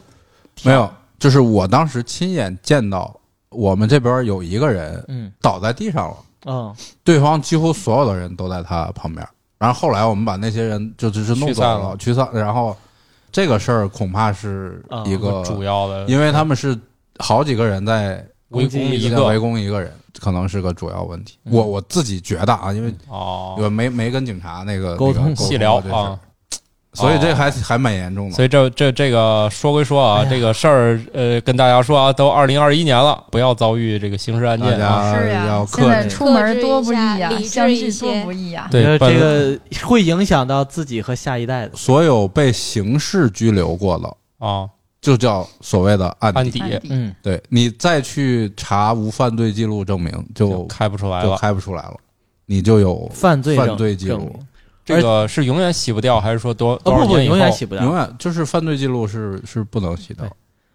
Speaker 3: 没有，就是我当时亲眼见到我们这边有一个人
Speaker 4: 嗯
Speaker 3: 倒在地上了，
Speaker 4: 嗯
Speaker 3: 对方几乎所有的人都在他旁边。然后后来我们把那些人就只是弄走了，驱散。然后这个事儿恐怕是一
Speaker 1: 有
Speaker 3: 个，
Speaker 1: 个主要的，
Speaker 3: 因为他们是好几个人在
Speaker 1: 围呃攻一
Speaker 3: 在围
Speaker 1: 个
Speaker 3: 攻一个人，可能是个主要问题。
Speaker 4: 嗯
Speaker 3: 我我自己觉得啊，因为
Speaker 1: 哦，
Speaker 3: 我没没跟警察那个
Speaker 4: 沟通
Speaker 3: 那个
Speaker 1: 细聊
Speaker 3: 过这事儿
Speaker 1: 啊，
Speaker 3: 所以这
Speaker 1: 哦
Speaker 3: 还还蛮严重的。
Speaker 1: 所以这这这个说归说啊，
Speaker 4: 哎呀
Speaker 1: 这个事儿呃，跟大家说啊，都二零二一年了，不要遭遇这个刑事案
Speaker 3: 大
Speaker 1: 件啊。
Speaker 3: 家
Speaker 2: 是呀
Speaker 3: 哎要，
Speaker 2: 现
Speaker 3: 克
Speaker 2: 在
Speaker 3: 制。
Speaker 2: 出门多不易呀
Speaker 5: 克制，一下
Speaker 2: 相
Speaker 5: 理智一
Speaker 2: 聚
Speaker 5: 些
Speaker 2: 多不易啊呀。
Speaker 4: 因
Speaker 1: 对，
Speaker 4: 为
Speaker 1: 本
Speaker 4: 这个会影响到自己和下一代的。
Speaker 3: 所有被刑事拘留过的，
Speaker 1: 啊，
Speaker 3: 就叫所谓的案底。
Speaker 1: 案底
Speaker 2: 案底
Speaker 4: 嗯，
Speaker 3: 对你再去查无犯罪记录证明，
Speaker 1: 就
Speaker 3: 就
Speaker 1: 开不出来
Speaker 3: 就
Speaker 1: 了。
Speaker 3: 开不出来了，你就有
Speaker 4: 犯罪
Speaker 3: 犯
Speaker 4: 证
Speaker 3: 罪记
Speaker 4: 证
Speaker 3: 录
Speaker 4: 明
Speaker 1: 这个是永远洗不掉，还是说多
Speaker 4: 哦
Speaker 1: 多少
Speaker 4: 不不，
Speaker 1: 年以后
Speaker 4: 永远洗不
Speaker 3: 永
Speaker 4: 掉。
Speaker 3: 远就是犯罪记录是是不能洗的
Speaker 4: 对。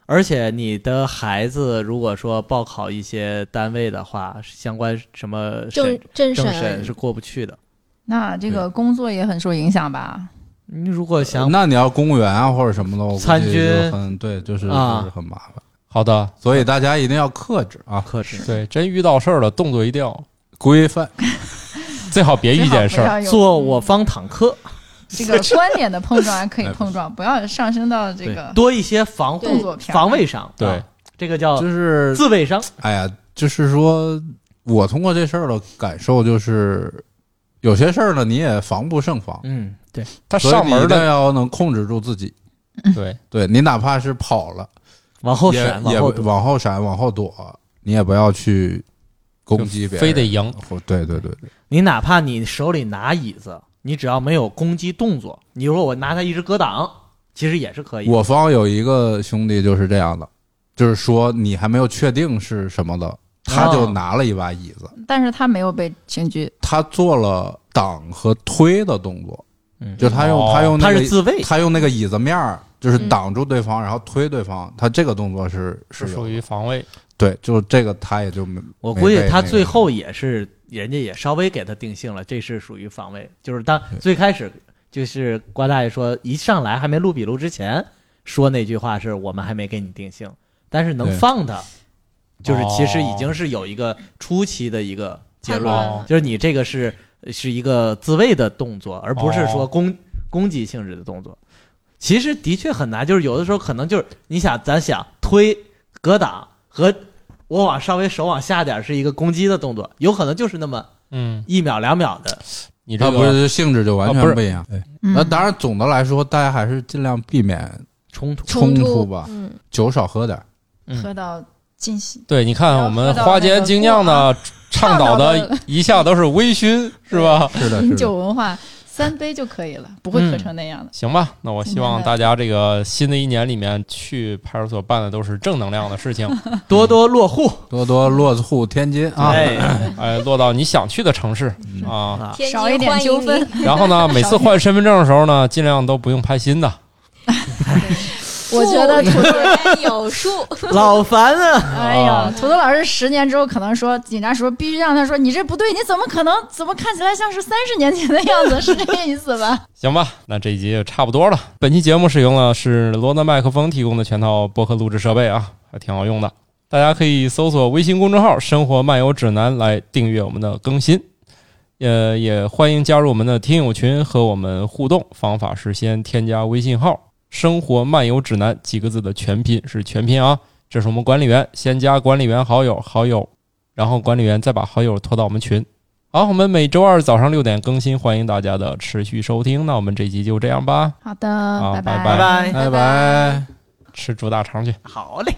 Speaker 4: 而且你的孩子如果说报考一些单位的话，相关什么
Speaker 5: 政
Speaker 4: 审政
Speaker 5: 政审
Speaker 4: 审是过不去的。
Speaker 2: 那这个工作也很受影响吧？
Speaker 4: 你如果想
Speaker 3: 那你要公务员啊或者什么的，我估计
Speaker 4: 参军
Speaker 3: 就很对，就是
Speaker 4: 啊
Speaker 3: 就是很麻烦。
Speaker 1: 好的，
Speaker 3: 所以大家一定要克制啊，
Speaker 4: 克制，
Speaker 1: 对，真遇到事儿了，动作一定要
Speaker 3: 规范。
Speaker 1: 最好别遇见事
Speaker 2: 最
Speaker 1: 儿。
Speaker 2: 好不要有
Speaker 4: 做我方坦克，
Speaker 2: 这个观点的碰撞还
Speaker 3: 哎
Speaker 2: 可以碰撞，不要上升到这
Speaker 4: 对
Speaker 2: 个，
Speaker 4: 多一些防护
Speaker 2: 动作片儿
Speaker 4: 防卫伤，
Speaker 1: 对
Speaker 4: 啊这个叫
Speaker 3: 就是
Speaker 4: 自卫伤。
Speaker 3: 哎呀，就是说我通过这事儿的感受就是，有些事儿呢你也防不胜防，
Speaker 4: 嗯，对，
Speaker 1: 他
Speaker 3: 所以
Speaker 1: 上
Speaker 3: 你一
Speaker 1: 门
Speaker 3: 定
Speaker 1: 的
Speaker 3: 要能控制住自己。
Speaker 1: 对，
Speaker 3: 对你哪怕是跑了，
Speaker 4: 往后
Speaker 3: 也
Speaker 4: 闪，往
Speaker 3: 也
Speaker 4: 后躲
Speaker 3: 往后闪，往后躲，你也不要去攻击别人，
Speaker 1: 非得赢。
Speaker 3: 或对对对对，
Speaker 4: 你哪怕你手里拿椅子，你只要没有攻击动作，你说我拿它一直格挡，其实也是可以。
Speaker 3: 我方有一个兄弟就是这样的，就是说你还没有确定是什么的，他就拿了一把椅
Speaker 4: 啊
Speaker 3: 子，
Speaker 2: 但是他没有被刑拘，
Speaker 3: 他做了挡和推的动作，
Speaker 4: 嗯
Speaker 3: 就他用、
Speaker 1: 哦
Speaker 3: 他用
Speaker 4: 他
Speaker 3: 那
Speaker 4: 是
Speaker 3: 个
Speaker 4: 自卫，
Speaker 3: 他用那个椅子面儿，就是
Speaker 5: 嗯
Speaker 3: 挡住对方，然后推对方，他这个动作是
Speaker 1: 是
Speaker 3: 有
Speaker 1: 属
Speaker 3: 的
Speaker 1: 于防卫，
Speaker 3: 对，就是这个他也就没
Speaker 4: 我估计
Speaker 3: 没被
Speaker 4: 他
Speaker 3: 那个
Speaker 4: 最后也是人家也稍微给他定性了，这是属于防卫，就是当最开始就是瓜大爷说一上来还没录笔录之前说那句话是我们还没给你定性，但是能
Speaker 3: 对
Speaker 4: 放他，就是其实已
Speaker 1: 哦
Speaker 4: 经是有一个初期的一个结论了。
Speaker 1: 哦
Speaker 4: 就是你这个是是一个自卫的动作，而不是说攻、攻击性质的动作。其实的确很难，就是有的时候可能就是你想，咱想推、格挡和我往稍微手往下点儿是一个攻击的动作，有可能就是那么
Speaker 1: 嗯，
Speaker 4: 一秒两秒的。
Speaker 1: 你这
Speaker 3: 他
Speaker 1: 个
Speaker 3: 不是性质就完
Speaker 1: 啊不是
Speaker 3: 全不一样。对
Speaker 2: 嗯
Speaker 3: 那当然，总的来说，大家还是尽量避免
Speaker 4: 冲突，
Speaker 5: 冲
Speaker 3: 冲突吧
Speaker 5: 嗯，
Speaker 3: 酒少喝点儿。
Speaker 1: 嗯
Speaker 2: 喝到尽兴。
Speaker 1: 对，你看我们花间精酿呢，倡导的 一向都是微醺，是吧？
Speaker 3: 是的，
Speaker 2: 饮
Speaker 3: 是
Speaker 2: 酒
Speaker 3: 的。
Speaker 2: 文化三杯就可以了，不会喝成那样的。
Speaker 1: 行吧，那我希望大家这个新的一年里面去派出所办的都是正能量的事情，
Speaker 4: 多多落户
Speaker 3: 多多落户天津啊，
Speaker 4: 哎
Speaker 1: 哎，落到你想去的城市
Speaker 3: 嗯
Speaker 1: 啊。
Speaker 4: 啊！
Speaker 5: 天
Speaker 2: 少一
Speaker 5: 津
Speaker 2: 点
Speaker 5: 欢
Speaker 2: 纠
Speaker 5: 迎
Speaker 2: 纷
Speaker 5: 您，
Speaker 1: 然后呢，每次换身份证的时候呢，尽量都不用拍新的。
Speaker 2: 我觉得
Speaker 5: 祝人家有数，
Speaker 4: 老烦啊！
Speaker 2: 哎呀，土豆老师十年之后可能说，警察叔叔必须让他说你这不对，你怎么可能？怎么看起来像是三十年前的样子？是这个意思吧？
Speaker 1: 行吧，那这一集就差不多了。本期节目使用的是罗德麦克风提供的全套播客录制设备啊，还挺好用的。大家可以搜索微信公众号“生活漫游指南”来订阅我们的更新，呃，也欢迎加入我们的听友群和我们互动。方法是先添加微信号“生活漫游指南”几个字的全拼是全拼啊，这是我们管理员，先加管理员好友，好友，然后管理员再把好友拖到我们群。好，我们每周二早上六点更新，欢迎大家的持续收听。那我们这一集就这样吧，
Speaker 2: 好的，
Speaker 1: 好
Speaker 2: 拜
Speaker 1: 拜
Speaker 4: 哎拜
Speaker 3: 拜拜。
Speaker 1: 吃猪大肠去。
Speaker 4: 好嘞。